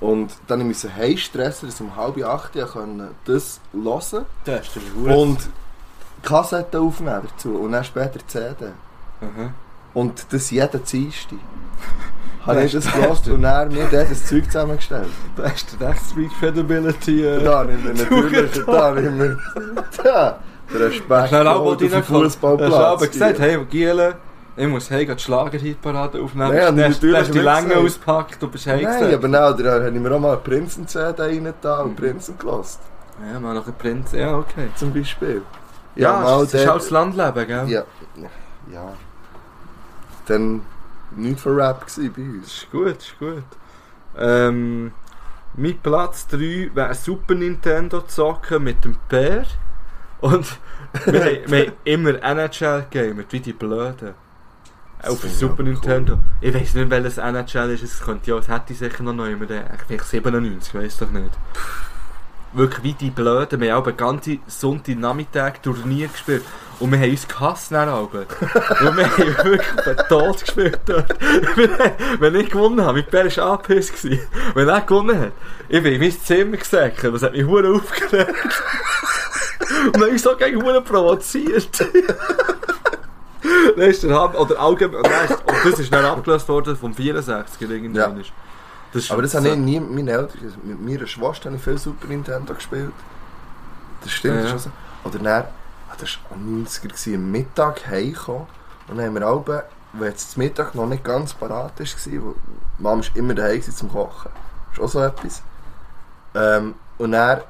B: Und dann musste ich heimstressen, dass ich um halb acht Uhr konnte das hören
A: das ist doch gut.
B: und Kassetten aufnehmen dazu und dann später CD.
A: Mhm.
B: Und das jeden Dienstag. Habe
A: Das
B: ich das
A: ist
B: gehört und dann mir dort das Zeug zusammengestellt.
A: Das ist der nächste Week Credibility. äh,
B: Da nehmen wir natürlich, da nehmen wir. Da! Der Respekt
A: Schnell auch, wo
B: holt
A: die
B: auf den
A: reinkommt.
B: Fußballplatz.
A: Hast du aber gesagt, hey, Giele, ich muss hey, die Schlagerhitparade aufnehmen.
B: Ja,
A: Ja, du hast,
B: natürlich
A: du hast die
B: nicht
A: Länge
B: gesagt.
A: auspackt, du bist hey
B: Nein, aber nein, da habe ich mir auch mal einen Prinzen-CD reingetan
A: Mhm.
B: und Prinzen gelost,
A: Ja, mal noch ein Prinz, ja, okay.
B: zum Beispiel.
A: Ja,
B: mal
A: das ist
B: der-
A: auch das Landleben, gell?
B: Ja. Ja. Dann nicht für Rap gewesen bei uns.
A: Ist gut, ist gut. Ähm, mein Platz 3 wäre Super Nintendo zocken mit dem Bär. Und wir, haben- wir haben immer NHL gegamet, wie die Blöden. Äh,
B: Das
A: Auf dem
B: finde ich
A: Super
B: aber cool.
A: Nintendo. Ich weiß nicht, welches NHL ist. Es könnte ja, es hätte sicher noch neu. Vielleicht 97, weiß doch nicht. Wirklich wie die Blöden. Wir haben auch den ganzen Sonntagnachmittag Turnier gespielt. Und wir haben uns gehasst nach oben. Und wir haben wirklich den Tod gespielt dort. Wir haben- Wenn ich gewonnen habe, mein Bär war angepisst. gewesen. Wenn er gewonnen hat, ich bin in mein Zimmer gesäckert. Das hat mich hure aufgeregt. Und dann ist so gegen Huren provoziert. Dann ist der Hab, oder allgemein, nein, und das ist dann abgelöst worden vom 64er irgendwie.
B: Ja.
A: Das ist
B: Aber das
A: so-
B: habe ich nie mit meinen Eltern. Mit meiner Schwester habe ich viel Super Nintendo gespielt. Das stimmt, das
A: Ja.
B: ist schon so. Oder dann, ah, das war am 90er, gewesen, am Mittag heimgekommen. Und dann haben wir alle, wenn es zum Mittag noch nicht ganz parat ist, gewesen, wo Mama war immer daheim gewesen zum Kochen. Ist auch so etwas. Ähm, und dann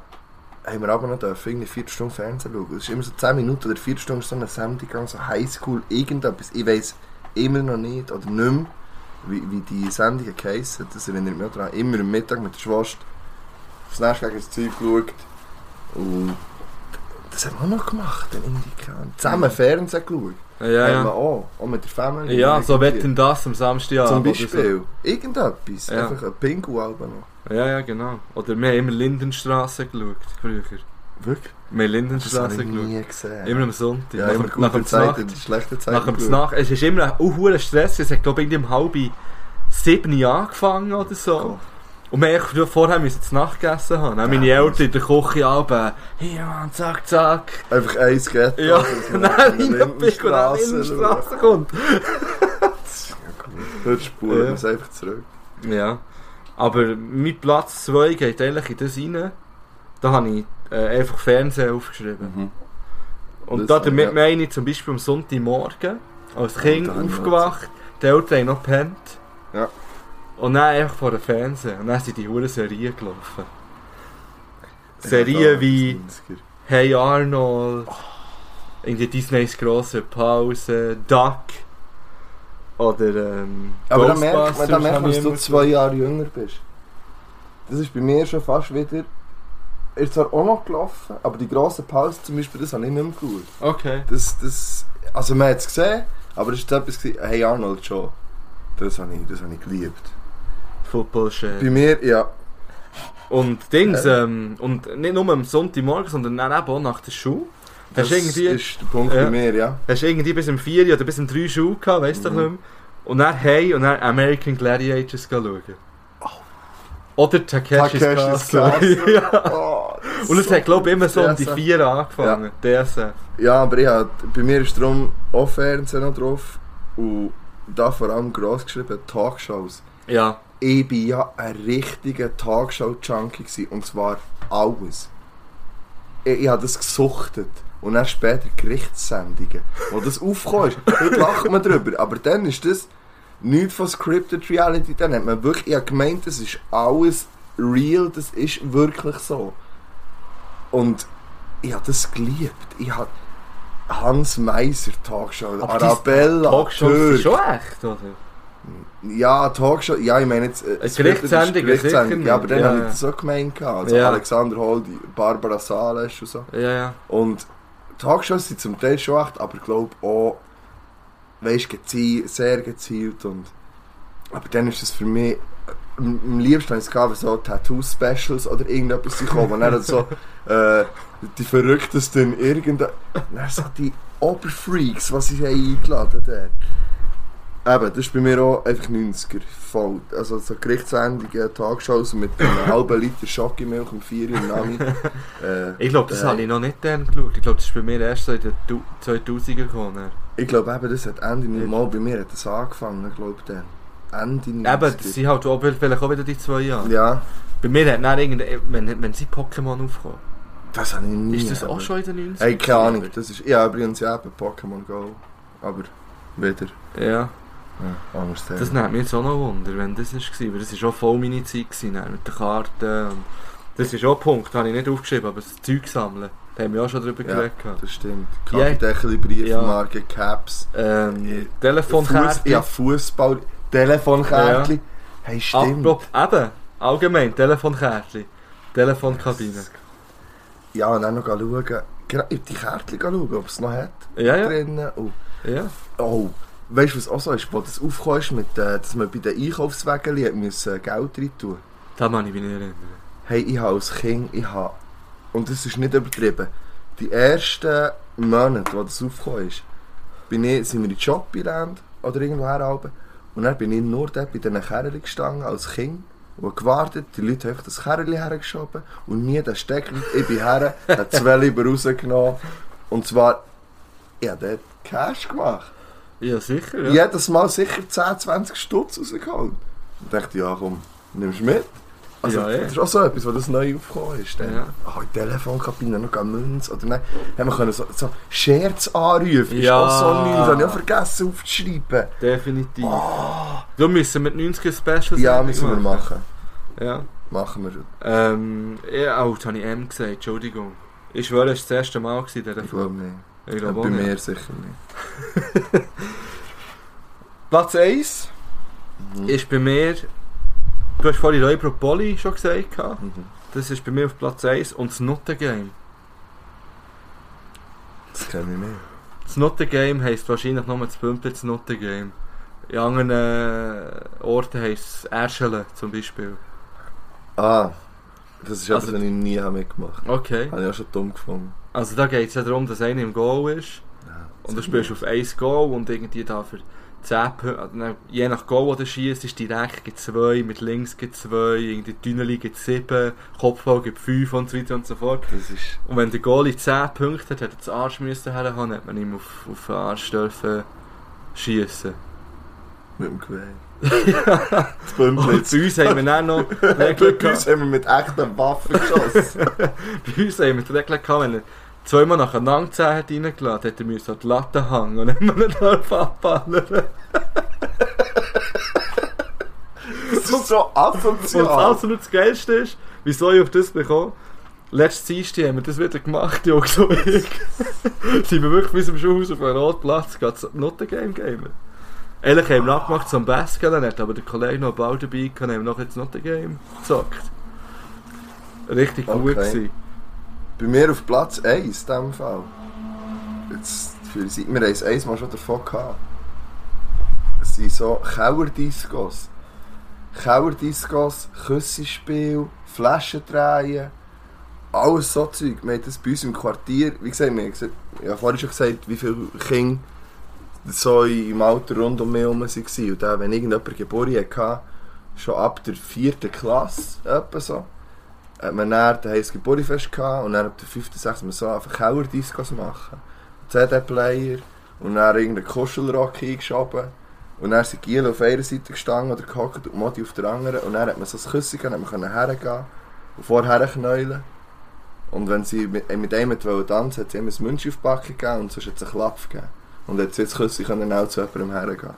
B: haben wir aber noch dürfen, irgendwie vier Stunden Fernsehen schauen. Es ist immer so 10 Minuten oder vier Stunden so eine Sendung gegangen, so Highschool, irgendetwas. Ich weiß immer noch nicht oder nicht mehr, wie, wie die Sendungen geheissen. Das erinnert mich auch daran. Immer am Mittag mit der Schwester aufs Nest gegen das Zeug geschaut. Und das haben wir auch noch gemacht, in Indien. Zusammen Fernsehen geschaut.
A: Ja,
B: Haben wir
A: ja.
B: auch. Auch mit der Familie.
A: Ja, so
B: Irgendwie.
A: wetten das am Samstagabend.
B: Zum
A: oder
B: Beispiel. Irgendetwas.
A: Ja.
B: Einfach ein Pingu-Album noch.
A: So. Ja, ja, genau. Oder wir haben immer Lindenstraße geschaut, früher.
B: Wirklich? Das habe
A: Melindenstraße
B: ich
A: geschaut.
B: nie gesehen.
A: Immer am Sonntag.
B: ja,
A: nach,
B: immer
A: dem- nach
B: gute
A: dem
B: Zeit
A: Nacht.
B: in schlechte Zeit.
A: Nach dem Nacht. Es ist immer ein hoher Stress. Es hat, glaube ich, irgendwie um halb sieben angefangen oder so. Und wir mussten vorher müssen zu Nacht gegessen haben. Dann meine
B: Ja.
A: Eltern in der Küche runter. Hier, Mann, zack, zack.
B: Einfach eins geht.
A: Ja, nein, in der Straße kommt.
B: Hört spuren
A: Ja.
B: wir es einfach zurück.
A: Ja. Aber mit Platz 2 geht eigentlich in das rein. Da habe ich äh, einfach Fernsehen aufgeschrieben. Und
B: Das-
A: da damit
B: ja.
A: meine ich zum Beispiel am Sonntagmorgen als Kind
B: da habe ich
A: aufgewacht, die Eltern haben noch gepennt.
B: Ja.
A: Und dann einfach vor dem Fernsehen. Und dann sind die hohen Serien gelaufen.
B: Ja,
A: Serien
B: da,
A: wie
B: 90er.
A: Hey Arnold, irgendwie Disneys grosse Pause, Duck oder ähm,
B: Aber da merkt man, da
A: Ghostbusters
B: merkt
A: habe
B: man
A: ich
B: dass du
A: immer
B: zwei Jahre jünger bist. Das ist bei mir schon fast wieder. Ist zwar auch noch gelaufen, aber die grossen Pause zum Beispiel, das habe ich nicht mehr geschaut.
A: Okay.
B: Das, das, also man hat es gesehen, aber es war etwas, gewesen, hey Arnold schon. Das habe ich, das habe ich geliebt.
A: Football
B: Bei
A: Share.
B: mir, ja.
A: Und Dings, ähm, und nicht nur am Sonntagmorgen, sondern dann eben auch nach der Schule.
B: Das
A: Hast du irgendwie,
B: ist der Punkt
A: Ja.
B: bei mir, ja.
A: hast du irgendwie bis um 4 oder bis um 3 Schule gehabt, weißt du
B: Mhm.
A: mhm. Und dann hey und dann American Gladiators schauen. Oder Takeshis
B: Oh. Takeshis
A: Castle.
B: Castle.
A: ja.
B: Oh,
A: Und es
B: so
A: hat glaube ich immer so um die
B: DSF.
A: 4 angefangen. DSF.
B: Ja, aber ich hab, bei mir ist darum auch Fernsehen noch drauf. Und da vor allem gross geschrieben, Talkshows.
A: Ja.
B: Ich bin ja ein richtiger Talkshow-Junkie gewesen, und zwar alles. Ich, ich habe das gesuchtet. Und dann später Gerichtssendungen, wo das aufgekommen ist. Heute lacht man drüber, aber dann ist das nichts von Scripted Reality. Dann hat man wirklich, ich habe gemeint, das ist alles real, das ist wirklich so. Und ich habe das geliebt. Ich habe Hans Meiser Talkshow,
A: Aber die
B: Arabella,
A: Talkshows
B: Türk.
A: sind schon echt, oder?
B: Ja, Talkshow, ja, ich meine jetzt... Äh,
A: Eine Gerichtssendung, sicher
B: ja, aber dann
A: nicht.
B: habe
A: Ja.
B: ich das auch gemeint. gehabt. Also
A: Ja.
B: Altså, Alexander Holdi, Barbara Sales und so.
A: Ja, ja.
B: Und Talkshows sind zum Teil schon echt, aber ich glaube auch, weißt gezielt, sehr gezielt und... Aber dann ist es für mich... äh, Am am liebsten habe ich es gehabt, wenn so Tattoo-Specials oder irgendetwas kommen. Und dann halt so äh, die verrücktesten irgendein... Dann so die Oberfreaks, was ich eingeladen habe. Eben, das ist bei mir auch einfach 90er voll. Also so Gerichtssendungen, Tagshows mit einem halben Liter Schokimilch um 4 Uhr im Nami. Äh,
A: Ich glaube, das
B: Nein.
A: habe ich noch nicht dann geschaut. Ich glaube, das ist bei mir erst so in den Du- 2000er gekommen.
B: ich glaube eben, das hat Ende 90er, mal bei mir hat das angefangen, glaube ich dann. Ende 90er.
A: Eben, das sind halt auch, vielleicht auch wieder die zwei Jahre.
B: Ja,
A: Bei mir hat dann irgendein, wenn, wenn sie Pokémon aufkommen,
B: das habe ich nie.
A: ist das auch
B: aber-
A: schon in den 90ern?
B: Hey, keine Ahnung, das ist... Ja, übrigens ja eben Pokémon Go, aber wieder
A: Ja,
B: ja, anders
A: das nimmt mich jetzt auch noch Wunder, wenn das war, weil das war auch voll meine Zeit gewesen, dann, mit den Karten. Und das ist auch ein Punkt, den habe ich nicht aufgeschrieben, aber das Zeug sammeln, da haben wir auch schon drüber
B: Ja.
A: geredet. gehabt.
B: Das stimmt.
A: Ja.
B: Kaffeedeckel, Briefmarken, Caps...
A: Ähm,
B: Fuß,
A: Telefonkarte.
B: ja, Fußball, Telefonkärtchen. Hey, stimmt.
A: Apropos, eben, allgemein, Telefonkärtchen. Telefonkabine.
B: Ja, und dann noch schauen. Genau, ich hab die Kärtchen schauen, ob es noch hat.
A: Ja, ja,
B: Drinnen. Und,
A: ja.
B: oh, weißt du, was auch so ist? Wo das aufgekommen ist, mit, äh, dass man bei den Einkaufswegen hat müssen äh, Geld rein tun
A: Da kann ich mich nicht erinnern.
B: Hey, ich habe als Kind, ich habe, und das ist nicht übertrieben, die ersten Monate, wo das aufgekommen ist, bin ich, sind wir in Shoppingland oder irgendwo herhalben. Und dann bin ich nur dort bei diesen Kerlen gestanden, als Kind, und hab gewartet, die Leute haben einfach das Kerl hergeschoben und mir den Stecker, ich bin her, hab zwei Lieber rausgenommen. Und zwar, ich habe dort Cash gemacht.
A: Ja, sicher, ja.
B: Jedes Mal sicher 10, 20 Stutz rausgeholt. Und dachte, ja komm, nimmst du mit. Also,
A: Ja, eh.
B: das ist auch so etwas, was das neu aufgekommen ist. Dann.
A: Ja.
B: Ah, in der Telefonkabine noch eine Münze. Oder nein, dann haben wir können so, so Scherz anrufen.
A: Ja.
B: Ist auch so nichts. Das habe ich auch vergessen aufzuschreiben.
A: Definitiv. Darum müssen wir die 90er Specials
B: Oh. Ja, müssen wir machen.
A: Ja.
B: Machen wir.
A: Ähm, ja, oh, jetzt habe ich M gesagt, Entschuldigung. Ich schwöre, es war das erste Mal gewesen, in dieser
B: Ich
A: Folge.
B: glaube nicht. Äh,
A: Ich glaube auch
B: Bei
A: nicht.
B: mir sicher nicht.
E: Platz 1.
B: Mhm.
A: Ist bei mir. Du hast vorhin Räuber Polly schon gesagt. gehabt.
B: Mhm.
A: Das ist bei mir auf Platz 1 und das Noten Game.
B: Das kenne ich nicht.
A: Das Noten Game heisst wahrscheinlich nur das Pümpel das Noten Game. In anderen äh, Orten heisst es Erschelen zum Beispiel.
B: Ah, Das ist etwas,
A: Also-
B: was ich nie habe mitgemacht
A: Okay.
B: habe. Habe ich auch schon dumm gefunden.
A: Also da geht es ja darum, dass einer im Goal ist. Und du spielst auf 1 Goal und irgendwie da für 10 Punkte, je nach Goal, den du schießt, ist direkt gibt 2, mit links gibt 2, irgendwie Tunneli gibt 7, Kopfball gibt 5 und so weiter und so fort.
B: Das ist...
A: Und wenn der Goalie 10 Punkte hat, hat er das Arsch müssen herhaben, hat man ihm auf, auf den Arsch dürfen schiessen.
B: mit dem Gewehr. das Bündnis.
A: Bei uns haben wir dann noch die Regel
B: Bei uns
A: gehabt-
B: haben wir mit echten Waffen geschossen.
A: bei uns haben wir die Regel gehabt, wenn er zweimal nacheinander 10 hat reingeladen, hat er müssen an die Latte hängen und hat man nicht abballern.
B: Das ist so
A: Und das
B: asozial.
A: absolut das Geilste ist, wieso ich auf das bekomme, letztes Dienstag haben wir das wieder gemacht, Jungs und ich. sind wir wirklich bis im Schulhaus auf einen roten Platz gegangen, zum Nottengame gamen. Ehrlich haben wir abgemacht zum Basketball nicht, aber der Kollege noch einen Ball dabei kann haben wir noch jetzt Nottengame gezockt. Richtig
B: Okay.
A: gut gewesen.
B: Bei mir auf Platz 1 in diesem Fall. Jetzt, für, wir haben es einmal schon davon gehabt. Es sind so Kauerdiscos. Kauerdiscos, Küssenspiel, Flaschen drehen. Alles so Zeug. Wir haben das bei uns im Quartier. Wie gesagt, wir haben gesagt, ich habe vorhin schon gesagt, wie viele Kinder so im Alter rund um mich herum waren. Und dann, wenn irgendjemand Geburtstag hatte, schon ab der vierten Klasse, etwa so, hat man dann daheim das Geburtstagsfest gehabt und dann ab der 5. 6. man so einfach Kauerdiscos machen. CD-Player und dann irgendeinen Kuschelrock eingeschoben. Und dann sind Giel auf einer Seite gestanden oder gehockt und Modi auf der anderen. Und dann hat man so ein Küsschen gehabt, hat man können hergehen und vorher knäulen. Und wenn sie mit, äh, mit einem mit wollen tanzen hat sie ihm ein Münzchen auf die Backe gegeben und sonst hat es einen Klapp gegeben. Und hat sie jetzt Küsschen können auch zu jemandem hergehen.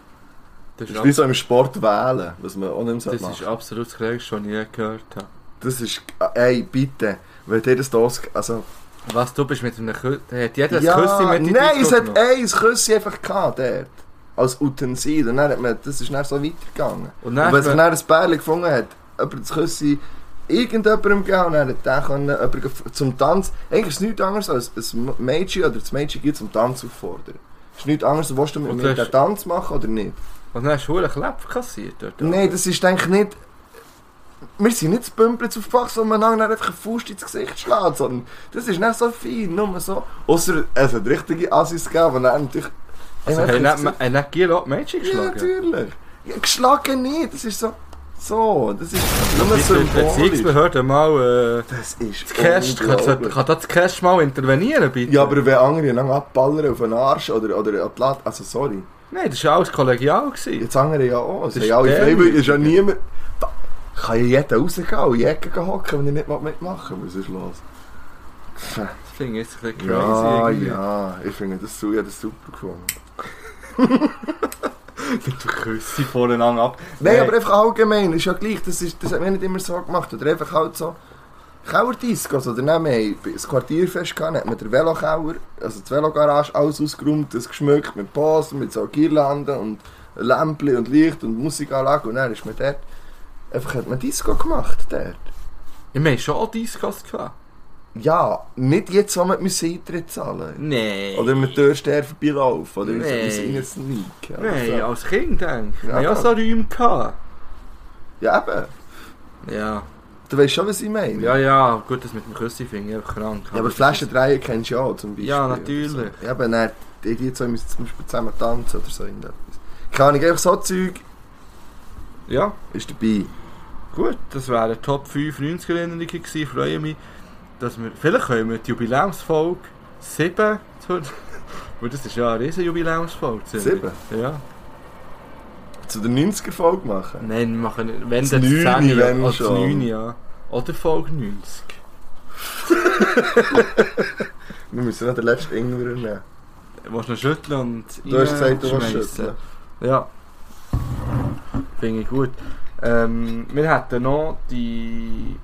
A: Das
B: Das
A: ist,
B: ist wie
A: ab
B: so im Sport wählen, was man auch nicht mehr
A: das
B: machen
A: ist absolut das Geilste, was ich je gehört habe.
B: Das ist. Ey, bitte. Wenn ihr das hier. Also.
A: Was, du bist mit einem Küsschen... Hat jeder ein Küsschen mit in die
B: Nein, es
A: Disco
B: hat
A: genommen?
B: ein Küsschen einfach gehabt dort. Als Utensil. Und dann hat man, das ist dann so weitergegangen.
A: Und
B: Und
A: dann
B: wenn
A: hat
B: sich
A: man-
B: dann ein Pärchen gefunden hat, jemand das Küsschen irgendjemandem gegeben und dann hat der können, jemanden gef- zum Tanz... Eigentlich ist es nichts anderes als ein Mädchen oder das Mädchen geht zum Tanz auffordern. Es ist nichts anderes, willst du mit
A: Und
B: mir
A: das-
B: den Tanz machen oder nicht?
A: Und dann hast du einen Klepp kassiert dort.
B: Nein, das ist eigentlich nicht... Wir sind nicht zu Pümpeln aufgewachsen, wo man einander einfach einen Fuß ins Gesicht schlägt, sondern das ist nicht so fein, nur so... Ausser es hat richtige Assis gegeben, die dann natürlich...
A: Also,
B: Einfach
A: haben
B: gesagt-
A: nicht- haben nicht Giel auch die Mädchen
B: Ja,
A: geschlagen?
B: natürlich. Ja, geschlagen nicht, das ist so... So, das ist nur
A: Bitte, die
B: symbolisch.
A: Erziehungsbehörde mal äh,
B: Das ist
A: das Cash, kann,
B: unglaublich.
A: kann da das Cash mal intervenieren, bitte?
B: Ja, aber wenn andere einander abballern auf den Arsch oder, oder an die Latte... Also, sorry.
A: Nein, das war alles kollegial. Gewesen.
B: Jetzt andere ja auch. Es
A: Das
B: haben
A: ist
B: alle
A: dämlich.
B: Freiwillig, ist ja niemand... Da kann ja jeder rausgehen und jeden hocken, wenn er nicht mal mitmachen will. Was ist los?
A: Das finde ich jetzt ein bisschen crazy.
B: Ja,
A: irgendwie.
B: ja, ich finde das, su- ich hab das super gefunden.
A: Du küsst sie voneinander ab.
B: Nein,
A: Nein.
B: aber einfach allgemein, ist ja gleich, das, ist, das hat man nicht immer so gemacht. Oder einfach halt so, Kauerdiscos, oder nein, wir haben ein Quartierfest gehabt, hat man den Velokauer, also die Velogarage, alles ausgeräumt, das geschmückt mit Posen, mit so Girlanden und Lämpchen und Licht und Musikanlage und dann ist man dort, einfach hat man Disco gemacht dort.
A: Ich meine, schon auch Discos gehabt.
B: Ja, nicht jetzt, wo man die Eintritt zahlen
A: Nein.
B: Oder mit Türsteher vorbeilaufen, oder
A: Nein.
B: nee. in Sneak. oder
A: Nein,
B: so.
A: als Kind, denke ich.
B: Ja,
A: Wir hatten ja
B: ja.
A: so Räume. Gehabt.
B: Ja, eben.
A: Ja.
B: Du weißt schon, was ich meine.
A: ja, ja, gut, das mit dem Küssi finde ich einfach krank.
B: Ja, aber Flaschendrehen kennst du ja auch zum Beispiel.
A: Ja, natürlich.
B: Oder so. Ja, aber dann, die, die zwei müssen zum Beispiel zusammen tanzen oder so. irgendetwas. Keine Ahnung, einfach so Zeug
A: Ja,
B: ist dabei.
A: gut, das wären Top 5 90er-Erinnerungen gewesen. Ich freue mich, dass wir. Vielleicht können wir die Jubiläumsfolge 7 tun. Weil das ist ja eine riesen Jubiläumsfolge. ziemlich.
B: Sieben.
A: Ja.
B: Zu der 90er-Folge machen.
A: Nein, wir machen nicht. Wenn
B: Das
A: dann
B: Neune,
A: 10,
B: wenn
A: oder
B: schon.
A: 9, ja. Oder Folge 90.
B: Wir müssen noch den letzten Ingwer nehmen.
A: Du musst noch schütteln und
B: Du hast gesagt, du willst
A: reinschmeissen.
B: schütteln.
A: Ja. Finde ich gut. Ähm, wir hätten noch die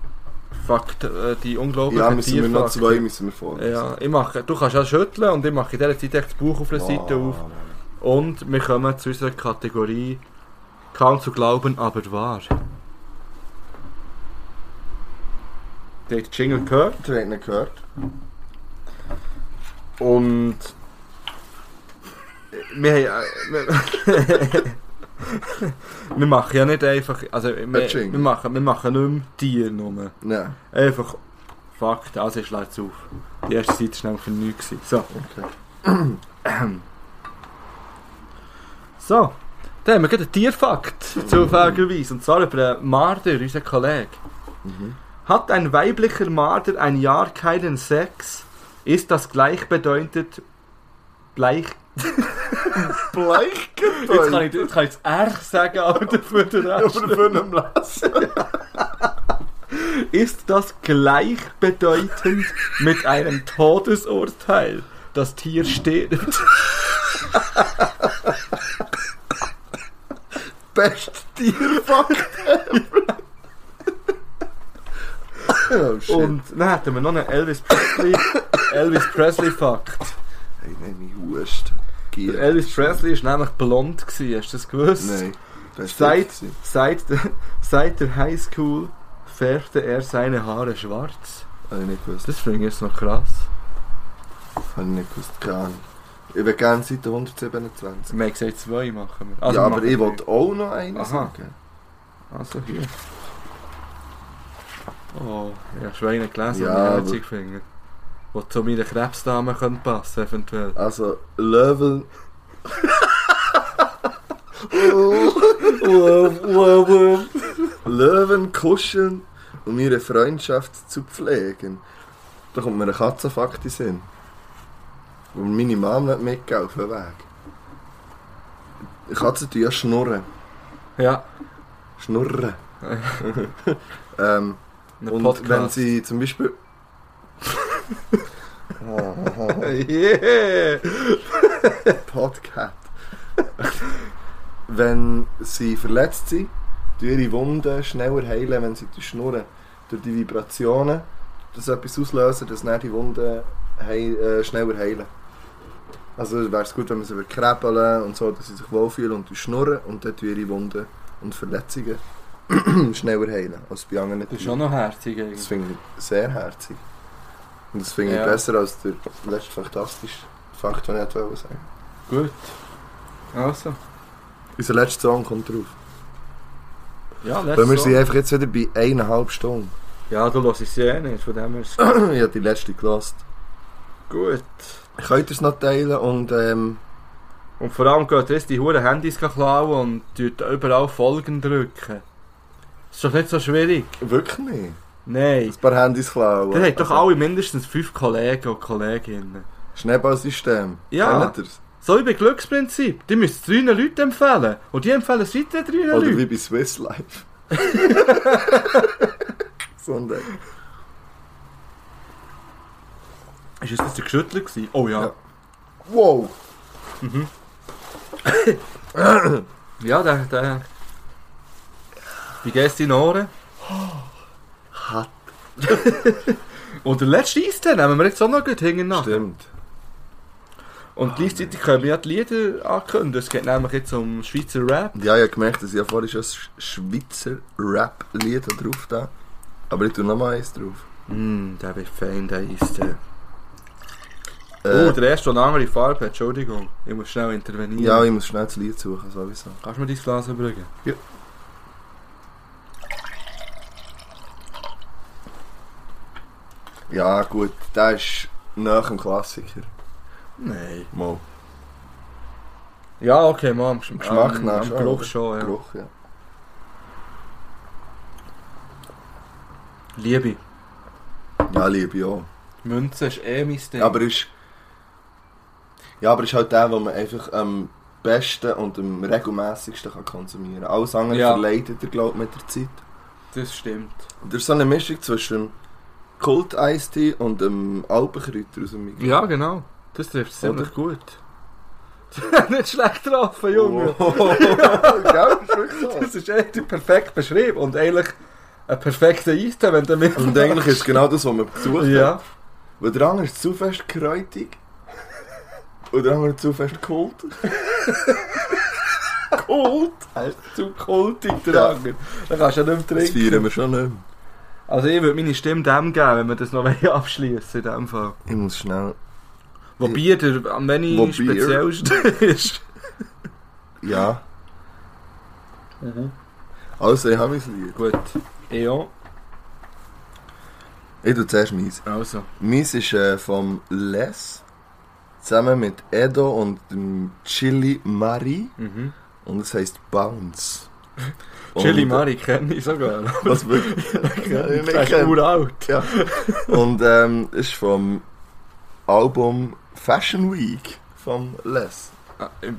A: Fakt, äh, die unglaublichen
B: Ja, müssen wir noch
A: Tierfakten.
B: zwei müssen wir vorlesen.
A: Ja, ich mache, du kannst auch schütteln und ich mache in dieser Zeit echt das Buch auf der Seite
B: Ah,
A: auf. Und wir kommen zu unserer Kategorie Kaum zu glauben, aber wahr. Der hat den Jingle gehört.
B: Ihr habt ihn gehört.
A: Und wir haben. äh, wir- Wir machen ja nicht einfach. Also, wir,
B: Patsching.
A: wir, machen, wir machen nicht mehr Tier nur.
B: Nein.
A: Einfach. Fuck, das ist leider auf. Die erste Zeit war schnell für nichts. gewesen. So.
B: Okay.
A: So. Dann haben wir gerade einen Tierfakt, zufälligerweise. Und zwar über einen Marder, unseren Kollegen.
B: Mhm.
A: Hat ein weiblicher Marder ein Jahr keinen Sex, ist das gleichbedeutend. Bleich. Jetzt kann ich,
B: Bleichgedäut.
A: jetzt kann ich das R sagen, aber dafür den
B: Aber
A: Rest.
B: für einen Lassen.
A: Ist das gleichbedeutend mit einem Todesurteil? Das Tier stirbt.
B: Best Tierfakt ever. oh shit.
A: Und dann hätten wir noch einen Elvis Presley. Elvis Presley-Fakt.
B: Hey, nein, mein Hust. Gier.
A: Elvis Presley war nämlich blond, gewesen, hast du das gewusst?
B: Nein. Das ist
A: Seit,
B: dick gewesen.
A: seit, der- seit der Highschool färbte er seine Haare schwarz.
B: Habe ich nicht gewusst.
A: Das finde ich jetzt noch krass.
B: Habe ich nicht gewusst. Keine Ahnung. Ich will gerne Seite 127.
A: Wir haben gesagt, zwei machen wir.
B: ja,
A: wir
B: aber
A: machen
B: ich
A: drei.
B: wollte auch noch einen
A: Aha.
B: sagen.
A: Also hier. Oh, ja, Schweine gelesen,
B: Ja,
A: ja,
B: aber-
A: ich herzig finde. Wo zu meiner Krebsdame könnte passen, eventuell.
B: Also, Level. Löwen kuscheln, um ihre Freundschaft zu pflegen. Da kommt mir ein Katzenfakt in den Sinn. Und meine Mom nicht mitgegeben auf den Weg. Die Katzen tun ja schnurren.
A: Ja,
B: Schnurren. ähm,
A: ein
B: und
A: Podcast.
B: wenn sie zum Beispiel.
A: Yeah!
B: Podcast. wenn sie verletzt sind, tun ihre Wunden schneller heilen, wenn sie schnurren. Durch die Vibrationen, das etwas auslösen, dass dann die Wunden heil, äh, schneller heilen. Also wäre es gut, wenn man sie krebeln und so, dass sie sich wohlfühlen und die schnurren und dann tun ihre Wunden und Verletzungen schneller heilen als bei anderen
A: Das ist
B: Tieren.
A: auch noch herzig
B: Das
A: eigentlich.
B: finde ich sehr herzig. Und das finde ich
A: Ja.
B: besser als der letzte fantastische Fakt, den ich hätte wollen sagen
A: Gut. Also.
B: Unser letzter Song kommt drauf.
A: Ja,
B: Weil wir
A: letztes
B: sind
A: Mal.
B: einfach jetzt wieder bei eineinhalb Stunden.
A: Ja, du hörst es eh nicht, von dem her ist
B: ich habe die letzte gelost.
A: gut.
B: Könnt ihr es noch teilen und ähm,
A: Und vor allem geht jetzt die Huren Handys klauen und tut überall Folgen drücken. Ist doch nicht so schwierig.
B: wirklich nicht.
A: Nein.
B: Ein paar Handys klauen.
A: Ihr habt doch
B: Also,
A: alle mindestens fünf Kollegen und Kolleginnen.
B: Schneeballsystem.
A: Ja.
B: Kennt ihr's?
A: So wie bei Glücksprinzip. Die müsst drei Leuten empfehlen. Und die empfehlen seit den drei
B: Oder wie
A: Leuten.
B: bei Swiss Life. Sonntag.
A: Ist es das der Geschüttler gewesen? Oh ja.
B: Ja. Wow!
A: Ja, der, der... Wie geht's deinen Ohren?
B: Hat.
A: Und der letzte Eistee nehmen wir jetzt auch noch gut hinten nach.
B: Stimmt.
A: Und
B: Ah,
A: gleichzeitig können wir ja die Lieder ankündigen. Es geht nämlich jetzt um Schweizer Rap.
B: Ja, ich habe gemerkt, dass ich ja vorhin schon ein Sch- Schweizer Rap-Lied da drauf da. Aber ich tue nochmal eins drauf. Hm,
A: Mmm, der wird fein, der Eistee.
B: Äh,
A: oh, der erste, der eine andere Farbe hat. Entschuldigung. Ich muss schnell intervenieren.
B: ja, ich muss schnell das Lied suchen, sowieso.
A: Kannst du mir dein Glas überlegen?
B: Ja. Ja, gut, der ist nach dem Klassiker.
A: Nein.
B: Mal.
A: Ja, okay, Mom. Am
B: Geschmack nach
A: Am
B: schon,
A: Geruch
B: oder?
A: schon, ja.
B: Geruch, ja.
A: Liebe.
B: Ja, liebe ich auch.
A: Münze ist eh mein Ding.
B: Aber ist. Ja, aber ist halt der, den man einfach am besten und am regelmäßigsten kann konsumieren kann. Alles andere
A: Ja.
B: verleidet er, glaube ich, mit der Zeit.
A: das stimmt.
B: Und Das ist so eine Mischung zwischen kult eistee und dem Alpenkräuter aus dem Mikro.
A: Ja, genau. Das trifft ziemlich
B: Oder?
A: gut. Nicht schlecht getroffen, Junge.
B: Gell, ist wirklich so.
A: Das ist echt perfekt beschrieben und eigentlich ein perfekter Eistee, wenn du mit...
B: Und eigentlich ist genau das, was man gesucht
A: Ja.
B: hat. Weil der andere ist zu fest kräutig. Und der andere zu fest kult.
A: Kult. Er ist zu kultig, der
B: Ja.
A: Anger. Da kannst du ja nicht mehr
B: Das
A: trinken.
B: feiern wir schon nicht mehr.
A: Also ich würde meine Stimme dem geben, wenn wir das noch abschließen in dem Fall.
B: Ich muss schnell...
A: Wobei der am wenig
B: Wobei er-
A: speziellste ist.
B: Ja. Also, ich habe mein Lied.
A: Mhm. Gut. Ja.
B: Ich tue zuerst meins.
A: Also.
B: Meins ist äh, vom Les. Zusammen mit Edo und dem Chili Mari.
A: Mhm.
B: Und es heisst Bounce.
A: Chili
B: Und-
A: Mari kenne ich sogar.
B: Was wirklich?
A: Der
B: Ich
A: ist
B: kenn-
A: uralt.
B: ja. Und ähm, ist vom Album Fashion Week vom Les.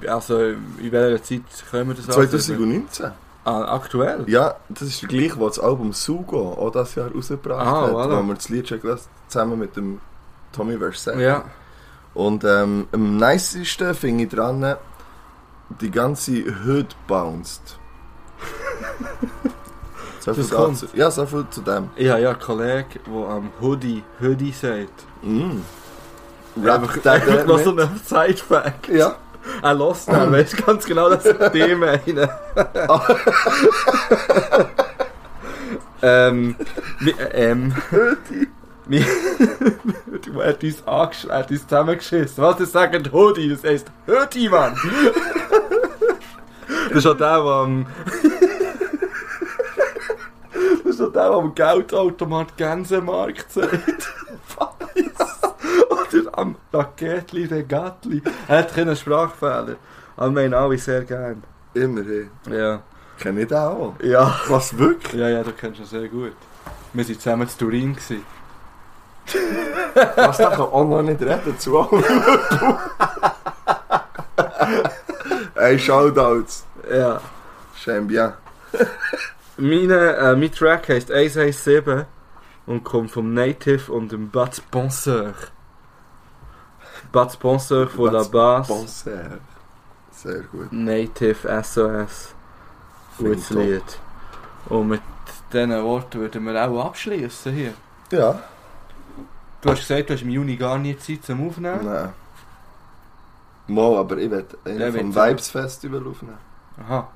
A: Also, in welcher Zeit können wir das
B: 2019.
A: Ah, aktuell?
B: Ja, das ist der gleiche, der das Album Sugo auch dieses Jahr rausgebracht
A: Ah,
B: hat,
A: voilà.
B: wo wir das Lied schon gelesen haben, zusammen mit dem Tommy Versace.
A: Ja.
B: Und ähm, am nicesten finde ich dran, die ganze Hood bounced. so viel
A: Das kommt.
B: dazu. Ja, so viel zu dem.
A: Ich habe ja einen Kollegen, der am Hoodie Hoodie sagt.
B: Mm.
A: Einfach,
B: Rap
A: einfach noch so
B: that
A: ein Side-Fact.
B: Ja.
A: Er lässt den, weißt ganz genau, dass ich den meine. ähm, mi- ähm, mi- du, er hat uns angesch- er hat uns zusammengeschissen. Was, das sagt Hoodie, das heisst Hoodie, Mann. das ist auch der, der am... das ist auch der, der am Geldautomat Gänsemarkt sagt. Oder am Raketli Regatli. Er hat keine Sprachfehler. Aber wir haben alle sehr gern.
B: Immerhin.
A: Ja.
B: Kenne ich den auch.
A: Ja.
B: Was wirklich?
A: Ja, ja, du kennst ihn sehr gut. Wir waren zusammen zu Turin. Gewesen.
B: Was da kann auch noch nicht reden zu allem. Ey, Shoutouts.
A: Ja.
B: Schäm bien.
A: Meine, äh, mein Track heisst 117 und kommt vom Native und dem Bud Sponsor. Bud Sponsor von
B: Bud
A: La Basse.
B: Bonsoir. Sehr gut.
A: Native SOS. Gutes
B: Finde ich
A: Lied. Und mit diesen Worten würden wir auch abschließen hier.
B: top. Ja.
A: Du hast gesagt, du hast im Juni gar nicht Zeit zum Aufnehmen.
B: Nein. Mal, aber ich werde
A: Ja,
B: einen vom
A: bitte.
B: Vibes Festival aufnehmen.
A: Aha.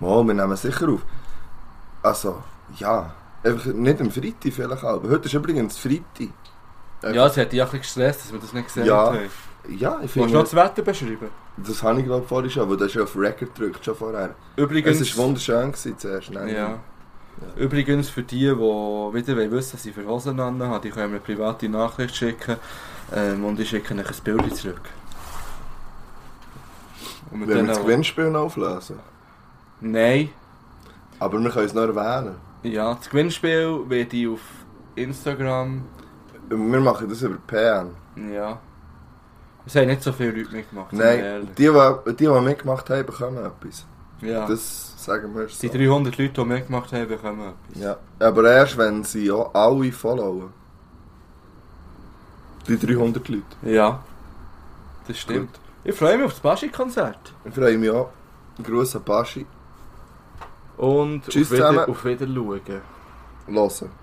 B: Mal, wir nehmen sicher auf. Also, ja. Einfach nicht am Freitag vielleicht, aber heute ist übrigens Freitag. Einfach-
A: Ja, es hat dich auch ein bisschen gestresst, dass wir das nicht gesehen
B: Äh, Ja,
A: haben.
B: Ja,
A: Willst
B: ich
A: du noch
B: finde,
A: das Wetter beschreiben?
B: das habe ich glaube vorher schon, weil das ist ja auf Record gedrückt, schon vorher.
A: Übrigens.
B: Es war wunderschön gewesen, zuerst. Nein,
A: Ja. Übrigens für die, die wieder wollen wissen was sie für Hosen anhaben, die können mir eine private Nachricht schicken ähm, und ich schicke euch ein Bild zurück. Und mit
B: Wenn wir
A: denen,
B: das Gewinnspiel auflösen.
A: Nein,
B: Aber wir können es noch erwähnen.
A: ja, das Gewinnspiel werde ich auf Instagram,
B: Wir machen das über PN.
A: ja. Es haben nicht so viele Leute mitgemacht, sind wir
B: Nein,
A: ehrlich.
B: die, die, die mitgemacht haben, bekommen etwas.
A: Ja.
B: Das sagen wir so.
A: Die 300 Leute, die mitgemacht haben, bekommen etwas.
B: Ja. Aber erst, wenn sie auch alle followen. Die 300 Leute.
A: Ja. Das stimmt. Ich freue mich auf das Baschi-Konzert.
B: Ich freue mich auch. Gruß an Baschi.
A: Und
B: Tschüss
A: auf, wieder,
B: zusammen.
A: auf Wiederschauen.
B: Hören.